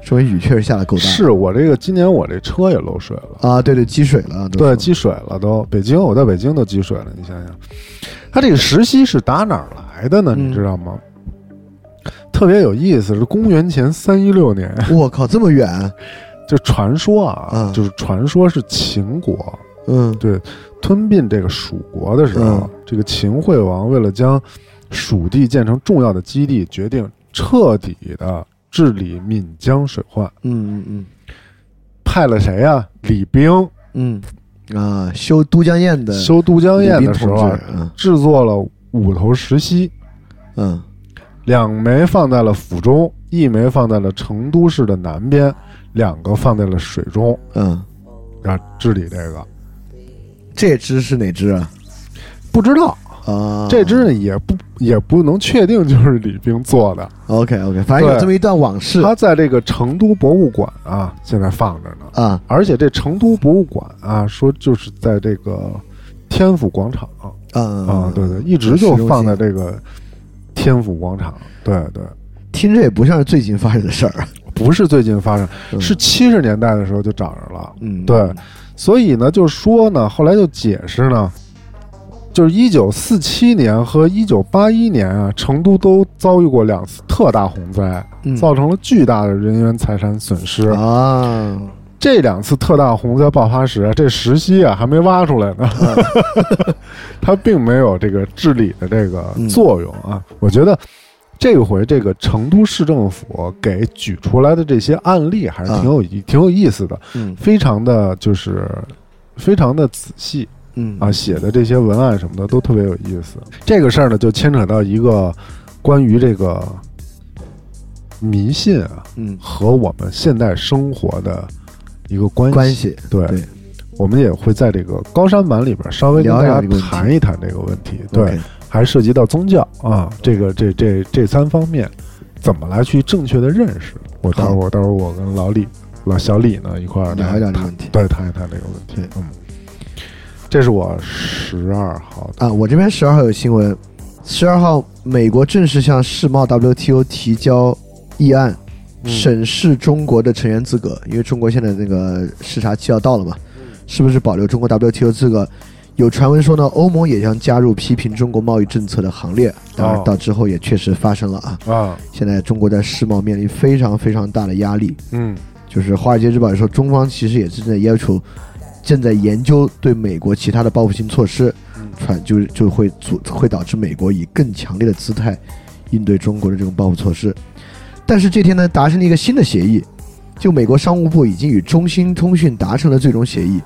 [SPEAKER 7] 说明雨确实下的够大。
[SPEAKER 6] 是我这个今年我这车也漏水了，
[SPEAKER 7] 啊，对对，积水了，都
[SPEAKER 6] 对，
[SPEAKER 7] 说
[SPEAKER 6] 积水了都。北京，我在北京都积水了，你想想，它这个石溪是打哪儿来的呢？
[SPEAKER 7] 嗯
[SPEAKER 6] 你知道吗？特别有意思，是公元前三一六年，
[SPEAKER 7] 我靠，这么远，
[SPEAKER 6] 就传说啊，
[SPEAKER 7] 嗯
[SPEAKER 6] 就是传说是秦国
[SPEAKER 7] 嗯
[SPEAKER 6] 对吞并这个蜀国的时候，
[SPEAKER 7] 嗯
[SPEAKER 6] 这个秦惠王为了将蜀地建成重要的基地，决定彻底的治理岷江水患，
[SPEAKER 7] 嗯嗯
[SPEAKER 6] 派了谁呀、李冰
[SPEAKER 7] 嗯嗯，啊，修都江堰的
[SPEAKER 6] 修都江堰
[SPEAKER 7] 李
[SPEAKER 6] 的
[SPEAKER 7] 冰
[SPEAKER 6] 时
[SPEAKER 7] 同
[SPEAKER 6] 候啊
[SPEAKER 7] 志，，嗯
[SPEAKER 6] 制作了五头石溪，
[SPEAKER 7] 嗯
[SPEAKER 6] 两枚放在了府中，一枚放在了成都市的南边，两个放在了水中，
[SPEAKER 7] 嗯，
[SPEAKER 6] 啊，治理这个
[SPEAKER 7] 这只是哪只啊？
[SPEAKER 6] 不知道。
[SPEAKER 7] 啊，
[SPEAKER 6] 这只呢也不也不能确定就是李冰做的，
[SPEAKER 7] OK OK，反正有这么一段往事
[SPEAKER 6] 他在这个成都博物馆啊，现在放着呢。
[SPEAKER 7] 啊，
[SPEAKER 6] 而且这成都博物馆啊，说就是在这个天府广场
[SPEAKER 7] 嗯
[SPEAKER 6] 啊，对对，一直就放在这个天府广场。对对，
[SPEAKER 7] 听着也不像是最近发生的事儿，啊
[SPEAKER 6] 不是最近发生，
[SPEAKER 7] 嗯
[SPEAKER 6] 是七十年代的时候就找着了。
[SPEAKER 7] 嗯，
[SPEAKER 6] 对，所以呢，就说呢，后来就解释呢，就是一九四七年和一九八一年啊，成都都遭遇过两次特大洪灾，
[SPEAKER 7] 嗯
[SPEAKER 6] 造成了巨大的人员财产损失。
[SPEAKER 7] 啊，
[SPEAKER 6] 这两次特大洪灾爆发时啊，这石溪啊还没挖出来呢，
[SPEAKER 7] 嗯
[SPEAKER 6] 它并没有这个治理的这个作用啊。
[SPEAKER 7] 嗯
[SPEAKER 6] 我觉得这回这个成都市政府给举出来的这些案例还是挺有、意挺有意思的，
[SPEAKER 7] 嗯
[SPEAKER 6] 非常的就是非常的仔细
[SPEAKER 7] 嗯
[SPEAKER 6] 啊，写的这些文案什么的都特别有意思。这个事儿呢，就牵扯到一个关于这个迷信啊，
[SPEAKER 7] 嗯
[SPEAKER 6] 和我们现代生活的一个关系。
[SPEAKER 7] 关系
[SPEAKER 6] 对，
[SPEAKER 7] 对
[SPEAKER 6] 我们也会在这个高山版里边稍微跟
[SPEAKER 7] 聊
[SPEAKER 6] 大
[SPEAKER 7] 聊
[SPEAKER 6] 家
[SPEAKER 7] 这个问题
[SPEAKER 6] 谈一谈这个问题。对
[SPEAKER 7] OK
[SPEAKER 6] 还涉及到宗教啊，这个这这这三方面怎么来去正确的认识？我待会儿到时候我跟老李、老小李呢一块儿
[SPEAKER 7] 聊一聊这个
[SPEAKER 6] 谈
[SPEAKER 7] 问题
[SPEAKER 6] 对，谈一谈这个问题。嗯，这是我十二号的
[SPEAKER 7] 啊，我这边十二号有新闻，十二号美国正式向世贸 WTO 提交议案，审视中国的成员资格，因为中国现在那个视察期要到了嘛，是不是保留中国 WTO 资格？有传闻说呢，欧盟也将加入批评中国贸易政策的行列，当
[SPEAKER 6] 哦
[SPEAKER 7] 然到之后也确实发生了啊。
[SPEAKER 6] 啊，
[SPEAKER 7] 现在中国在世贸面临非常非常大的压力，
[SPEAKER 6] 嗯
[SPEAKER 7] 就是《华尔街日报》也说，中方其实也正在要求，正在研究对美国其他的报复性措施，传就就会阻会导致美国以更强烈的姿态应对中国的这种报复措施。但是这天呢，达成了一个新的协议，就美国商务部已经与中兴通讯达成了最终协议，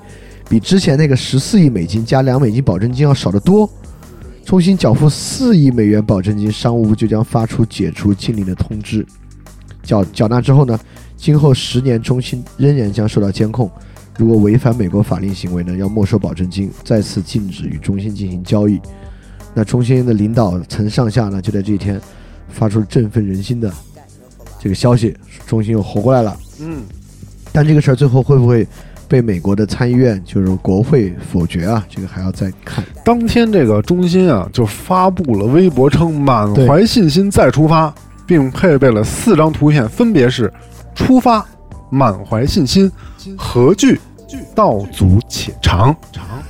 [SPEAKER 7] 比之前那个十四亿美金加两美金保证金要少得多。中兴缴付四亿美元保证金，商务部就将发出解除禁令的通知。缴缴纳之后呢，今后十年，中心仍然将受到监控。如果违反美国法令行为呢，要没收保证金，再次禁止与中心进行交易。那中心的领导层上下呢，就在这一天发出了振奋人心的这个消息，中心又活过来了。
[SPEAKER 6] 嗯
[SPEAKER 7] 但这个事儿最后会不会被美国的参议院，就是国会否决啊？这个还要再看。
[SPEAKER 6] 当天这个中心啊就发布了微博称满
[SPEAKER 7] 对
[SPEAKER 6] 怀信心再出发，并配备了四张图片，分别是出发、满怀信心、何惧、道阻且长、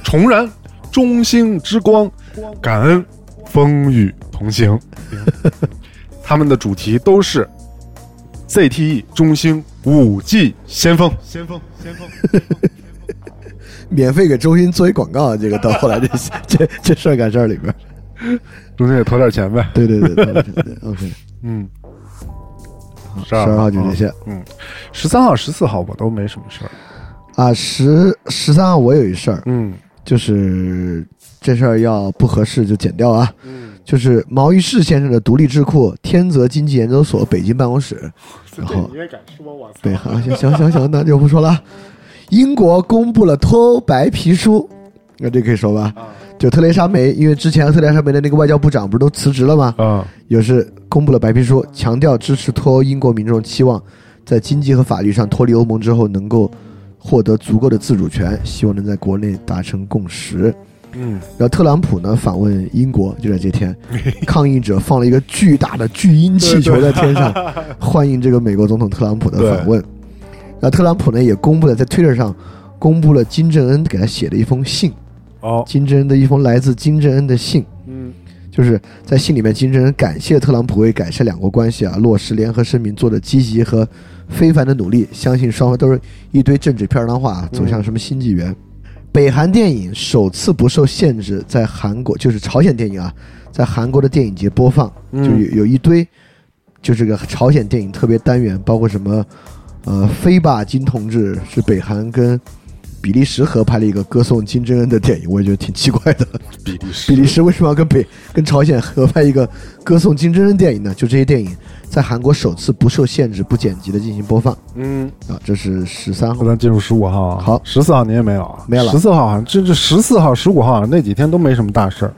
[SPEAKER 6] 重燃中兴之光、感恩、风雨同行。 他们的主题都是 ZTE 中兴五 G 先锋。
[SPEAKER 7] 免费给中心做一广告啊，这个到后来这这这事儿干事儿里边儿，
[SPEAKER 6] 中兴也投点钱呗。
[SPEAKER 7] 对对对对对对对，OK，
[SPEAKER 6] 嗯，
[SPEAKER 7] 十二号就这些。
[SPEAKER 6] 嗯，十三号、十四号我都没什么事儿。
[SPEAKER 7] 啊，十十三号我有一事儿，
[SPEAKER 6] 嗯
[SPEAKER 7] 就是这事儿要不合适就剪掉啊。
[SPEAKER 6] 嗯
[SPEAKER 7] 就是毛于轼先生的独立智库天泽经济研究所北京办公室，然后
[SPEAKER 6] 也敢说我操
[SPEAKER 7] 对，好，行行行行，那就不说了。啊英国公布了脱欧白皮书，那这可以说吧？
[SPEAKER 6] 啊
[SPEAKER 7] 就特蕾莎梅，因为之前特蕾莎梅的那个外交部长不是都辞职了吗？
[SPEAKER 6] 啊，
[SPEAKER 7] 也是公布了白皮书，强调支持脱欧英国民众期望在经济和法律上脱离欧盟之后能够获得足够的自主权，希望能在国内达成共识。
[SPEAKER 6] 嗯
[SPEAKER 7] 然后特朗普呢访问英国，就在这天，抗议者放了一个巨大的巨鹰气球在天上，欢迎这个美国总统特朗普的访问。那特朗普呢也公布了在 Twitter 上公布了金正恩给他写的一封信，
[SPEAKER 6] 哦，
[SPEAKER 7] 金正恩的一封来自金正恩的信，
[SPEAKER 6] 嗯
[SPEAKER 7] 就是在信里面，金正恩感谢特朗普为改善两国关系啊落实联合声明做的积极和非凡的努力，相信双方都是一堆政治片儿汤
[SPEAKER 6] 嗯
[SPEAKER 7] 话啊走向什么新纪元。北韩电影首次不受限制在韩国，就是朝鲜电影啊，在韩国的电影节播放，就
[SPEAKER 6] 嗯
[SPEAKER 7] 有有一堆，就是个朝鲜电影特别单元，包括什么，呃，飞吧金同志是北韩跟比利时合拍了一个歌颂金正恩的电影，我也觉得挺奇怪的。
[SPEAKER 6] 比利时
[SPEAKER 7] 比利时为什么要跟北跟朝鲜合拍一个歌颂金正恩电影呢？就这些电影在韩国首次不受限制、不剪辑的进行播放
[SPEAKER 5] 嗯，
[SPEAKER 7] 啊，这是十三
[SPEAKER 6] 那
[SPEAKER 7] 号。
[SPEAKER 6] 咱进入十五号啊，
[SPEAKER 7] 好
[SPEAKER 6] 十四号你也没有啊，
[SPEAKER 7] 没了
[SPEAKER 6] 十四号好像这这十四号、十五号好像那几天都没什么大事儿。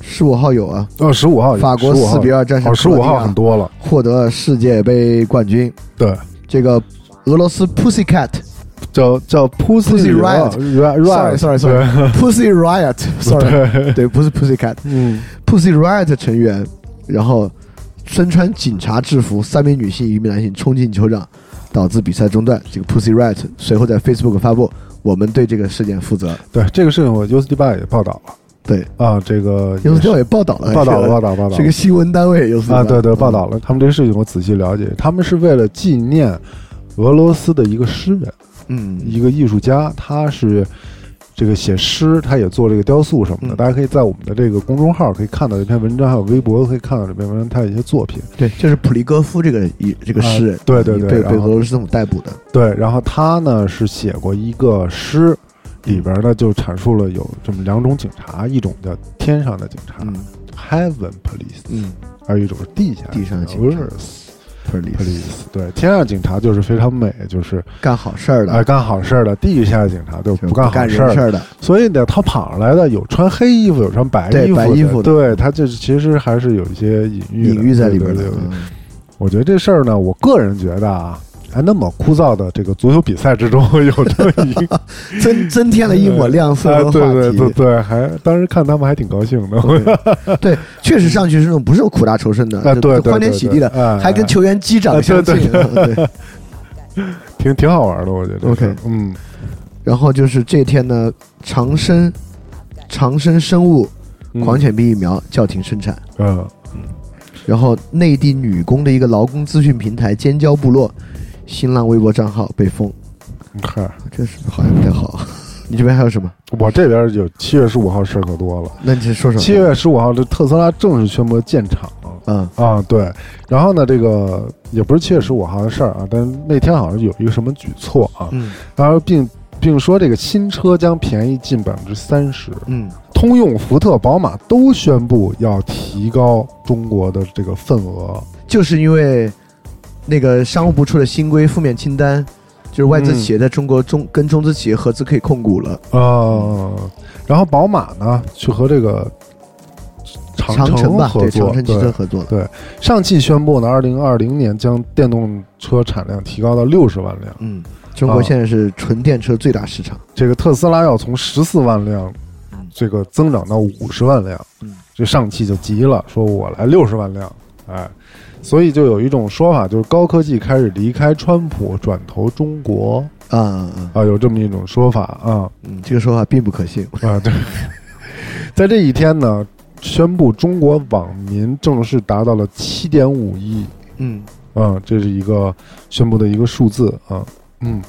[SPEAKER 7] 十五号有啊，
[SPEAKER 6] 哦，十五号
[SPEAKER 7] 法国
[SPEAKER 6] 四
[SPEAKER 7] 4比二战胜
[SPEAKER 6] 哦，十
[SPEAKER 7] 克罗
[SPEAKER 6] 五
[SPEAKER 7] 地亚
[SPEAKER 6] 号很多了，
[SPEAKER 7] 获得世界杯冠军。
[SPEAKER 6] 对，
[SPEAKER 7] 这个俄罗斯 Pussycat
[SPEAKER 6] 叫叫 Pussy
[SPEAKER 7] Pussy
[SPEAKER 6] Riot
[SPEAKER 7] Riot
[SPEAKER 6] Riot
[SPEAKER 7] sorry sorry Pussy Riot sorry 对，不是 Pussycat
[SPEAKER 6] 嗯，
[SPEAKER 7] Pussy Riot 成员，然后身穿警察制服，三名女性一名男性冲进酋长，导致比赛中断。这个 Pussy Riot 随后在 Facebook 发布，我们对这个事件负责。
[SPEAKER 6] 对这个事情我 U C D 八也报道了
[SPEAKER 7] 对，
[SPEAKER 6] 啊，这个
[SPEAKER 7] 有
[SPEAKER 6] 也是
[SPEAKER 7] 调也报道了，
[SPEAKER 6] 报道了
[SPEAKER 7] 是
[SPEAKER 6] 报道报道
[SPEAKER 7] 是个新闻单位有
[SPEAKER 6] 啊，对对，报道了他们这个事情我仔细了解，他们是为了纪念俄罗斯的一个诗人，
[SPEAKER 7] 嗯，
[SPEAKER 6] 一个艺术家，他是这个写诗，他也做这个雕塑什么的。
[SPEAKER 7] 嗯
[SPEAKER 6] 大家可以在我们的这个公众号可以看到这篇文章，还有微博可以看到这篇文章，他的一些作品。
[SPEAKER 7] 对，这是普利戈夫这个一这个诗人，
[SPEAKER 6] 啊对对对
[SPEAKER 7] 被
[SPEAKER 6] 然
[SPEAKER 7] 被
[SPEAKER 6] 后
[SPEAKER 7] 俄罗斯政府逮捕的。
[SPEAKER 6] 对，然后他呢是写过一个诗，里边呢就阐述了有这么两种警察，一种叫天上的警察、
[SPEAKER 7] 嗯
[SPEAKER 6] h e a v e n police），
[SPEAKER 7] 嗯
[SPEAKER 6] 还有一种是地下
[SPEAKER 7] 地上的警察
[SPEAKER 6] （earth
[SPEAKER 7] ，police
[SPEAKER 6] police）。对，天上警察就是非常美，就是
[SPEAKER 7] 干好事儿的，
[SPEAKER 6] 哎干好事儿的；地下警察就是
[SPEAKER 7] 就
[SPEAKER 6] 不
[SPEAKER 7] 不
[SPEAKER 6] 干好
[SPEAKER 7] 干
[SPEAKER 6] 事儿
[SPEAKER 7] 人
[SPEAKER 6] 的
[SPEAKER 7] 事。儿的。
[SPEAKER 6] 所以呢，他跑上来的有穿黑衣服，有穿白
[SPEAKER 7] 对
[SPEAKER 6] 衣服的，
[SPEAKER 7] 白衣服的
[SPEAKER 6] 对他这其实还是有一些隐喻的
[SPEAKER 7] 隐喻在里边
[SPEAKER 6] 对
[SPEAKER 7] 的
[SPEAKER 6] 对对。
[SPEAKER 7] 嗯
[SPEAKER 6] 我觉得这事儿呢，我个人觉得啊，在那么枯燥的这个足球比赛之中，有这么一个
[SPEAKER 7] 增增添了一抹亮色
[SPEAKER 6] 哎
[SPEAKER 7] 和话题。
[SPEAKER 6] 对对对对，还当时看他们还挺高兴的，
[SPEAKER 7] 对，确实上去是那种不是苦大仇深的，
[SPEAKER 6] 哎
[SPEAKER 7] 就
[SPEAKER 6] 对对对
[SPEAKER 7] 欢天喜地的，
[SPEAKER 6] 对哎
[SPEAKER 7] 还跟球员击
[SPEAKER 6] 哎
[SPEAKER 7] 掌
[SPEAKER 6] 对
[SPEAKER 7] 相
[SPEAKER 6] 对
[SPEAKER 7] 庆。对
[SPEAKER 6] 挺挺好玩的，我觉得。
[SPEAKER 7] OK
[SPEAKER 6] 嗯，
[SPEAKER 7] 然后就是这天呢，长生长生生物
[SPEAKER 6] 嗯
[SPEAKER 7] 狂犬病疫苗叫停生产。
[SPEAKER 6] 嗯，
[SPEAKER 7] 然后内地女工的一个劳工资讯平台尖椒部落新浪微博账号被封，
[SPEAKER 6] 嗨，
[SPEAKER 7] 这是好像不太好。你这边还有什么？
[SPEAKER 6] 我这边有七月十五号事儿可多了。
[SPEAKER 7] 那你先说说。
[SPEAKER 6] 七月十五号，这特斯拉正式宣布建厂。
[SPEAKER 7] 嗯，
[SPEAKER 6] 啊，对，然后呢，这个也不是七月十五号的事儿啊，但是那天好像有一个什么举措啊，
[SPEAKER 7] 嗯
[SPEAKER 6] 然后并并说这个新车将便宜近百分之三十，
[SPEAKER 7] 嗯
[SPEAKER 6] 通用、福特、宝马都宣布要提高中国的这个份额，
[SPEAKER 7] 就是因为那个商务部出了新规负面清单，就是外资
[SPEAKER 6] 嗯
[SPEAKER 7] 企业在中国中、跟中资企业合资可以控股了。
[SPEAKER 6] 呃，然后宝马呢去和这个长
[SPEAKER 7] 长城吧，
[SPEAKER 6] 合
[SPEAKER 7] 对
[SPEAKER 6] 作，
[SPEAKER 7] 长城汽车
[SPEAKER 6] 对
[SPEAKER 7] 合作了。
[SPEAKER 6] 上汽宣布呢，二零二零年将电动车产量提高到六十万辆。
[SPEAKER 7] 嗯，中国现在是纯电车最大市场。
[SPEAKER 6] 这个特斯拉要从十四万辆，这个增长到五十万辆
[SPEAKER 7] 嗯，
[SPEAKER 6] 这上汽就急了，说我来六十万辆，哎，所以就有一种说法，就是高科技开始离开川普，转投中国
[SPEAKER 7] 啊啊啊！
[SPEAKER 6] 啊，有这么一种说法啊
[SPEAKER 7] 嗯，这个说法并不可信。
[SPEAKER 6] 啊，对，在这一天呢，宣布中国网民正式达到了七点五亿，
[SPEAKER 7] 嗯，
[SPEAKER 6] 啊，这是一个宣布的一个数字啊，嗯，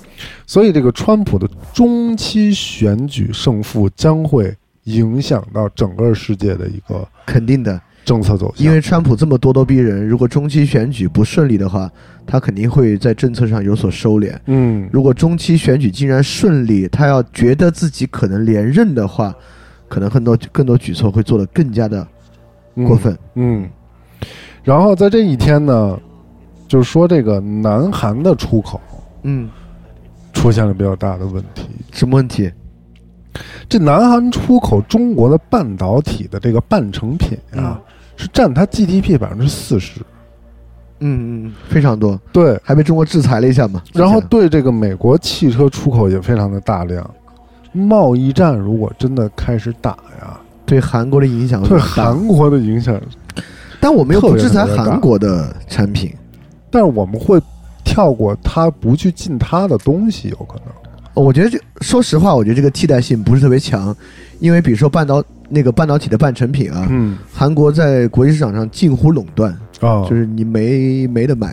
[SPEAKER 6] 所以这个川普的中期选举胜负将会影响到整个世界的一个
[SPEAKER 7] 肯定的，
[SPEAKER 6] 政策走向，
[SPEAKER 7] 因为川普这么咄咄逼人，如果中期选举不顺利的话，他肯定会在政策上有所收敛。
[SPEAKER 6] 嗯，
[SPEAKER 7] 如果中期选举竟然顺利，他要觉得自己可能连任的话，可能很多更多举措会做得更加的
[SPEAKER 6] 嗯
[SPEAKER 7] 过分。
[SPEAKER 6] 嗯，然后在这一天呢，就是说这个南韩的出口
[SPEAKER 7] 嗯，
[SPEAKER 6] 出现了比较大的问题，
[SPEAKER 7] 什么问题？
[SPEAKER 6] 这南韩出口中国的半导体的这个半成品啊，
[SPEAKER 7] 嗯
[SPEAKER 6] 是占它 GDP 百分之四十，
[SPEAKER 7] 嗯嗯嗯，非常多，
[SPEAKER 6] 对。
[SPEAKER 7] 还被中国制裁了一下嘛。
[SPEAKER 6] 然后
[SPEAKER 7] 之前
[SPEAKER 6] 对这个美国汽车出口也非常的大量。贸易战如果真的开始打呀，
[SPEAKER 7] 对韩国的影响
[SPEAKER 6] 对
[SPEAKER 7] 很嗯大
[SPEAKER 6] 韩国的影响，
[SPEAKER 7] 但我们又不制
[SPEAKER 6] 特
[SPEAKER 7] 裁
[SPEAKER 6] 别特别大
[SPEAKER 7] 韩国的产品，
[SPEAKER 6] 但是我们会跳过它，不去进它的东西，有可能。
[SPEAKER 7] 哦我觉得这说实话，我觉得这个替代性不是特别强，因为比如说半导那个半导体的半成品啊，
[SPEAKER 6] 嗯
[SPEAKER 7] 韩国在国际市场上近乎垄断，
[SPEAKER 6] 啊，
[SPEAKER 7] 就是你没没得买，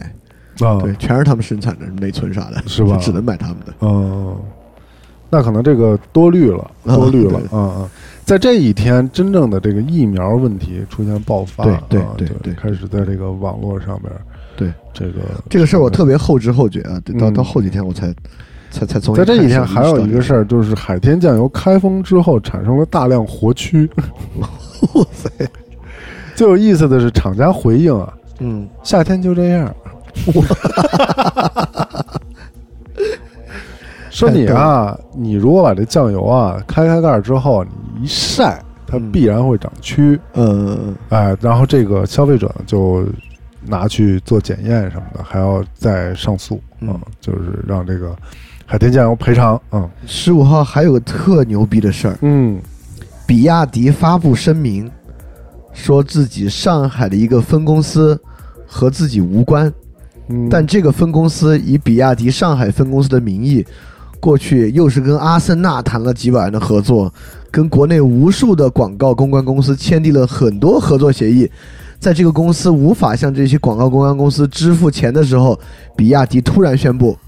[SPEAKER 6] 啊，
[SPEAKER 7] 对，全是他们生产的，内存啥的，
[SPEAKER 6] 是吧
[SPEAKER 7] 就只能买他们的。
[SPEAKER 6] 嗯，那可能这个多虑了，
[SPEAKER 7] 啊
[SPEAKER 6] 多虑了啊
[SPEAKER 7] 对
[SPEAKER 6] 啊！在这一天，真正的这个疫苗问题出现爆发，
[SPEAKER 7] 对对
[SPEAKER 6] 啊
[SPEAKER 7] 对
[SPEAKER 6] 对，
[SPEAKER 7] 对
[SPEAKER 6] 开始在这个网络上边，
[SPEAKER 7] 对
[SPEAKER 6] 这个
[SPEAKER 7] 这个事儿我特别后知后觉啊，对到
[SPEAKER 6] 嗯
[SPEAKER 7] 到后几天我才才才从
[SPEAKER 6] 在这几天还有一个事儿，就是海天酱油开封之后产生了大量活蛆。
[SPEAKER 7] 哇塞，
[SPEAKER 6] 最有意思的是，厂家回应啊，
[SPEAKER 7] 嗯，
[SPEAKER 6] 夏天就这样。说你啊，你如果把这酱油啊开开盖儿之后，你一晒，它必然会长蛆。
[SPEAKER 7] 呃，
[SPEAKER 6] 哎，然后这个消费者呢就拿去做检验什么的，还要再上诉，
[SPEAKER 7] 嗯
[SPEAKER 6] 嗯，就是让这个海天酱油赔偿，嗯
[SPEAKER 7] 十五号还有个特牛逼的事儿，
[SPEAKER 6] 嗯，
[SPEAKER 7] 比亚迪发布声明，说自己上海的一个分公司和自己无关，
[SPEAKER 6] 嗯
[SPEAKER 7] 但这个分公司以比亚迪上海分公司的名义，过去又是跟阿森纳谈了几百万的合作，跟国内无数的广告公关公司签订了很多合作协议。在这个公司无法向这些广告公关公司支付钱的时候，比亚迪突然宣布，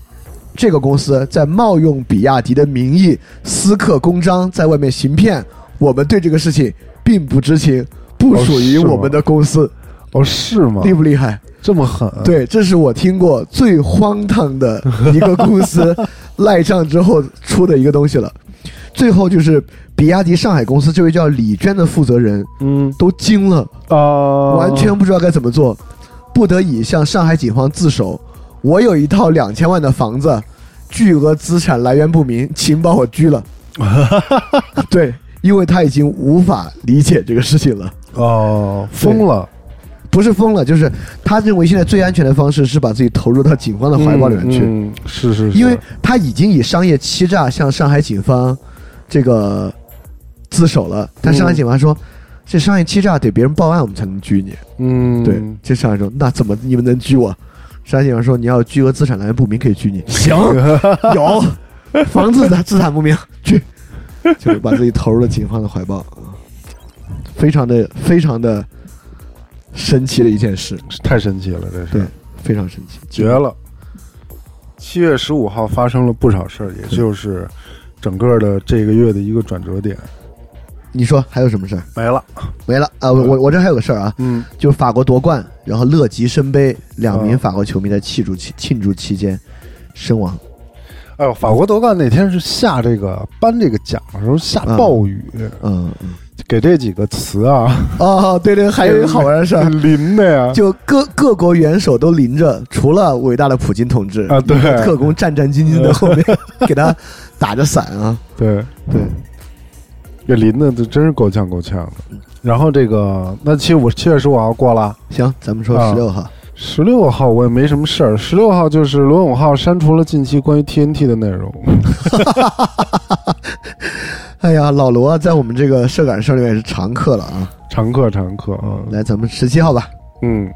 [SPEAKER 7] 这个公司在冒用比亚迪的名义私刻公章，在外面行骗。我们对这个事情并不知情，不
[SPEAKER 6] 哦
[SPEAKER 7] 属于
[SPEAKER 6] 是吗
[SPEAKER 7] 我们的公司，
[SPEAKER 6] 哦是吗？
[SPEAKER 7] 厉不厉害？
[SPEAKER 6] 这么狠？，
[SPEAKER 7] 对，这是我听过最荒唐的一个公司赖账之后出的一个东西了。最后就是比亚迪上海公司这位叫李娟的负责人
[SPEAKER 6] 嗯
[SPEAKER 7] 都惊了，
[SPEAKER 6] 啊，
[SPEAKER 7] 完全不知道该怎么做，不得已向上海警方自首。我有一套两千万的房子，巨额资产来源不明，请把我拘了。对，因为他已经无法理解这个事情了。
[SPEAKER 6] 哦疯了，
[SPEAKER 7] 不是疯了，就是他认为现在最安全的方式是把自己投入到警方的怀抱里面去，
[SPEAKER 6] 嗯，嗯是是是，
[SPEAKER 7] 因为他已经以商业欺诈向上海警方这个自首了，但
[SPEAKER 6] 嗯
[SPEAKER 7] 上海警方说。这商业欺诈得别人报案我们才能拘你。
[SPEAKER 6] 嗯
[SPEAKER 7] 对，这上海说那怎么你们能拘我？上海警方说你要有巨额资产来源不明可以拘你。行， 有房子的资产不明拘，就是把自己投入了警方的怀抱啊，非常的非常的神奇的一件事。
[SPEAKER 6] 太神奇了，这
[SPEAKER 7] 对
[SPEAKER 6] 是，
[SPEAKER 7] 非常神奇，
[SPEAKER 6] 绝了。七月十五号发生了不少事儿，也就是整个的这个月的一个转折点
[SPEAKER 7] 你说还有什么事儿？
[SPEAKER 6] 没了。
[SPEAKER 7] 没了啊！我我我这还有个事儿啊，
[SPEAKER 6] 嗯
[SPEAKER 7] 就是法国夺冠，然后乐极生悲，两名
[SPEAKER 6] 啊
[SPEAKER 7] 法国球迷在庆祝期庆祝期间身亡。
[SPEAKER 6] 哎呦，法国夺冠那天是下这个颁这个奖的时候下暴雨，
[SPEAKER 7] 嗯，嗯
[SPEAKER 6] 给这几个词 啊，
[SPEAKER 7] 哦，对对，还有一个好玩的事儿，
[SPEAKER 6] 淋的呀，
[SPEAKER 7] 就各各国元首都临着，除了伟大的普京同志
[SPEAKER 6] 啊对
[SPEAKER 7] 一个特工战战兢兢的后 面给他打着伞啊，
[SPEAKER 6] 对，
[SPEAKER 7] 对，
[SPEAKER 6] 这淋的这真是够呛够呛的。然后这个，那七五七月十五号过了，
[SPEAKER 7] 行，咱们说
[SPEAKER 6] 啊
[SPEAKER 7] 十六号，
[SPEAKER 6] 十六号我也没什么事儿。十六号就是罗永浩删除了近期关于 TNT 的内容，
[SPEAKER 7] 哎呀，老罗啊在我们这个社感社里面也是常客了啊，
[SPEAKER 6] 常客常客啊，
[SPEAKER 7] 来，咱们十七号吧，
[SPEAKER 6] 嗯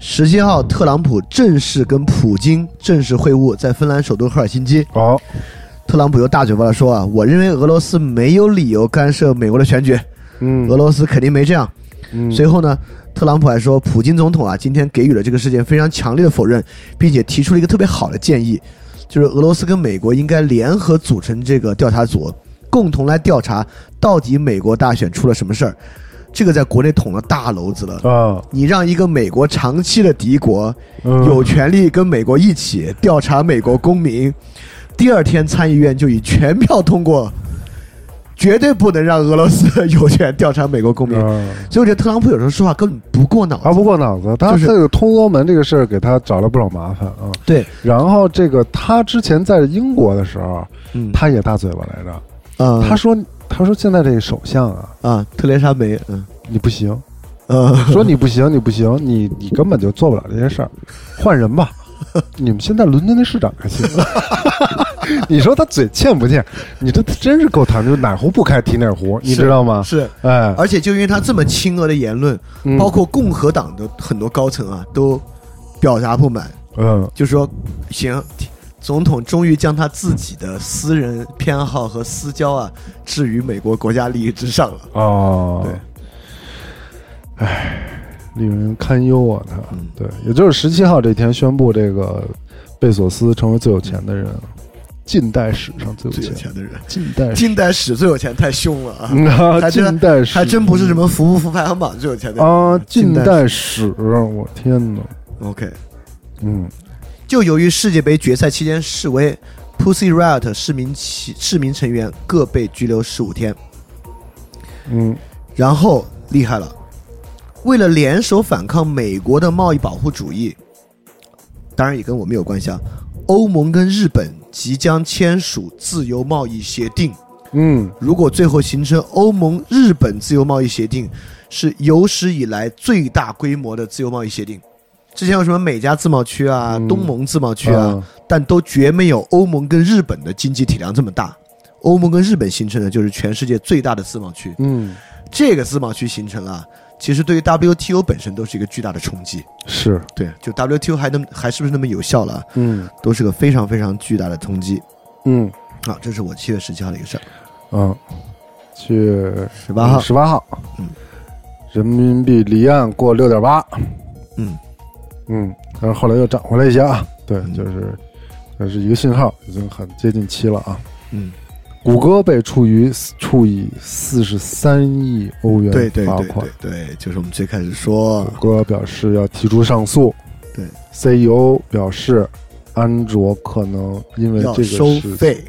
[SPEAKER 7] 十七号，特朗普正式跟普京正式会晤，在芬兰首都赫尔辛基。
[SPEAKER 6] 好、
[SPEAKER 7] 特朗普又大嘴巴的说啊，我认为俄罗斯没有理由干涉美国的选举，
[SPEAKER 6] 嗯，
[SPEAKER 7] 俄罗斯肯定没这样。
[SPEAKER 6] 嗯
[SPEAKER 7] 随后呢，特朗普还说，普京总统啊今天给予了这个事件非常强烈的否认，并且提出了一个特别好的建议，就是俄罗斯跟美国应该联合组成这个调查组，共同来调查到底美国大选出了什么事儿。这个在国内捅了大娄子了。
[SPEAKER 6] 啊，
[SPEAKER 7] 你让一个美国长期的敌国
[SPEAKER 6] 嗯
[SPEAKER 7] 有权利跟美国一起调查美国公民，第二天参议院就以全票通过，绝对不能让俄罗斯有权调查美国公民。
[SPEAKER 6] 啊
[SPEAKER 7] 所以我觉得特朗普有时候说话根本不过脑
[SPEAKER 6] 啊，
[SPEAKER 7] 子。
[SPEAKER 6] 不过脑子，他
[SPEAKER 7] 就是
[SPEAKER 6] 这个通俄门这个事儿给他找了不少麻烦啊。
[SPEAKER 7] 对，
[SPEAKER 6] 然后这个他之前在英国的时候，
[SPEAKER 7] 嗯，
[SPEAKER 6] 他也大嘴巴来着，
[SPEAKER 7] 啊，
[SPEAKER 6] 他说他说现在这个首相啊，
[SPEAKER 7] 啊，特蕾莎梅，嗯，
[SPEAKER 6] 你不 行，
[SPEAKER 7] 呃，
[SPEAKER 6] 说你不行，你不行，你你根本就做不了这些事儿，换人 吧。你们现在伦敦的市长还行， 你说他嘴欠不欠？你这真是够糖，就哪壶不开提哪壶，你知道吗？
[SPEAKER 7] 是，
[SPEAKER 6] 哎，
[SPEAKER 7] 而且就因为他这么亲俄的言论，
[SPEAKER 6] 嗯
[SPEAKER 7] 包括共和党的很多高层啊都表达不满，
[SPEAKER 6] 嗯
[SPEAKER 7] 就说行，总统终于将他自己的私人偏好和私交啊置于美国国家利益之上了。
[SPEAKER 6] 哦，
[SPEAKER 7] 对，
[SPEAKER 6] 令人堪忧啊！他
[SPEAKER 7] 嗯
[SPEAKER 6] 对，也就是十七号这天宣布，这个贝索斯成为最有钱的人，近代史上最
[SPEAKER 7] 最有
[SPEAKER 6] 有钱，
[SPEAKER 7] 钱的人，
[SPEAKER 6] 近代史
[SPEAKER 7] 近代史最有钱太凶了啊！
[SPEAKER 6] 嗯啊，
[SPEAKER 7] 还真
[SPEAKER 6] 近代史
[SPEAKER 7] 还真不是什么福不福排行榜最有钱的人
[SPEAKER 6] 啊，近
[SPEAKER 7] 代
[SPEAKER 6] 代史，我天哪，
[SPEAKER 7] OK，
[SPEAKER 6] 嗯
[SPEAKER 7] 就由于世界杯决赛期间示威，普 Pussy Riot 市民起市民成员各被拘留十五天。
[SPEAKER 6] 嗯，
[SPEAKER 7] 然后厉害了，为了联手反抗美国的贸易保护主义，当然也跟我们有关系啊。欧盟跟日本即将签署自由贸易协定，
[SPEAKER 6] 嗯，
[SPEAKER 7] 如果最后形成欧盟日本自由贸易协定，是有史以来最大规模的自由贸易协定。之前有什么美加自贸区啊、
[SPEAKER 6] 嗯
[SPEAKER 7] 东盟自贸区啊，
[SPEAKER 6] 嗯
[SPEAKER 7] 但都绝没有欧盟跟日本的经济体量这么大。欧盟跟日本形成的就是全世界最大的自贸区。
[SPEAKER 6] 嗯，
[SPEAKER 7] 这个自贸区形成了，其实对于 WTO 本身都是一个巨大的冲击。
[SPEAKER 6] 是，
[SPEAKER 7] 对，就 WTO 还能还是不是那么有效了，啊
[SPEAKER 6] 嗯
[SPEAKER 7] 都是个非常非常巨大的冲击
[SPEAKER 6] 嗯
[SPEAKER 7] 啊！这是我七月十七号的一个事儿，
[SPEAKER 6] 嗯，去
[SPEAKER 7] 十八号，
[SPEAKER 6] 十八号，人民币离岸过六点八，
[SPEAKER 7] 嗯
[SPEAKER 6] 嗯，但是后来又涨回来一些啊，对，
[SPEAKER 7] 嗯
[SPEAKER 6] 就是这是一个信号，已经很接近七了啊。
[SPEAKER 7] 嗯，
[SPEAKER 6] 谷歌被处于处以四十三亿欧元
[SPEAKER 7] 对对
[SPEAKER 6] 罚
[SPEAKER 7] 对
[SPEAKER 6] 款
[SPEAKER 7] 对，对，就是我们最开始说
[SPEAKER 6] 谷，歌表示要提出上诉。
[SPEAKER 7] 对
[SPEAKER 6] ，CEO 表示，安卓可能因为
[SPEAKER 7] 要
[SPEAKER 6] 这
[SPEAKER 7] 收
[SPEAKER 6] 个事
[SPEAKER 7] 费，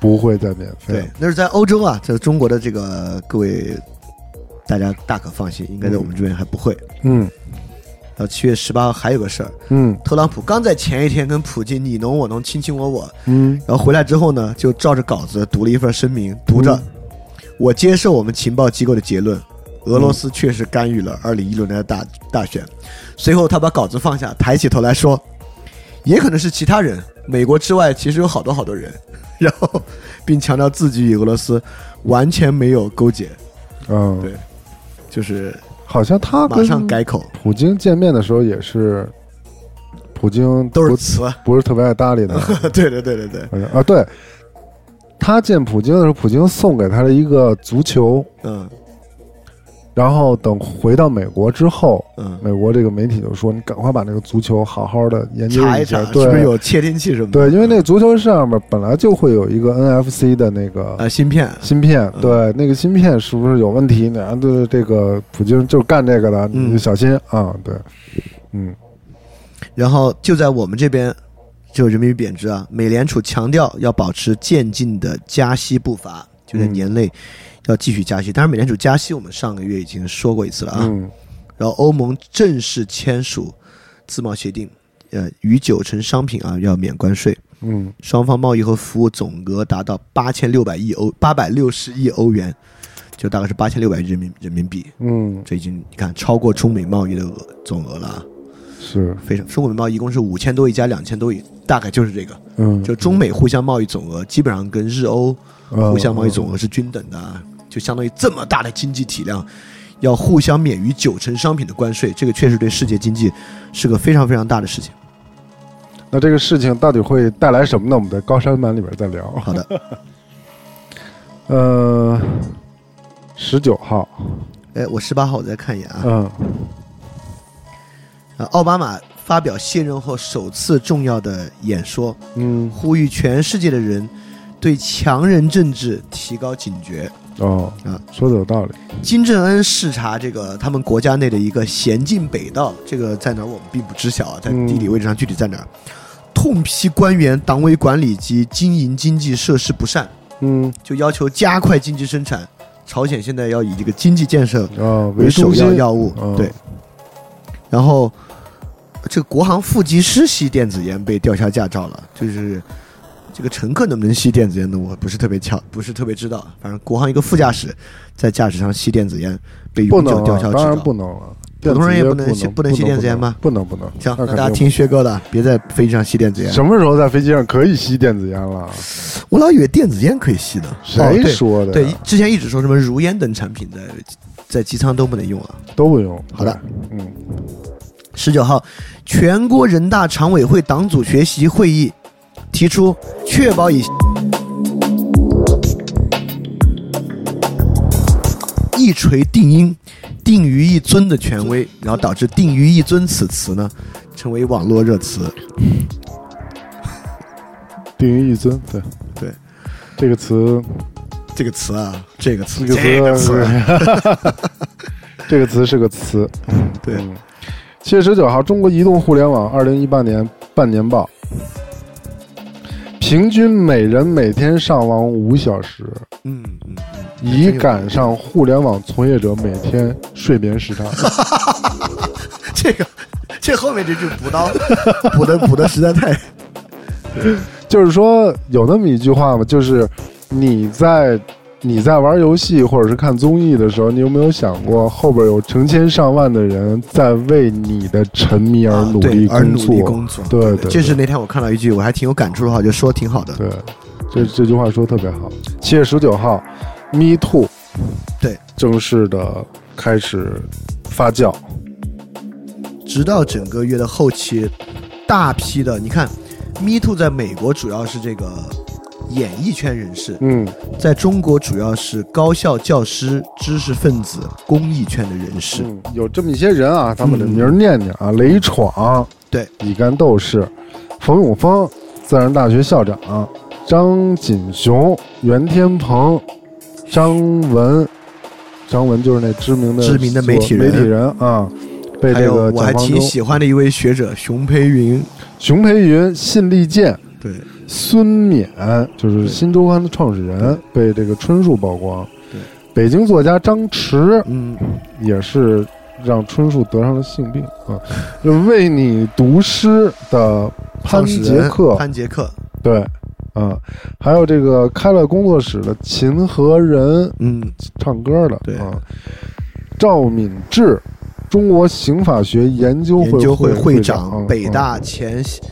[SPEAKER 6] 不会再免费了。
[SPEAKER 7] 对，那是在欧洲啊，在中国的这个各位大家大可放心，应该在我们这边还不会。
[SPEAKER 6] 嗯
[SPEAKER 7] 然后七月十八号还有个事儿，
[SPEAKER 6] 嗯
[SPEAKER 7] 特朗普刚在前一天跟普京你侬我侬卿卿我我，
[SPEAKER 6] 嗯
[SPEAKER 7] 然后回来之后呢，就照着稿子读了一份声明，读着：“我接受我们情报机构的结论，俄罗斯确实干预了2016年的大大选。”随后他把稿子放下，抬起头来说：“也可能是其他人，美国之外其实有好多好多人。” 然后，并强调自己与俄罗斯完全没有勾结，
[SPEAKER 6] 嗯
[SPEAKER 7] 对，就是
[SPEAKER 6] 好像他
[SPEAKER 7] 马
[SPEAKER 6] 跟
[SPEAKER 7] 上改口，
[SPEAKER 6] 普京见面的时候也是，普京
[SPEAKER 7] 都是
[SPEAKER 6] 不
[SPEAKER 7] 词。
[SPEAKER 6] 不是特别爱搭理他
[SPEAKER 7] 对对对对对，
[SPEAKER 6] 好像啊？对，他见普京的时候，普京送给他了一个足球，
[SPEAKER 7] 嗯
[SPEAKER 6] 然后等回到美国之后，
[SPEAKER 7] 嗯，
[SPEAKER 6] 美国这个媒体就说：“你赶快把那个足球好好的研究
[SPEAKER 7] 查一
[SPEAKER 6] 下
[SPEAKER 7] 查，
[SPEAKER 6] 对，
[SPEAKER 7] 是不是有窃听器什么的？
[SPEAKER 6] 对，因为那个足球上面本来就会有一个 NFC 的那个
[SPEAKER 7] 啊芯片，
[SPEAKER 6] 芯片，对，那个芯片是不是有问题？然后对这个普京就是干这个的，你就
[SPEAKER 7] 嗯
[SPEAKER 6] 小心啊！对，嗯
[SPEAKER 7] 然后就在我们这边，就人民币贬值啊，美联储强调要保持渐进的加息步伐，就在年内要继续加息。当然，美联储加息我们上个月已经说过一次了啊。
[SPEAKER 6] 嗯
[SPEAKER 7] 然后欧盟正式签署自贸协定，呃，与九成商品啊要免关税，
[SPEAKER 6] 嗯，
[SPEAKER 7] 双方贸易和服务总额达到八千六百亿欧八百六十亿欧元，就大概是八千六百亿人民人民币。
[SPEAKER 6] 嗯，
[SPEAKER 7] 这已经你看超过中美贸易的额总额了啊。
[SPEAKER 6] 是，
[SPEAKER 7] 非常，中美贸易一共是五千多亿加两千多亿，大概就是这个。
[SPEAKER 6] 嗯，
[SPEAKER 7] 就中美互相贸易总额基本上跟日欧
[SPEAKER 6] 嗯
[SPEAKER 7] 互相贸易总额是均等的啊，就相当于这么大的经济体量，要互相免于九成商品的关税，这个确实对世界经济是个非常非常大的事情。
[SPEAKER 6] 那这个事情到底会带来什么呢？我们在高山版里边再聊。
[SPEAKER 7] 好的，
[SPEAKER 6] 呃，十九号，
[SPEAKER 7] 哎，我十八号我再看一眼啊。
[SPEAKER 6] 嗯
[SPEAKER 7] 啊奥巴马发表卸任后首次重要的演说，
[SPEAKER 6] 嗯
[SPEAKER 7] 呼吁全世界的人对强人政治提高警觉。
[SPEAKER 6] 哦
[SPEAKER 7] 啊，
[SPEAKER 6] 说的有道理，
[SPEAKER 7] 金正恩视察这个他们国家内的一个咸镜北道，这个在哪儿我们并不知晓啊，在
[SPEAKER 6] 嗯
[SPEAKER 7] 地理位置上具体在哪儿，痛批官员党委管理及经营经济设施不善，
[SPEAKER 6] 嗯
[SPEAKER 7] 就要求加快经济生产。朝鲜现在要以这个经济建设
[SPEAKER 6] 啊，
[SPEAKER 7] 为
[SPEAKER 6] 中
[SPEAKER 7] 首要
[SPEAKER 6] 心
[SPEAKER 7] 药物，
[SPEAKER 6] 嗯
[SPEAKER 7] 对。然后，这个国航副机师吸电子烟被吊销驾照了，就是这个乘客能不能吸电子烟呢？我不是特别巧，不是特别知道。反正国航一个副驾驶在驾驶上吸电子烟被
[SPEAKER 6] 不
[SPEAKER 7] 永
[SPEAKER 6] 能
[SPEAKER 7] 久
[SPEAKER 6] 啊
[SPEAKER 7] 吊销执
[SPEAKER 6] 当然
[SPEAKER 7] 照
[SPEAKER 6] 不。能了。
[SPEAKER 7] 普通人也
[SPEAKER 6] 电
[SPEAKER 7] 不
[SPEAKER 6] 子烟
[SPEAKER 7] 能吸
[SPEAKER 6] 不
[SPEAKER 7] 不能吸电子烟吗
[SPEAKER 6] 不能不能。
[SPEAKER 7] 行，那
[SPEAKER 6] 肯
[SPEAKER 7] 大家
[SPEAKER 6] 定
[SPEAKER 7] 听薛哥的，别在飞机上吸电子
[SPEAKER 6] 不
[SPEAKER 7] 烟。
[SPEAKER 6] 什么时候在飞机上可以吸电子烟了？
[SPEAKER 7] 我老以为电子烟可以吸呢。哦
[SPEAKER 6] 谁
[SPEAKER 7] 对
[SPEAKER 6] 说的
[SPEAKER 7] 对
[SPEAKER 6] 呀？，
[SPEAKER 7] 之前一直说什么如烟等产品在在机舱都不能用啊。
[SPEAKER 6] 都不用。
[SPEAKER 7] 好的
[SPEAKER 6] 对，嗯
[SPEAKER 7] 十九号，全国人大常委会党组学习会议提出，确保以一锤定音、定于一尊的权威，然后导致“定于一尊”此词呢成为网络热词。，
[SPEAKER 6] 定于一尊，对
[SPEAKER 7] 对，
[SPEAKER 6] 这个词，
[SPEAKER 7] 这个词啊，这个词，
[SPEAKER 6] 这个词， 这个词是个词。
[SPEAKER 7] 对
[SPEAKER 6] 嗯，七月十九号，中国移动互联网二零一八年半年报。平均每人每天上网五小时，
[SPEAKER 7] 嗯嗯，嗯
[SPEAKER 6] 以赶上互联网从业者每天睡眠时长。
[SPEAKER 7] 这个这后面这句补刀 补的补的实在太
[SPEAKER 6] 就是说有那么一句话嘛，就是你在你在玩游戏或者是看综艺的时候，你有没有想过后边有成千上万的人在为你的沉迷而努力
[SPEAKER 7] 啊对而
[SPEAKER 6] 工
[SPEAKER 7] 努
[SPEAKER 6] 作？
[SPEAKER 7] 力工作，
[SPEAKER 6] 对对对
[SPEAKER 7] 这是那天我看到一句我还挺有感触的话，就说挺好的，
[SPEAKER 6] 对，这这句话说得特别好。七月十九号，Me Too，
[SPEAKER 7] 对，
[SPEAKER 6] 正式的开始发酵。
[SPEAKER 7] 直到整个月的后期，大批的你看，Me Too 在美国主要是这个演艺圈人士，
[SPEAKER 6] 嗯，
[SPEAKER 7] 在中国主要是高校教师、知识分子、公益圈的人士，
[SPEAKER 6] 嗯，有这么一些人啊，咱们把这名儿念念啊：雷闯、
[SPEAKER 7] 对，
[SPEAKER 6] 乙干斗士、冯永峰，自然大学校长，张锦雄、袁天鹏、张文，张文就是那知名的
[SPEAKER 7] 知名的媒体人
[SPEAKER 6] 媒体人啊，被
[SPEAKER 7] 还
[SPEAKER 6] 这
[SPEAKER 7] 有
[SPEAKER 6] 个
[SPEAKER 7] 我还
[SPEAKER 6] 蒋方
[SPEAKER 7] 挺
[SPEAKER 6] 舟、
[SPEAKER 7] 喜欢的一位学者熊培云，
[SPEAKER 6] 熊培云、信利健。
[SPEAKER 7] 对，
[SPEAKER 6] 孙冕，就是新周刊的创始人，被这个春树曝光。
[SPEAKER 7] 对，
[SPEAKER 6] 北京作家张弛
[SPEAKER 7] 嗯，
[SPEAKER 6] 也是让春树得上了性病啊。就为你读诗的潘
[SPEAKER 7] 创始
[SPEAKER 6] 杰
[SPEAKER 7] 人
[SPEAKER 6] 克，
[SPEAKER 7] 潘杰克，
[SPEAKER 6] 对，啊，还有这个开了工作室的秦和仁，
[SPEAKER 7] 嗯，
[SPEAKER 6] 唱歌的，
[SPEAKER 7] 对
[SPEAKER 6] 啊，赵敏智。中国刑法学研究
[SPEAKER 7] 研
[SPEAKER 6] 会
[SPEAKER 7] 究会
[SPEAKER 6] 会
[SPEAKER 7] 长，
[SPEAKER 6] 嗯
[SPEAKER 7] 北
[SPEAKER 6] 嗯
[SPEAKER 7] 大前是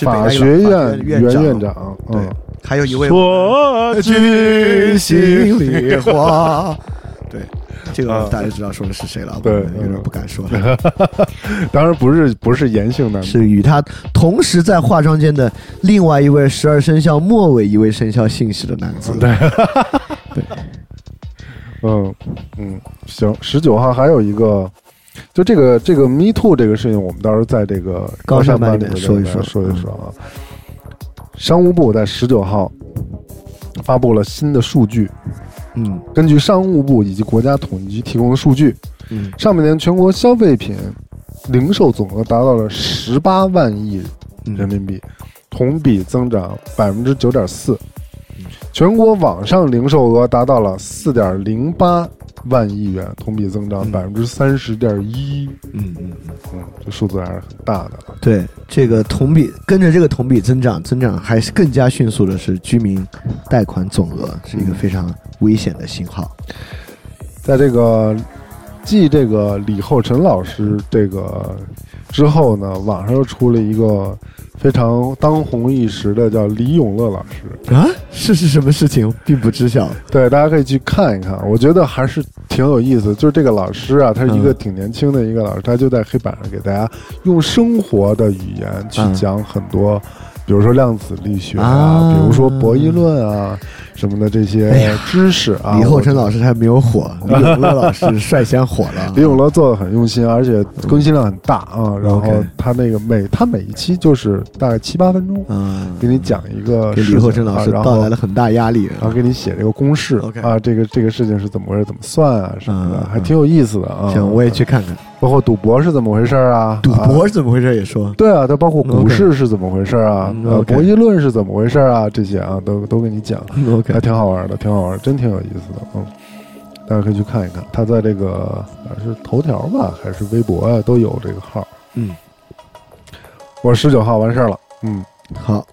[SPEAKER 7] 北大
[SPEAKER 6] 法
[SPEAKER 7] 一个
[SPEAKER 6] 学
[SPEAKER 7] 法
[SPEAKER 6] 院
[SPEAKER 7] 院
[SPEAKER 6] 原
[SPEAKER 7] 院
[SPEAKER 6] 院，长，
[SPEAKER 7] 对
[SPEAKER 6] 嗯，
[SPEAKER 7] 还有一位
[SPEAKER 1] 说句
[SPEAKER 7] 心里话。 对，这个
[SPEAKER 6] 啊
[SPEAKER 7] 大家知道说的是谁了，
[SPEAKER 6] 对
[SPEAKER 7] 我们有点
[SPEAKER 6] 嗯
[SPEAKER 7] 不敢说了。
[SPEAKER 6] 当然不是不是严姓男子，
[SPEAKER 7] 是与他同时在化妆间的另外一位十二生肖末尾一位生肖姓氏的男子。
[SPEAKER 6] 嗯嗯，行，十九号还有一个，就这个这个 Me Too 这个事情，我们到时候在这个
[SPEAKER 7] 高
[SPEAKER 6] 山
[SPEAKER 7] 山版
[SPEAKER 6] 版
[SPEAKER 7] 里
[SPEAKER 6] 面
[SPEAKER 7] 面说一
[SPEAKER 6] 说
[SPEAKER 7] 说嗯
[SPEAKER 6] 一说啊。商务部在十九号发布了新的数据，
[SPEAKER 7] 嗯
[SPEAKER 6] 根据商务部以及国家统计局提供的数据，
[SPEAKER 7] 嗯，
[SPEAKER 6] 上半年全国消费品零售总额达到了十八万亿人民币，
[SPEAKER 7] 嗯
[SPEAKER 6] 同比增长百分之九点四。全国网上零售额达到了四点零八万亿元，同比增长百分之三十点一。
[SPEAKER 7] 嗯嗯，
[SPEAKER 6] 嗯，这数字还是很大的了。
[SPEAKER 7] 对，这个同比跟着这个同比增长，增长还是更加迅速的是居民贷款总额，是一个非常危险的信号。
[SPEAKER 6] 在这个继这个李厚辰老师这个之后呢，网上又出了一个非常当红一时的叫李永乐老师。
[SPEAKER 7] 啊，是是什么事情，并不知晓。
[SPEAKER 6] 对，大家可以去看一看，我觉得还是挺有意思。就是这个老师啊，他是一个
[SPEAKER 7] 嗯
[SPEAKER 6] 挺年轻的一个老师，他就在黑板上给大家用生活的语言去
[SPEAKER 7] 嗯
[SPEAKER 6] 讲很多，比如说量子力学啊，
[SPEAKER 7] 啊
[SPEAKER 6] 比如说博弈论啊什么的这
[SPEAKER 7] 哎
[SPEAKER 6] 些
[SPEAKER 7] 呀
[SPEAKER 6] 知识啊。
[SPEAKER 7] 李厚辰
[SPEAKER 6] 师，
[SPEAKER 7] 老师还没有火，李永乐 老师率先火了。
[SPEAKER 6] 李永乐做的很用心，而且更新量很大啊。然后
[SPEAKER 7] OK
[SPEAKER 6] 他那个每他每一期就是大概七八分钟，
[SPEAKER 7] 嗯，
[SPEAKER 6] 给你讲一个
[SPEAKER 7] 给
[SPEAKER 6] 事
[SPEAKER 7] 李
[SPEAKER 6] 情
[SPEAKER 7] 厚辰老
[SPEAKER 6] 啊
[SPEAKER 7] 师
[SPEAKER 6] 然
[SPEAKER 7] 带
[SPEAKER 6] 后
[SPEAKER 7] 来了很大压力。啊
[SPEAKER 6] 然后给你写这个公式
[SPEAKER 7] OK
[SPEAKER 6] 啊，这个这个事情是怎么回事，怎么算啊什么的，
[SPEAKER 7] 嗯
[SPEAKER 6] 还挺有意思的啊。
[SPEAKER 7] 行，我也去看看
[SPEAKER 6] 包括赌博是怎么回事啊？
[SPEAKER 7] 赌
[SPEAKER 6] 啊
[SPEAKER 7] 博是怎么回事，也说。
[SPEAKER 6] 对啊，它包括股市是怎么回事啊？
[SPEAKER 7] 嗯
[SPEAKER 6] 呃，
[SPEAKER 7] OK
[SPEAKER 6] 博弈论是怎么回事啊？这些啊，都都给你讲，
[SPEAKER 7] OK，
[SPEAKER 6] 还挺好玩的，挺好玩，真挺有意思的，嗯。大家可以去看一看，他在这个好像是头条吧，还是微博啊，都有这个号。
[SPEAKER 7] 嗯，
[SPEAKER 6] 我十九号完事儿了。嗯
[SPEAKER 7] 好，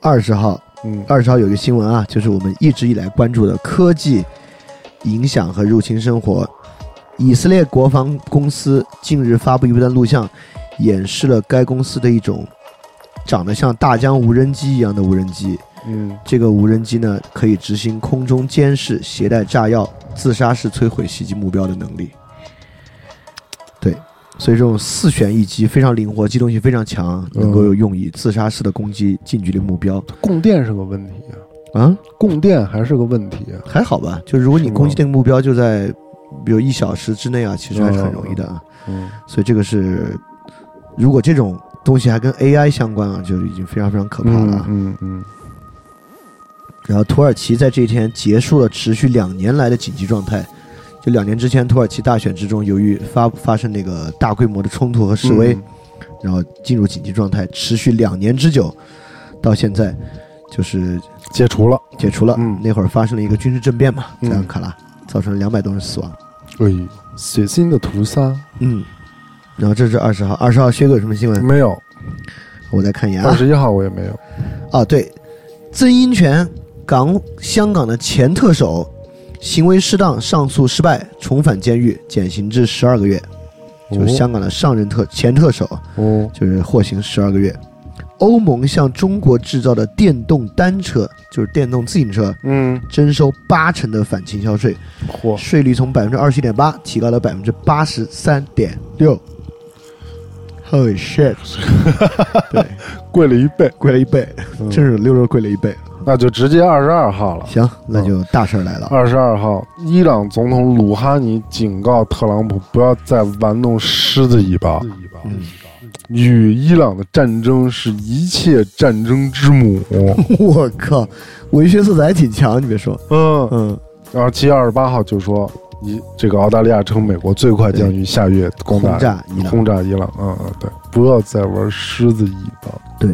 [SPEAKER 7] 二十号，
[SPEAKER 6] 嗯
[SPEAKER 7] 二十号有一个新闻啊，就是我们一直以来关注的科技影响和入侵生活。以色列国防公司近日发布一段录像，演示了该公司的一种长得像大疆无人机一样的无人机。
[SPEAKER 6] 嗯
[SPEAKER 7] 这个无人机呢，可以执行空中监视、携带炸药、自杀式摧毁袭击目标的能力。对，所以这种四旋一击非常灵活，机动性非常强，
[SPEAKER 6] 嗯
[SPEAKER 7] 能够用以自杀式的攻击近距离目标。
[SPEAKER 6] 供电是个问题啊，
[SPEAKER 7] 啊，
[SPEAKER 6] 供电还是个问题啊。
[SPEAKER 7] 还好吧？就如果你
[SPEAKER 6] 是吗
[SPEAKER 7] 攻击那个目标就在，比如一小时之内啊，其实还是很容易的啊。
[SPEAKER 6] 嗯，
[SPEAKER 7] 所以这个是，如果这种东西还跟 AI 相关啊，就已经非常非常可怕了啊。
[SPEAKER 6] 嗯嗯
[SPEAKER 7] 然后土耳其在这一天结束了持续两年来的紧急状态。就两年之前，土耳其大选之中，由于发发生那个大规模的冲突和示
[SPEAKER 6] 嗯
[SPEAKER 7] 威，然后进入紧急状态，持续两年之久，到现在，就是
[SPEAKER 6] 解除了，
[SPEAKER 7] 解除了。
[SPEAKER 6] 嗯
[SPEAKER 7] 那会儿发生了一个军事政变嘛，在
[SPEAKER 6] 嗯
[SPEAKER 7] 安卡拉，造成了两百多人死亡。
[SPEAKER 6] 对，哎血腥的屠杀
[SPEAKER 7] 嗯，然后这是二十号，二十号薛哥有什么新闻？
[SPEAKER 6] 没有，
[SPEAKER 7] 我再看一眼
[SPEAKER 6] 嗯二
[SPEAKER 7] 啊。
[SPEAKER 6] 十一号我也没有，
[SPEAKER 7] 啊，对，曾荫权，港香港的前特首，行为失当上诉失败，重返监狱，减刑至十二个月。就是香港的上任特前特首，
[SPEAKER 6] 哦，
[SPEAKER 7] 就是获刑十二个月。欧盟向中国制造的电动单车，就是电动自行车，
[SPEAKER 6] 嗯，
[SPEAKER 7] 征收八成的反倾销税，
[SPEAKER 6] 嚯，
[SPEAKER 7] 税率从百分之二十一点八提高到百分之八十三点六。Holy shit！对，
[SPEAKER 6] 贵了一倍，
[SPEAKER 7] 贵了一倍，真是溜溜贵了一倍。
[SPEAKER 6] 那就直接二十二号了。
[SPEAKER 7] 行，那就大事儿来了。
[SPEAKER 6] 二十二号，伊朗总统鲁哈尼警告特朗普不要再玩弄狮子尾巴。
[SPEAKER 7] 嗯
[SPEAKER 6] 与伊朗的战争是一切战争之 母。
[SPEAKER 7] 我靠，文学色彩挺强，你别说。
[SPEAKER 6] 嗯，
[SPEAKER 7] 嗯，
[SPEAKER 6] 然后七月二十八号就说，一这个澳大利亚称美国最快将于下月攻打
[SPEAKER 7] 轰炸伊朗
[SPEAKER 6] 啊轰炸伊朗。嗯嗯，对，不要再玩狮子尾巴。
[SPEAKER 7] 对，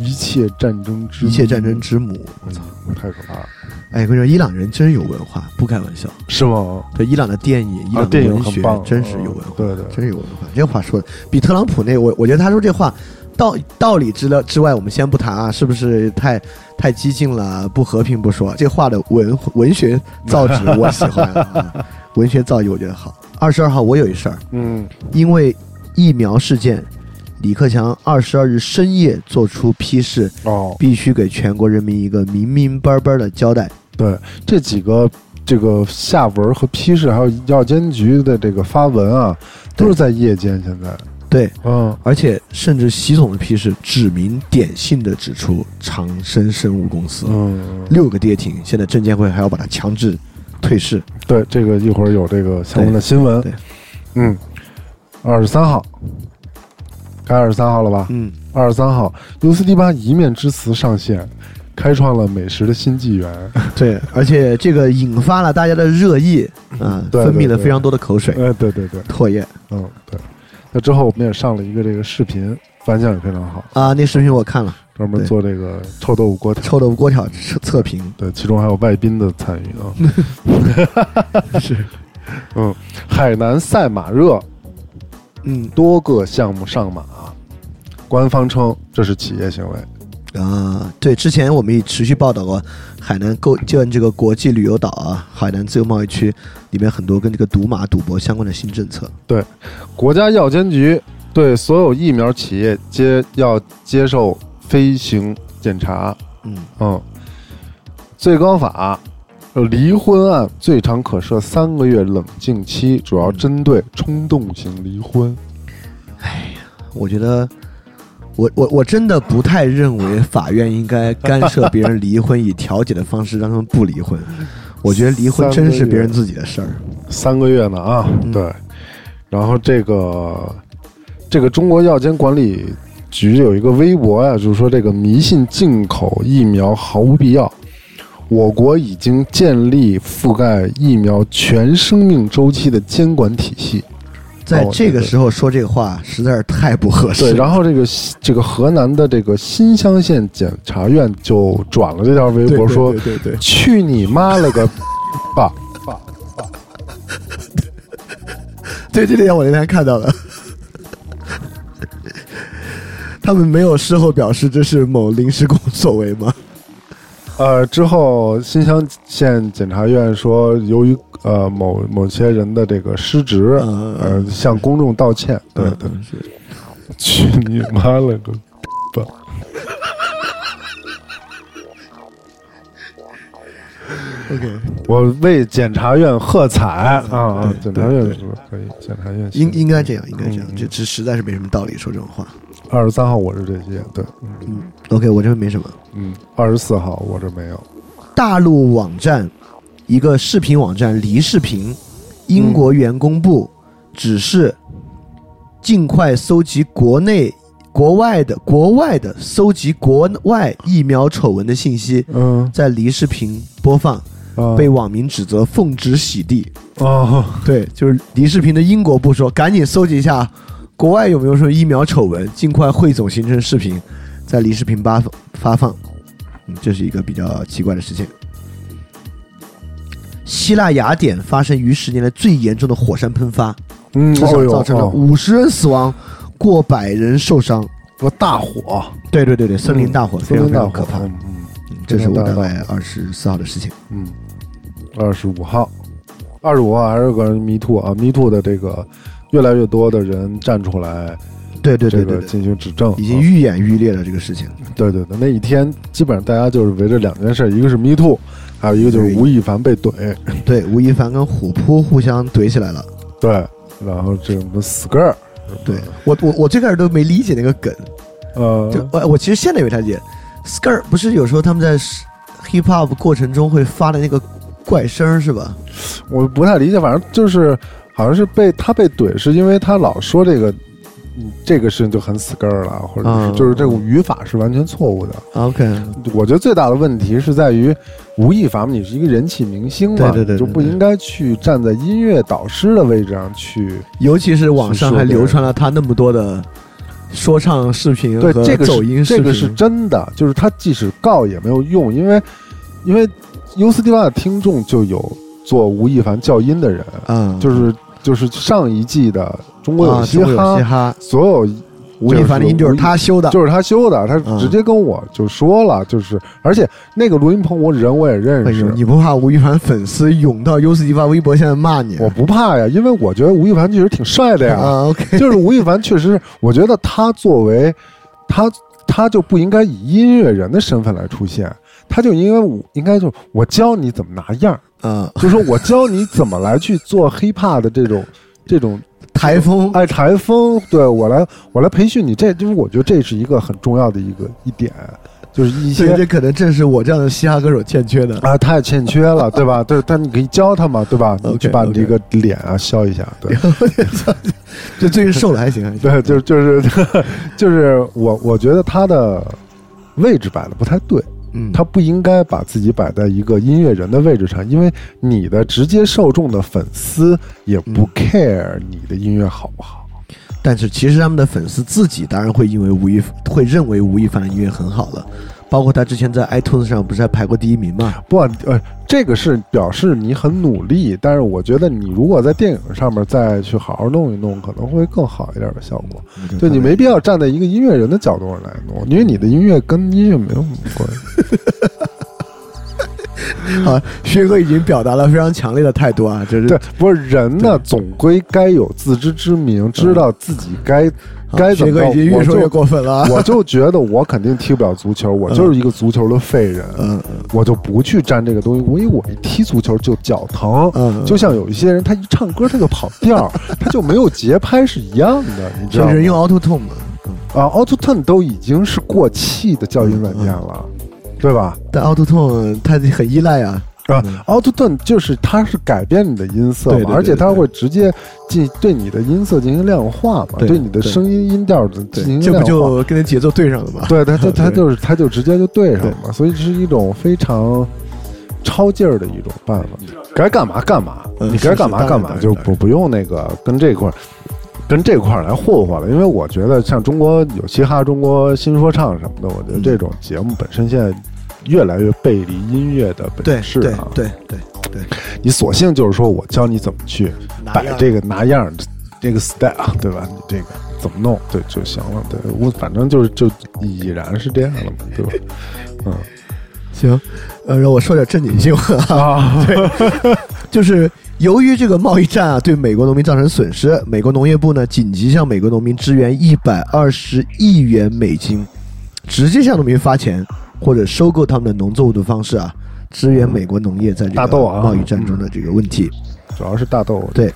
[SPEAKER 6] 一切战争之
[SPEAKER 7] 一
[SPEAKER 6] 母
[SPEAKER 7] 切战争，之母。
[SPEAKER 6] 我操，太可怕 了，
[SPEAKER 7] 哎，我跟你说，伊朗人真有文化，不开玩笑。
[SPEAKER 6] 是吗？
[SPEAKER 7] 对伊朗的电影、伊
[SPEAKER 6] 啊，
[SPEAKER 7] 朗
[SPEAKER 6] 电
[SPEAKER 7] 的
[SPEAKER 6] 影
[SPEAKER 7] 文
[SPEAKER 6] 很
[SPEAKER 7] 学，
[SPEAKER 6] 棒，
[SPEAKER 7] 真是有文
[SPEAKER 6] 嗯
[SPEAKER 7] 化，
[SPEAKER 6] 对对，
[SPEAKER 7] 真是有文化。这话说的比特朗普那，我我觉得他说这话道道理之了之外，我们先不谈啊，是不是太太激进了，不和平不说，这话的文文学造 诣我喜欢啊，文学造诣我觉得好。二十二号我有一事儿，
[SPEAKER 6] 嗯，
[SPEAKER 7] 因为疫苗事件，李克强二十二日深夜做出批示，
[SPEAKER 6] 哦，
[SPEAKER 7] 必须给全国人民一个明明白白的交代。
[SPEAKER 6] 对，这几个这个下文和批示，还有药监局的这个发文啊，都是在夜间现在。
[SPEAKER 7] 对，
[SPEAKER 6] 嗯，
[SPEAKER 7] 而且甚至习总的批示指名点姓的指出长生生物公司、
[SPEAKER 6] 嗯，
[SPEAKER 7] 六个跌停，现在证监会还要把它强制退市。
[SPEAKER 6] 对，这个一会儿有这个相关的新闻。
[SPEAKER 7] 对对
[SPEAKER 6] 嗯，二十三号，该二十三号了吧？
[SPEAKER 7] 嗯，
[SPEAKER 6] 二十三号，尤斯蒂巴一面之词上线，开创了美食的新纪元。
[SPEAKER 7] 对，而且这个引发了大家的热议啊，
[SPEAKER 6] 嗯对
[SPEAKER 7] 分泌
[SPEAKER 6] 对
[SPEAKER 7] 了
[SPEAKER 6] 对
[SPEAKER 7] 非常多的口水、
[SPEAKER 6] 哎，对对对，
[SPEAKER 7] 唾液
[SPEAKER 6] 嗯对。那之后我们也上了一个这个视频，反响也非常好，
[SPEAKER 7] 啊。那视频我看了，
[SPEAKER 6] 专门
[SPEAKER 7] 对
[SPEAKER 6] 做这个臭豆腐锅条。
[SPEAKER 7] 臭豆腐锅条测测评，
[SPEAKER 6] 对，其中还有外宾的参与啊。是， 嗯，海南赛马热
[SPEAKER 7] 嗯
[SPEAKER 6] 多个项目上马，官方称这是企业行为。
[SPEAKER 7] 啊，对，之前我们也持续报道过海南构建这个国际旅游岛啊，海南自由贸易区里面很多跟这个赌马赌博相关的新政策。
[SPEAKER 6] 国家药监局对所有疫苗企业接要接受飞行检查。
[SPEAKER 7] 嗯，
[SPEAKER 6] 嗯，最高法。呃离婚案最长可设三个月冷静期，主要针对冲动型离婚。
[SPEAKER 7] 我觉得，我我我真的不太认为法院应该干涉别人离婚，以调解的方式让他们不离婚。我觉得离婚真是别人自己的事儿。
[SPEAKER 6] 三个月呢啊，
[SPEAKER 7] 嗯
[SPEAKER 6] 对。然后这个这个中国药监管理局有一个微博呀、就是说这个迷信进口疫苗毫无必要。我国已经建立覆盖疫苗全生命周期的监管体系。
[SPEAKER 7] 在这个时候说这个话，实在是太不合
[SPEAKER 6] 对，
[SPEAKER 7] 适。
[SPEAKER 6] 然后这个这个河南的这个新乡县检察院就转了这条微博说：“
[SPEAKER 7] 对对对对
[SPEAKER 6] 去你妈了个 吧！”
[SPEAKER 7] 对对对，我那天看到了。 他们没有事后表示这是某临时工所为吗？
[SPEAKER 6] 呃，之后新乡县检察院说，由于呃某某些人的这个失职，
[SPEAKER 7] 嗯嗯
[SPEAKER 6] 呃，向公众道歉。对对，去你妈了个吧！
[SPEAKER 7] ，OK，嗯
[SPEAKER 6] 我为检察院喝彩啊！啊检察院
[SPEAKER 7] 对
[SPEAKER 6] 说可以，检察院
[SPEAKER 7] 应应该这样，应该这样，这这实在是没什么道理说这种话。
[SPEAKER 6] 二十三号我是这些，对，
[SPEAKER 7] 嗯 OK，我这边没什么。
[SPEAKER 6] 嗯，二十四号我这没有，
[SPEAKER 7] 大陆网站一个视频网站梨视频，英国员工部指示尽快搜集国内、国外的、国外的搜集国外疫苗丑闻的信息，
[SPEAKER 6] 嗯，
[SPEAKER 7] 在梨视频播放，
[SPEAKER 6] 啊
[SPEAKER 7] 被网民指责奉旨洗地。
[SPEAKER 6] 哦，
[SPEAKER 7] 对，就是梨视频的英国部说，赶紧搜集一下国外有没有什么疫苗丑闻，尽快汇总形成视频。在离视频发发放，嗯，这是一个比较奇怪的事情。希腊雅典发生于十年来最严重的火山喷发，
[SPEAKER 6] 嗯，
[SPEAKER 7] 至少
[SPEAKER 6] 哦呦
[SPEAKER 7] 造成了
[SPEAKER 6] 哦
[SPEAKER 7] 五十人死亡，过百人受伤。
[SPEAKER 6] 个大火，
[SPEAKER 7] 对对对对，森林大火非
[SPEAKER 6] 森林
[SPEAKER 7] 常非
[SPEAKER 6] 大
[SPEAKER 7] 常
[SPEAKER 6] 火
[SPEAKER 7] 可怕。
[SPEAKER 6] 嗯嗯
[SPEAKER 7] 这是我大
[SPEAKER 6] 森林大
[SPEAKER 7] 概二十四号的事情。
[SPEAKER 6] 嗯，二十五号，二十五号还是关于 Me Too 啊，Me Too 的这个越来越多的人站出来，
[SPEAKER 7] 对对
[SPEAKER 6] 这
[SPEAKER 7] 对对
[SPEAKER 6] 个
[SPEAKER 7] 对，
[SPEAKER 6] 进行指证，
[SPEAKER 7] 已经愈演愈烈了这个事情。
[SPEAKER 6] 啊对对对，那一天基本上大家就是围着两件事，一个是 Me Too，还有一个就是吴亦凡被怼，
[SPEAKER 7] 对，吴亦凡跟虎扑互相怼起来了。
[SPEAKER 6] 对，然后这个什么 Skr，
[SPEAKER 7] 对我我我最开始都没理解那个梗，
[SPEAKER 6] 呃，
[SPEAKER 7] 就我我其实现在也没太理解。Skirt 不是有时候他们在 hip hop 过程中会发的那个怪声是吧？
[SPEAKER 6] 我不太理解，反正就是好像是被他被怼，是因为他老说这个。嗯这个事情就很死根儿了，或者是
[SPEAKER 7] 嗯
[SPEAKER 6] 就是这个语法是完全错误的。
[SPEAKER 7] OK，
[SPEAKER 6] 我觉得最大的问题是在于吴亦凡，你是一个人气明星嘛，
[SPEAKER 7] 对对对对
[SPEAKER 6] 你就不应该去站在音乐导师的位置上去。
[SPEAKER 7] 尤其是网上还流传了他那么多的说唱视频
[SPEAKER 6] 对
[SPEAKER 7] 和，
[SPEAKER 6] 这个
[SPEAKER 7] 走
[SPEAKER 6] 是
[SPEAKER 7] 音
[SPEAKER 6] 这
[SPEAKER 7] 视频，
[SPEAKER 6] 个是真的，就是他即使告也没有用，因为因为 U C D Y 的听众就有做吴亦凡教音的人，
[SPEAKER 7] 嗯，
[SPEAKER 6] 就是就是上一季的《中国有
[SPEAKER 7] 啊
[SPEAKER 6] 嘻
[SPEAKER 7] 中国
[SPEAKER 6] 哈
[SPEAKER 7] 有嘻》哈，
[SPEAKER 6] 所有。
[SPEAKER 7] 吴亦凡的音就是他修的，
[SPEAKER 6] 就是他修的，他
[SPEAKER 7] 嗯
[SPEAKER 6] 直接跟我就说了，就是，而且那个录音棚我人我也认
[SPEAKER 7] 哎
[SPEAKER 6] 识
[SPEAKER 7] 呦，，你不怕吴亦凡粉丝涌到 U 四 D 发微博现在骂你？
[SPEAKER 6] 我不怕呀，因为我觉得吴亦凡确实挺帅的呀。
[SPEAKER 7] 啊，OK，
[SPEAKER 6] 就是吴亦凡确实是，我觉得他作为他，他就不应该以音乐人的身份来出现，他就应该我应该就是我教你怎么拿样儿，
[SPEAKER 7] 啊，
[SPEAKER 6] 就是说我教你怎么来去做 hiphop 的这种这种
[SPEAKER 7] 台风，
[SPEAKER 6] 爱台风，对我来我来培训你，这就是我觉得这是一个很重要的一个一点，就是一
[SPEAKER 7] 对，
[SPEAKER 6] 些
[SPEAKER 7] 这可能正是我这样的嘻哈歌手欠缺的。
[SPEAKER 6] 啊太欠缺了，对吧？对，但你可以教他嘛，对吧？你去把你
[SPEAKER 7] OK，OK
[SPEAKER 6] 这个脸啊削一下，对。
[SPEAKER 7] 这最近瘦了还行，还行
[SPEAKER 6] 对，就是就是就是我我觉得他的位置摆的不太对，
[SPEAKER 7] 嗯，
[SPEAKER 6] 他不应该把自己摆在一个音乐人的位置上，因为你的直接受众的粉丝也不 care 你的音乐好不好。
[SPEAKER 7] 但是其实他们的粉丝自己当然会因为吴亦会认为吴亦凡的音乐很好了，包括他之前在 iTunes 上不是还排过第一名嘛？
[SPEAKER 6] 不，呃，这个是表示你很努力，但是我觉得你如果在电影上面再去好好弄一弄，可能会更好一点的效果。就你没必要站在一个音乐人的角度上来弄，因为你的音乐跟音乐没有什么关系。
[SPEAKER 7] 啊，薛哥已经表达了非常强烈的态度啊，就
[SPEAKER 6] 嗯
[SPEAKER 7] 是
[SPEAKER 6] 对，不是人呢，总归该有自知之明，
[SPEAKER 7] 嗯
[SPEAKER 6] 知道自己该
[SPEAKER 7] 啊
[SPEAKER 6] 该怎
[SPEAKER 7] 薛
[SPEAKER 6] 么
[SPEAKER 7] 哥
[SPEAKER 6] 着。
[SPEAKER 7] 已经越
[SPEAKER 6] 我
[SPEAKER 7] 说
[SPEAKER 6] 就
[SPEAKER 7] 越过分了啊。
[SPEAKER 6] 我就觉得我肯定踢不了足球，我就是一个足球的废人，
[SPEAKER 7] 嗯
[SPEAKER 6] 我就不去沾这个东西，因为我一踢足球就脚疼。
[SPEAKER 7] 嗯，
[SPEAKER 6] 就像有一些人，他一唱歌他就跑 调，他就没有节拍是一样的，你知道
[SPEAKER 7] 就
[SPEAKER 6] 吗？
[SPEAKER 7] 是用 Auto Tune 嘛，
[SPEAKER 6] 啊，auto tune 都已经是过气的教音软件了，
[SPEAKER 7] 嗯
[SPEAKER 6] 对吧？
[SPEAKER 7] 但 Auto Tune 它很依赖啊。
[SPEAKER 6] 啊，auto tune 就是它是改变你的音色嘛，
[SPEAKER 7] 对对对
[SPEAKER 6] 而且它会直接进对你的音色进行量化嘛，
[SPEAKER 7] 对
[SPEAKER 6] 你的
[SPEAKER 7] 对
[SPEAKER 6] 声音音调的进
[SPEAKER 7] 对，
[SPEAKER 6] 行
[SPEAKER 7] 这不
[SPEAKER 6] 量化。
[SPEAKER 7] 就跟那节奏对上了吗？
[SPEAKER 6] 对，它它它
[SPEAKER 7] 对
[SPEAKER 6] 就是它就直接就对上
[SPEAKER 7] 对
[SPEAKER 6] 了嘛，所以是一种非常超劲儿的一种办法，该干嘛干嘛，
[SPEAKER 7] 嗯
[SPEAKER 6] 你该干嘛
[SPEAKER 7] 是是
[SPEAKER 6] 干
[SPEAKER 7] 当
[SPEAKER 6] 嘛，
[SPEAKER 7] 然
[SPEAKER 6] 就
[SPEAKER 7] 当然
[SPEAKER 6] 不不用那个跟这块儿跟这块儿来霍霍了，因为我觉得像中国有嘻哈、中国新说唱什么的，我觉得
[SPEAKER 7] 嗯
[SPEAKER 6] 这种节目本身现在越来越背离音乐的
[SPEAKER 7] 对
[SPEAKER 6] 本质
[SPEAKER 7] 对
[SPEAKER 6] 啊。
[SPEAKER 7] 对对，
[SPEAKER 6] 你索性就是说我教你怎么去摆这个拿样儿，这个 style，对 吧？你这个怎么弄，对就行了。对我反正就是就已然是这样了嘛，对吧？
[SPEAKER 7] 行，呃，让我说点正经新闻啊。
[SPEAKER 6] 啊，
[SPEAKER 7] 就是由于这个贸易战啊，对美国农民造成损失，美国农业部呢紧急向美国农民支援一百二十亿元美金，直接向农民发钱或者收购他们的农作物的方式啊，支援美国农业在这
[SPEAKER 6] 大
[SPEAKER 7] 个
[SPEAKER 6] 豆啊
[SPEAKER 7] 贸易战中的这个问题。
[SPEAKER 6] 主要是大豆。
[SPEAKER 7] 对，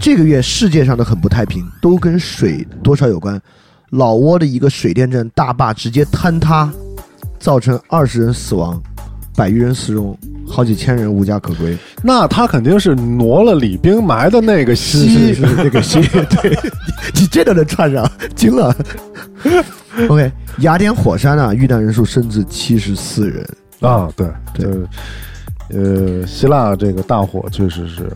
[SPEAKER 7] 这个月世界上的很不太平，都跟水多少有关。老挝的一个水电站大坝直接坍塌，造成二十人死亡，百余人死亡，好几千人无家可归。
[SPEAKER 6] 那他肯定是挪了李冰埋的那个
[SPEAKER 7] 是是
[SPEAKER 6] 西
[SPEAKER 7] 是，那个西，对你你这都能串上，惊了。OK，雅典火山啊，遇难人数升至七十四人。
[SPEAKER 6] 啊，对
[SPEAKER 7] 对
[SPEAKER 6] 就是呃，希腊这个大火确实是，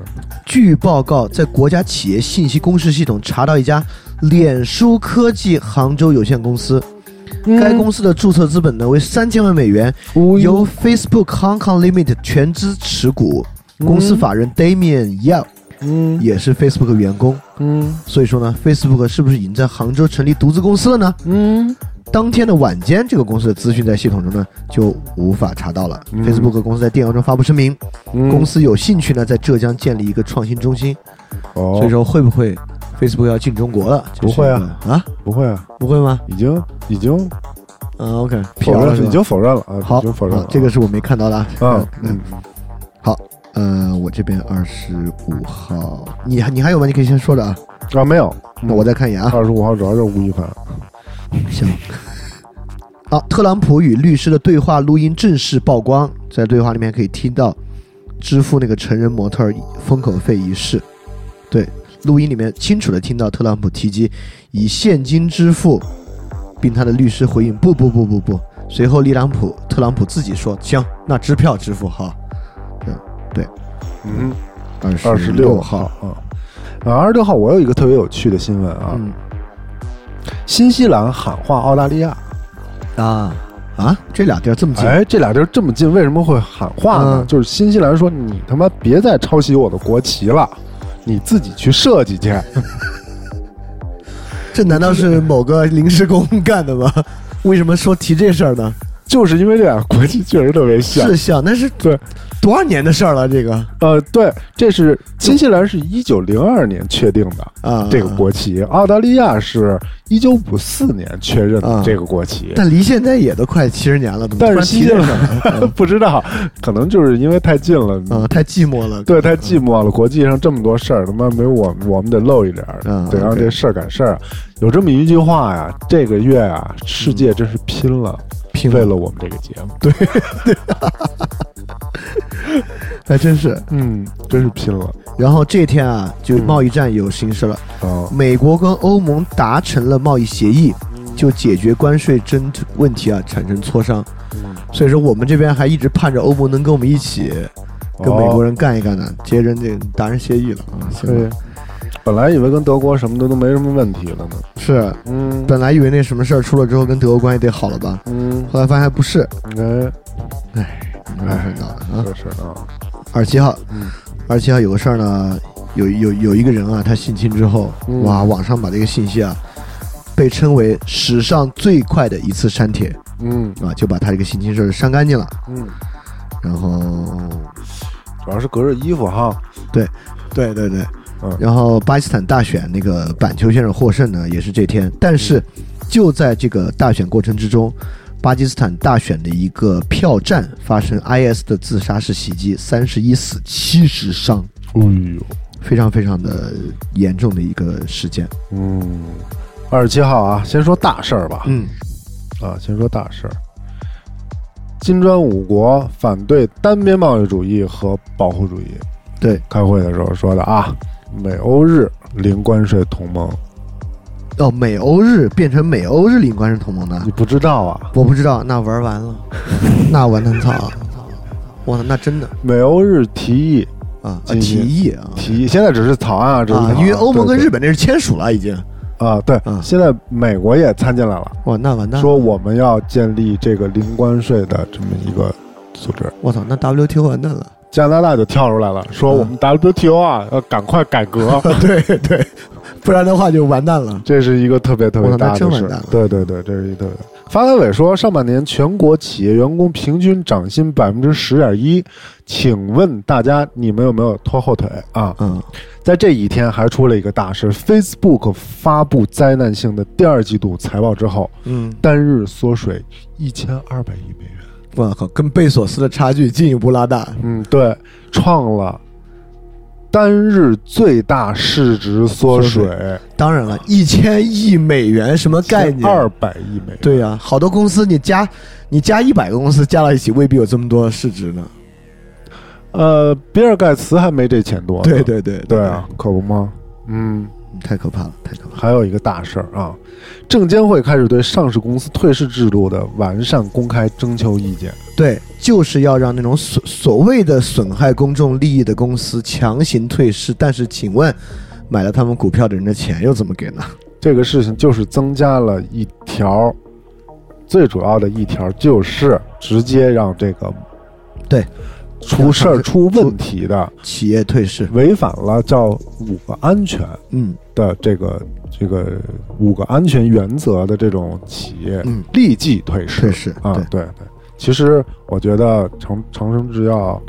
[SPEAKER 7] 据报告，在国家企业信息公示系统查到一家脸书科技杭州有限公司，该公司的注册资本呢为三千万美元，由 Facebook Hong Kong Limited 全资持股，公司法人 Damian Yao
[SPEAKER 1] 嗯
[SPEAKER 7] 也是 Facebook 员工。
[SPEAKER 1] 嗯
[SPEAKER 7] 所以说呢，Facebook 是不是已经在杭州成立独资公司了呢？
[SPEAKER 1] 嗯
[SPEAKER 7] 当天的晚间，这个公司的资讯在系统中呢就无法查到了。Facebook
[SPEAKER 6] 嗯
[SPEAKER 7] 公司在电邮中发布声明，
[SPEAKER 1] 嗯
[SPEAKER 7] 公司有兴趣呢在浙江建立一个创新中心。所以
[SPEAKER 6] 哦，
[SPEAKER 7] 说会不会 Facebook 要进中国了？这是
[SPEAKER 6] 不会啊
[SPEAKER 7] 一个啊，
[SPEAKER 6] 不会啊，
[SPEAKER 7] 不会吗？
[SPEAKER 6] 已经已经
[SPEAKER 7] 嗯，OK，
[SPEAKER 6] 否
[SPEAKER 7] 了
[SPEAKER 6] 认，
[SPEAKER 7] 是吧
[SPEAKER 6] 已经否认了啊，
[SPEAKER 7] 好
[SPEAKER 6] 已经否认
[SPEAKER 7] 好
[SPEAKER 6] 了，
[SPEAKER 7] 这个是我没看到的啊。
[SPEAKER 6] 啊，嗯，
[SPEAKER 7] 好，呃，我这边二十五号，你还你还有吗？你可以先说着啊，
[SPEAKER 6] 啊没有，
[SPEAKER 7] 那我再看一眼啊。
[SPEAKER 6] 二十五号主要就是吴亦凡，
[SPEAKER 7] 行。好，特朗普与律师的对话录音正式曝光，在对话里面可以听到支付那个成人模特儿封口费一事。对，录音里面清楚的听到特朗普提及以现金支付，并他的律师回应不不不不不。随后，利朗普特朗普自己说：“行，那支票支付好。
[SPEAKER 6] 嗯，”
[SPEAKER 7] 二
[SPEAKER 6] 二
[SPEAKER 7] 十
[SPEAKER 6] 十六号
[SPEAKER 7] 号，
[SPEAKER 6] 啊。啊，二十六号我有一个特别有趣的新闻啊，
[SPEAKER 7] 嗯
[SPEAKER 6] 新西兰喊话澳大利亚，
[SPEAKER 7] 啊啊，这俩地儿这么近，
[SPEAKER 6] 哎，这俩地儿这么近，为什么会喊话呢？
[SPEAKER 7] 嗯
[SPEAKER 6] 就是新西兰说你他妈别再抄袭我的国旗了，你自己去设计去。
[SPEAKER 7] 这难道是某个临时工干的吗？为什么说提这事儿呢？
[SPEAKER 6] 就是因为这俩国旗确实特别像。
[SPEAKER 7] 是像，但是
[SPEAKER 6] 对，
[SPEAKER 7] 多少年的事儿了？这个
[SPEAKER 6] 呃，对，这是新西兰是一九零二年确定的。
[SPEAKER 7] 啊，
[SPEAKER 6] 这个，国旗，澳大利亚是一九五四年确认
[SPEAKER 7] 啊
[SPEAKER 6] 的这个国旗，
[SPEAKER 7] 但离现在也都快七十年了，怎嗯么
[SPEAKER 6] 但
[SPEAKER 7] 突
[SPEAKER 6] 是
[SPEAKER 7] 然提这事儿了？
[SPEAKER 6] 不知道，可能就是因为太近了，
[SPEAKER 7] 啊，太寂寞了。
[SPEAKER 6] 对，太寂寞了。国际上这么多事儿，他妈没有我，我们得露一脸儿，
[SPEAKER 7] 嗯
[SPEAKER 6] 得让
[SPEAKER 7] OK
[SPEAKER 6] 这事儿赶事儿。啊有这么一句话呀，这个月啊，世界真是拼了，
[SPEAKER 7] 嗯拼
[SPEAKER 6] 为
[SPEAKER 7] 了
[SPEAKER 6] 了我们这个节目。对，
[SPEAKER 7] 还真是。
[SPEAKER 6] 嗯，真是拼了。
[SPEAKER 7] 然后这天啊，就
[SPEAKER 6] 嗯
[SPEAKER 7] 贸易战有形式了，
[SPEAKER 6] 啊，
[SPEAKER 7] 美国跟欧盟达成了贸易协议，
[SPEAKER 6] 嗯
[SPEAKER 7] 就解决关税争问题啊产生磋商。
[SPEAKER 6] 嗯
[SPEAKER 7] 所以说我们这边还一直盼着欧盟能跟我们一起
[SPEAKER 6] 哦
[SPEAKER 7] 跟美国人干一干呢，结人这达成协议了啊，行吧
[SPEAKER 6] 对，本来以为跟德国什么的都没什么问题了呢。
[SPEAKER 7] 是。
[SPEAKER 6] 嗯
[SPEAKER 7] 本来以为那什么事儿出了之后跟德国关系得好了吧，
[SPEAKER 6] 嗯，
[SPEAKER 7] 后来发现还不是，
[SPEAKER 6] 哎，
[SPEAKER 7] 哎，闹的啊。
[SPEAKER 6] 这是啊，
[SPEAKER 7] 二十七号
[SPEAKER 6] 嗯，
[SPEAKER 7] 二十七号有个事儿呢，有有有一个人啊，他性侵之后，
[SPEAKER 6] 嗯
[SPEAKER 7] 哇，网上把这个信息啊，被称为史上最快的一次删帖
[SPEAKER 6] 嗯
[SPEAKER 7] 啊，就把他这个性侵事儿删干净了。
[SPEAKER 6] 嗯，
[SPEAKER 7] 然后，
[SPEAKER 6] 主要是隔着衣服哈。
[SPEAKER 7] 对对对
[SPEAKER 6] 嗯，
[SPEAKER 7] 然后巴基斯坦大选那个板球先生获胜呢，也是这天，但是
[SPEAKER 6] 嗯
[SPEAKER 7] 就在这个大选过程之中。巴基斯坦大选的一个票站发生 IS 的自杀式袭击，三十一死七十伤，
[SPEAKER 6] 哎呦，
[SPEAKER 7] 非常非常的严重的一个事件。
[SPEAKER 6] 嗯，二十七号啊，先说大事儿吧。
[SPEAKER 7] 嗯，
[SPEAKER 6] 啊，先说大事儿。金砖五国反对单边贸易主义和保护主义。
[SPEAKER 7] 对，
[SPEAKER 6] 开会的时候说的啊，美欧日零关税同盟，
[SPEAKER 7] 啊哦，美欧日变成美欧日领关是同盟的
[SPEAKER 6] 你，不知道啊？
[SPEAKER 7] 我不知道，那玩完 了，那完蛋操！我操，那真的
[SPEAKER 6] 美欧日提议
[SPEAKER 7] 啊，啊
[SPEAKER 6] 进
[SPEAKER 7] 提
[SPEAKER 6] 行
[SPEAKER 7] 议啊
[SPEAKER 6] 提议，现在只是草案啊，只是草
[SPEAKER 7] 啊
[SPEAKER 6] 案，
[SPEAKER 7] 因为欧盟跟
[SPEAKER 6] 对
[SPEAKER 7] 日本那是签署了已经，
[SPEAKER 6] 对啊，对
[SPEAKER 7] 嗯，
[SPEAKER 6] 现在美国也参进来了，
[SPEAKER 7] 哇，那完蛋了，
[SPEAKER 6] 说我们要建立这个零关税的这么一个组织。
[SPEAKER 7] 我操，那 WTO 完蛋了，
[SPEAKER 6] 加拿大就跳出来了，说我们 WTO 啊，要赶快改革。
[SPEAKER 7] 嗯 对对，不然的话就完蛋了。
[SPEAKER 6] 这是一个特别特别大
[SPEAKER 7] 哇那真
[SPEAKER 6] 的
[SPEAKER 7] 完
[SPEAKER 6] 事
[SPEAKER 7] 蛋
[SPEAKER 6] 儿
[SPEAKER 7] 了，
[SPEAKER 6] 对对对，这是一个特别。发改委说，上半年全国企业员工平均涨薪百分之十点一，请问大家你们有没有拖后腿啊？
[SPEAKER 7] 嗯，
[SPEAKER 6] 在这一天还出了一个大事，Facebook 发布灾难性的第二季度财报之后，
[SPEAKER 7] 嗯，
[SPEAKER 6] 单日缩水一千二百亿美元，
[SPEAKER 7] 我靠，跟贝索斯的差距进一步拉大。
[SPEAKER 6] 嗯，对，创了单日最大市值缩
[SPEAKER 7] 缩水
[SPEAKER 6] 水
[SPEAKER 7] 当然了，一千亿美元什么概念？
[SPEAKER 6] 二百亿美元，
[SPEAKER 7] 对呀、好多公司你加你加一百个公司加到一起，未必有这么多市值呢。
[SPEAKER 6] 呃，比尔盖茨还没这钱多呢。
[SPEAKER 7] 对对对
[SPEAKER 6] 对啊，，可不吗？嗯，
[SPEAKER 7] 太可怕了，太可怕了。
[SPEAKER 6] 还有一个大事儿啊，证监会开始对上市公司退市制度的完善公开征求意见。
[SPEAKER 7] 对，就是要让那种所所谓的损害公众利益的公司强行退市。但是，请问，买了他们股票的人的钱又怎么给呢？
[SPEAKER 6] 这个事情就是增加了一条最主要的一条就是直接让这个
[SPEAKER 7] 对
[SPEAKER 6] 出事儿、出问题的
[SPEAKER 7] 企业退市，
[SPEAKER 6] 违反了叫五个安全
[SPEAKER 7] 嗯，
[SPEAKER 6] 的这个这个五个安全原则的这种企业
[SPEAKER 7] 嗯，
[SPEAKER 6] 立即退市。
[SPEAKER 7] 退市
[SPEAKER 6] 啊
[SPEAKER 7] 对，
[SPEAKER 6] 对对。其实我觉得长长生制药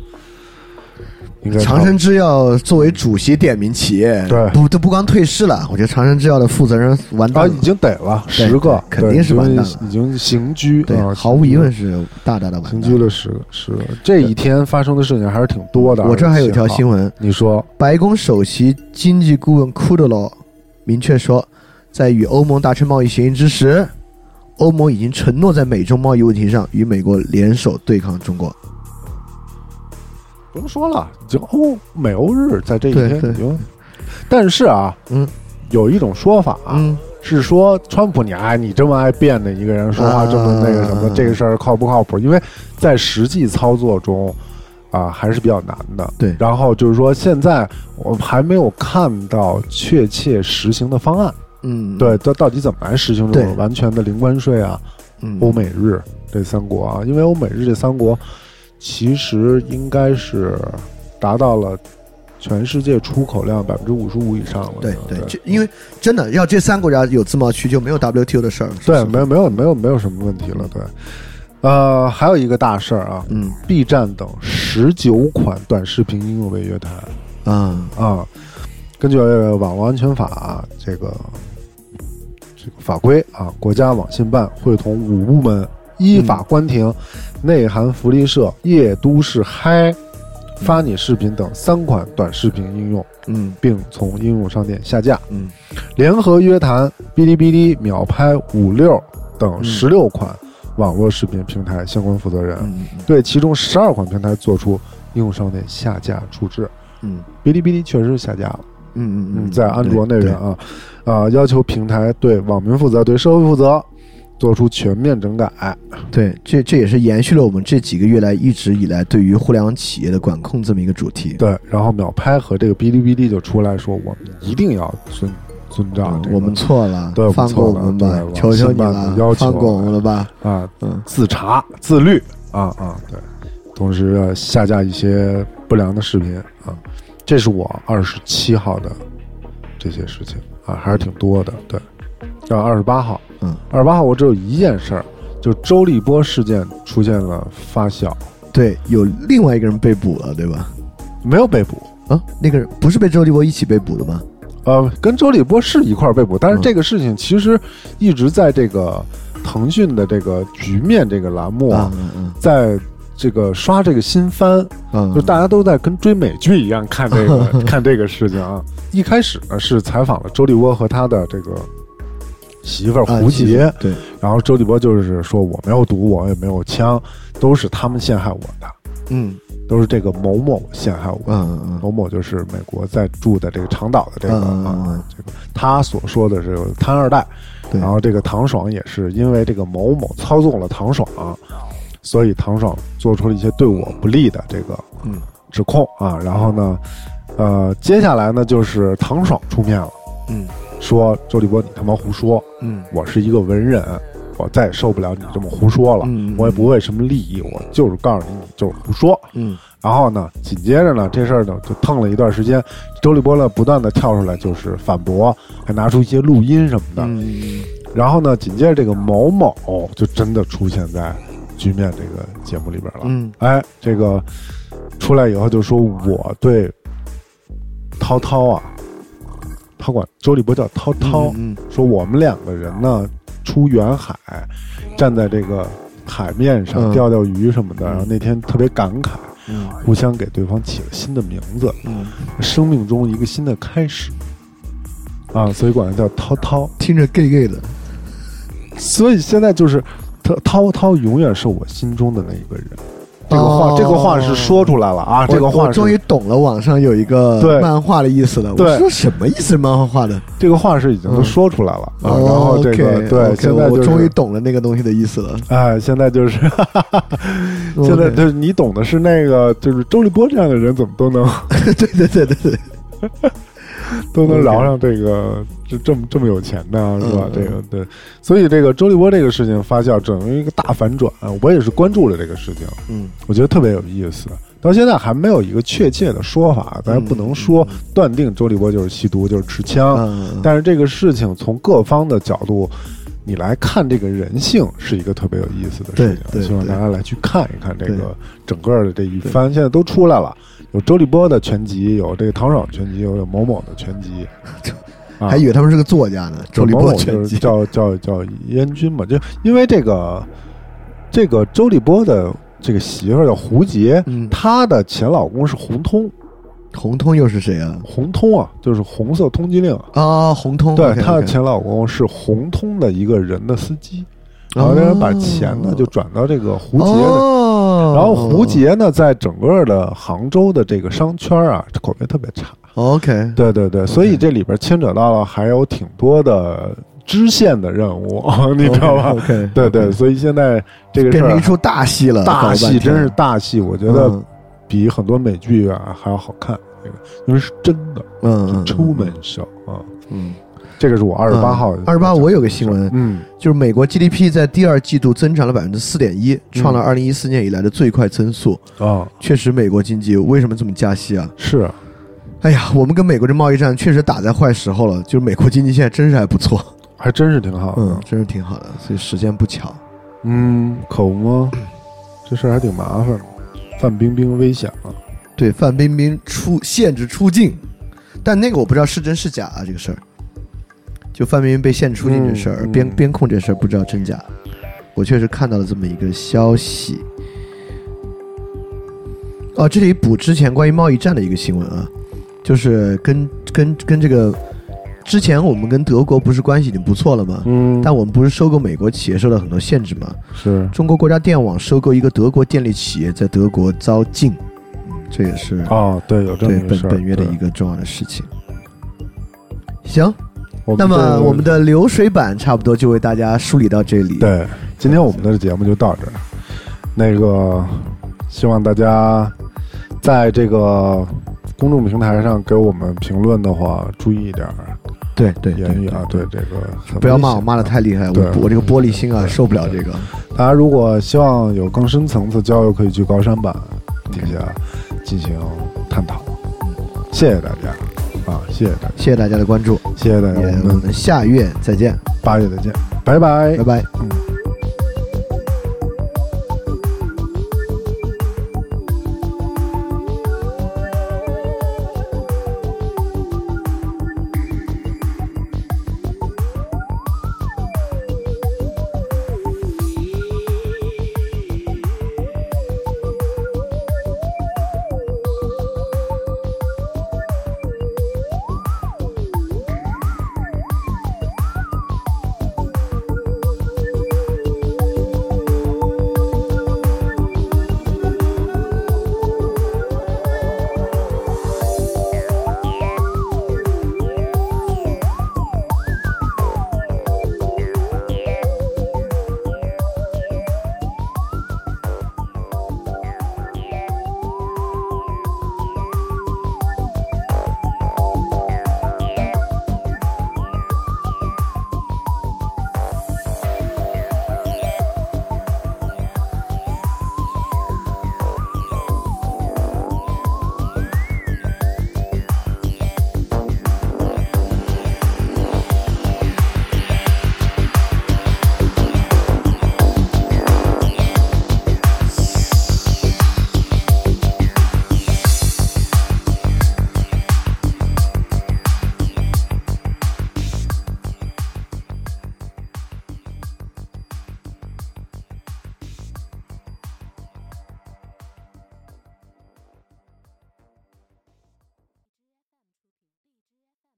[SPEAKER 6] 应该
[SPEAKER 7] 长生制药作为主席点名企业，
[SPEAKER 6] 嗯对
[SPEAKER 7] 不都不光退市了，我觉得长生制药的负责人完
[SPEAKER 6] 啊
[SPEAKER 7] 蛋了
[SPEAKER 6] 已，经逮了十个，
[SPEAKER 7] 肯定是
[SPEAKER 6] 对
[SPEAKER 7] 完蛋
[SPEAKER 6] 已
[SPEAKER 7] 了
[SPEAKER 6] 经已经刑拘
[SPEAKER 7] 对
[SPEAKER 6] 啊，，
[SPEAKER 7] 毫无疑问是大大的完
[SPEAKER 6] 刑
[SPEAKER 7] 蛋
[SPEAKER 6] 拘
[SPEAKER 7] 了。
[SPEAKER 6] 了十个十个。这一天发生的事情还是挺多的。
[SPEAKER 7] 我这儿还有一条
[SPEAKER 6] 信号
[SPEAKER 7] 新闻，
[SPEAKER 6] 你说
[SPEAKER 7] 白宫首席经济顾问库德洛明确说，在与欧盟达成贸易协议之时，欧盟已经承诺在美中贸易问题上与美国联手对抗中国。
[SPEAKER 6] 不用说了，已经欧美欧日在这一
[SPEAKER 7] 对
[SPEAKER 6] 天
[SPEAKER 7] 对
[SPEAKER 6] 已经，但是啊，
[SPEAKER 7] 嗯，
[SPEAKER 6] 有一种说法啊，
[SPEAKER 7] 嗯，
[SPEAKER 6] 是说川普你哎，你这么爱变的一个人，说话这么那个什么，
[SPEAKER 7] 啊
[SPEAKER 6] 这个事儿靠不靠谱？因为在实际操作中。啊，还是比较难的。
[SPEAKER 7] 对
[SPEAKER 6] 然后就是说，现在我还没有看到确切实行的方案。
[SPEAKER 7] 嗯，
[SPEAKER 6] 对，，到到底怎么来实行这
[SPEAKER 7] 对
[SPEAKER 6] 种完全的零关税啊？
[SPEAKER 7] 嗯，
[SPEAKER 6] 欧美日这三国啊，因为欧美日这三国其实应该是达到了全世界出口量百分之五十五以上了。
[SPEAKER 7] 对
[SPEAKER 6] 对
[SPEAKER 7] 对，，就因为真的要这三国家有自贸区，就没有 WTO 的事儿了。是不
[SPEAKER 6] 对
[SPEAKER 7] 是，
[SPEAKER 6] 没有没有没有没有什么问题了。对，呃，还有一个大事儿啊
[SPEAKER 7] 嗯
[SPEAKER 6] ，B 站等十九款短视频应有违约谈
[SPEAKER 7] 啊，
[SPEAKER 6] 啊，根据《网络安全法、这个这个法规啊，国家网信办会同五部门
[SPEAKER 7] 嗯
[SPEAKER 6] 依法关停、内涵福利社、夜都市嗨、发你视频等三款短视频应用，
[SPEAKER 7] 嗯
[SPEAKER 6] 并从应用商店下架。
[SPEAKER 7] 嗯
[SPEAKER 6] 联合约谈哔哩哔哩、秒拍、五六等十六款网络视频平台相关负责人，
[SPEAKER 7] 嗯
[SPEAKER 6] 对其中十二款平台作出应用商店下架处置。
[SPEAKER 7] 嗯
[SPEAKER 6] 哔哩哔哩确实是下架了，
[SPEAKER 7] 嗯嗯嗯，
[SPEAKER 6] 在安卓那
[SPEAKER 7] 对
[SPEAKER 6] 边啊，啊、要求平台对网民负责、对社会负责，做出全面整改。
[SPEAKER 7] 对，这这也是延续了我们这几个月来一直以来对于互联网企业的管控这么一个主题。
[SPEAKER 6] 对，然后秒拍和这个哔哩哔哩就出来说，我们一定要遵遵照
[SPEAKER 7] 嗯
[SPEAKER 6] 啊这个、
[SPEAKER 7] 我们错了
[SPEAKER 6] 对我，们
[SPEAKER 7] 放过
[SPEAKER 6] 错
[SPEAKER 7] 我
[SPEAKER 6] 了
[SPEAKER 7] 们
[SPEAKER 6] 对
[SPEAKER 7] 吧
[SPEAKER 6] 我，
[SPEAKER 7] 求求你
[SPEAKER 6] 新版的要
[SPEAKER 7] 了，
[SPEAKER 6] 求
[SPEAKER 7] 放过我们了吧。
[SPEAKER 6] 啊
[SPEAKER 7] 嗯，
[SPEAKER 6] 自查、自律啊啊，对，同时要下架一些不良的视频啊，这是我二十七号的这些事情啊，还是挺多的。对，到二十八号，
[SPEAKER 7] 嗯，
[SPEAKER 6] 二十八号我只有一件事儿，就周立波事件出现了发酵，
[SPEAKER 7] 对，有另外一个人被捕了，对吧？
[SPEAKER 6] 没有被捕。
[SPEAKER 7] 啊，那个人不是被周立波一起被捕的吗？
[SPEAKER 6] 呃，跟周立波是一块儿被捕，但是
[SPEAKER 7] 嗯
[SPEAKER 6] 这个事情其实一直在这个腾讯的这个局面这个栏目，
[SPEAKER 7] 啊嗯嗯
[SPEAKER 6] 在这个刷这个新番，
[SPEAKER 7] 嗯，
[SPEAKER 6] 就大家都在跟追美剧一样看这个看这个事情啊。一开始呢是采访了周立波和他的这个媳妇儿
[SPEAKER 7] 啊
[SPEAKER 6] 胡杰，
[SPEAKER 7] 对，
[SPEAKER 6] 然后周立波就是说我没有毒，我也没有枪，都是他们陷害我的，
[SPEAKER 7] 嗯
[SPEAKER 6] 都是这个某某陷害我。
[SPEAKER 7] 嗯嗯嗯
[SPEAKER 6] 某某就是美国在驻的这个长岛的这个
[SPEAKER 7] 嗯嗯嗯
[SPEAKER 6] 啊
[SPEAKER 7] 嗯，
[SPEAKER 6] 这个他所说的是贪二代，
[SPEAKER 7] 对
[SPEAKER 6] 然后这个唐爽也是因为这个某某操纵了唐爽，所以唐爽做出了一些对我不利的这个
[SPEAKER 7] 嗯
[SPEAKER 6] 指控啊。然后呢，呃，接下来呢就是唐爽出面了，
[SPEAKER 7] 嗯
[SPEAKER 6] 说周立波你他妈胡说，
[SPEAKER 7] 嗯
[SPEAKER 6] 我是一个文人，我再也受不了你这么胡说了，
[SPEAKER 7] 嗯嗯
[SPEAKER 6] 我也不为什么利益，我就是告诉你你就是胡说。
[SPEAKER 7] 嗯
[SPEAKER 6] 然后呢，紧接着呢，这事儿呢就腾了一段时间，周立波呢不断的跳出来就是反驳，还拿出一些录音什么的。
[SPEAKER 7] 嗯
[SPEAKER 6] 然后呢，紧接着这个某某就真的出现在局面这个节目里边了。
[SPEAKER 7] 嗯
[SPEAKER 6] 哎，这个出来以后就说我对涛涛啊，他管周立波叫涛涛，
[SPEAKER 7] 嗯
[SPEAKER 6] 说我们两个人呢出远海，站在这个海面上
[SPEAKER 7] 嗯
[SPEAKER 6] 钓钓鱼什么的。然后那天特别感慨，
[SPEAKER 7] 嗯
[SPEAKER 6] 互相给对方起了新的名字，
[SPEAKER 7] 嗯，
[SPEAKER 6] 生命中一个新的开始。啊，所以管他叫涛涛。
[SPEAKER 7] 听着 gay gay 的，
[SPEAKER 6] 所以现在就是，他涛涛永远是我心中的那一个人。这个话，
[SPEAKER 7] 哦
[SPEAKER 6] 这个话是说出来了啊，这个
[SPEAKER 7] 我
[SPEAKER 6] 话
[SPEAKER 7] 我终于
[SPEAKER 6] 是
[SPEAKER 7] 懂了，网上有一个
[SPEAKER 6] 对
[SPEAKER 7] 漫画的意思了。
[SPEAKER 6] 对
[SPEAKER 7] 我说什么意思？漫画画的？
[SPEAKER 6] 这个话是已经都
[SPEAKER 7] 嗯
[SPEAKER 6] 说出来了啊。
[SPEAKER 7] 哦
[SPEAKER 6] 然后这个
[SPEAKER 7] OK，
[SPEAKER 6] 对，
[SPEAKER 7] OK，
[SPEAKER 6] 现在
[SPEAKER 7] 我
[SPEAKER 6] 就
[SPEAKER 7] 终于
[SPEAKER 6] 是
[SPEAKER 7] 懂了那个东西的意思了。
[SPEAKER 6] 哎，现在 就是，现在
[SPEAKER 7] OK
[SPEAKER 6] 就是你懂 的是那个，就是周立波这样的人怎么都能
[SPEAKER 7] 对对对对对，
[SPEAKER 6] 都能饶上这个这这么这么有钱的啊，是吧？
[SPEAKER 7] 嗯
[SPEAKER 6] 这个对，所以这个周立波这个事情发酵，整个一个大反转，我也是关注了这个事情，
[SPEAKER 7] 嗯，
[SPEAKER 6] 我觉得特别有意思。到现在还没有一个确切的说法，咱也不能说断定周立波就是吸毒，就是持枪。
[SPEAKER 7] 嗯
[SPEAKER 6] 但是这个事情从各方的角度，你来看这个人性是一个特别有意思的事情。
[SPEAKER 7] 对对
[SPEAKER 6] 希望大家来去看一看这
[SPEAKER 7] 对
[SPEAKER 6] 个整个的这一番，现在都出来了，有周立波的全集，有这个唐爽全集，有有某某的全集，啊
[SPEAKER 7] 还以为他们是个作家呢，周立
[SPEAKER 6] 某
[SPEAKER 7] 波
[SPEAKER 6] 某
[SPEAKER 7] 全
[SPEAKER 6] 就是
[SPEAKER 7] 集。
[SPEAKER 6] 叫叫叫燕君嘛，就因为这个这个周立波的这个媳妇儿叫胡洁，
[SPEAKER 7] 嗯，
[SPEAKER 6] 她的前老公是洪通，
[SPEAKER 7] 红通又是谁啊？
[SPEAKER 6] 洪通啊，就是红色通缉令啊。
[SPEAKER 7] 啊，红通，
[SPEAKER 6] 对，
[SPEAKER 7] OK，OK
[SPEAKER 6] 她的前老公是红通的一个人的司机，然后那人把钱呢
[SPEAKER 7] 哦
[SPEAKER 6] 就转到这个胡洁的，
[SPEAKER 7] 哦，
[SPEAKER 6] 然后胡洁呢在整个的杭州的这个商圈啊口碑特别差，
[SPEAKER 7] ，OK，
[SPEAKER 6] 对对对，所以这里边牵扯到了还有挺多的支线的任务， 你知道吧？
[SPEAKER 7] ？OK，
[SPEAKER 6] 对对，所以现在这个事
[SPEAKER 7] 变成
[SPEAKER 6] 儿啊
[SPEAKER 7] 一出大戏了，搞
[SPEAKER 6] 大
[SPEAKER 7] 了半
[SPEAKER 6] 戏真是
[SPEAKER 7] 天嗯
[SPEAKER 6] 大戏，我觉得嗯比很多美剧啊还要好看，这个因为是真的，
[SPEAKER 7] 嗯嗯，嗯
[SPEAKER 6] 出门秀啊，
[SPEAKER 7] 嗯，
[SPEAKER 6] 这个是我二十八号，
[SPEAKER 7] 二十八，我有个新闻，
[SPEAKER 6] 嗯
[SPEAKER 7] 就是美国 GDP 在第二季度增长了百分之四点
[SPEAKER 6] 嗯
[SPEAKER 7] 一，创了二零一四年以来的最快增速。
[SPEAKER 6] 啊
[SPEAKER 7] 确实，美国经济为什么这么加息啊？
[SPEAKER 6] 是
[SPEAKER 7] 哎呀，我们跟美国这贸易战确实打在坏时候了。就是美国经济现在真是还不错，
[SPEAKER 6] 还真是挺好
[SPEAKER 7] 嗯
[SPEAKER 6] 的，，
[SPEAKER 7] 真是挺好的。所以时间不巧，
[SPEAKER 6] 嗯，可不吗？这事儿还挺麻烦的，范冰冰危险了，
[SPEAKER 7] 对范冰冰出限制出境，但那个我不知道是真是假啊，这个事儿。就范冰冰被限制出境这事儿，
[SPEAKER 6] 嗯嗯
[SPEAKER 7] 边边控这事儿不知道真假。我确实看到了这么一个消息。哦，这里补之前关于贸易战的一个新闻啊，就是跟跟跟这个之前我们跟德国不是关系已经不错了吗？
[SPEAKER 6] 嗯
[SPEAKER 7] 但我们不是收购美国企业受到很多限制吗？
[SPEAKER 6] 是
[SPEAKER 7] 中国国家电网收购一个德国电力企业，在德国遭禁，嗯，这也是
[SPEAKER 6] 哦，对，有这么
[SPEAKER 7] 对
[SPEAKER 6] 一个
[SPEAKER 7] 本
[SPEAKER 6] 事儿，
[SPEAKER 7] 本月的
[SPEAKER 6] 对
[SPEAKER 7] 一个重要的事情。行，
[SPEAKER 6] 我
[SPEAKER 7] 那么
[SPEAKER 6] 这
[SPEAKER 7] 我们的流水版差不多就为大家梳理到这里。，
[SPEAKER 6] 对，今天我们的节目就到这儿。那个，希望大家在这个公众平台上给我们评论的话，注意一点儿
[SPEAKER 7] 对对对
[SPEAKER 6] 言语啊，对
[SPEAKER 7] 对
[SPEAKER 6] 这个很
[SPEAKER 7] 不要骂
[SPEAKER 6] 危
[SPEAKER 7] 我
[SPEAKER 6] 险
[SPEAKER 7] 骂的太厉害，
[SPEAKER 6] 啊对
[SPEAKER 7] 我我这个玻璃心啊受不了这个。
[SPEAKER 6] 大家如果希望有更深层次交流，可以去高山版底下进行探讨。谢谢大家啊，谢谢大家，
[SPEAKER 7] 谢谢大家的关注，
[SPEAKER 6] 谢谢大
[SPEAKER 7] 也
[SPEAKER 6] 家，
[SPEAKER 7] 我
[SPEAKER 6] 我们
[SPEAKER 7] 们下月再见，
[SPEAKER 6] 八月再见，拜拜
[SPEAKER 7] 拜。拜。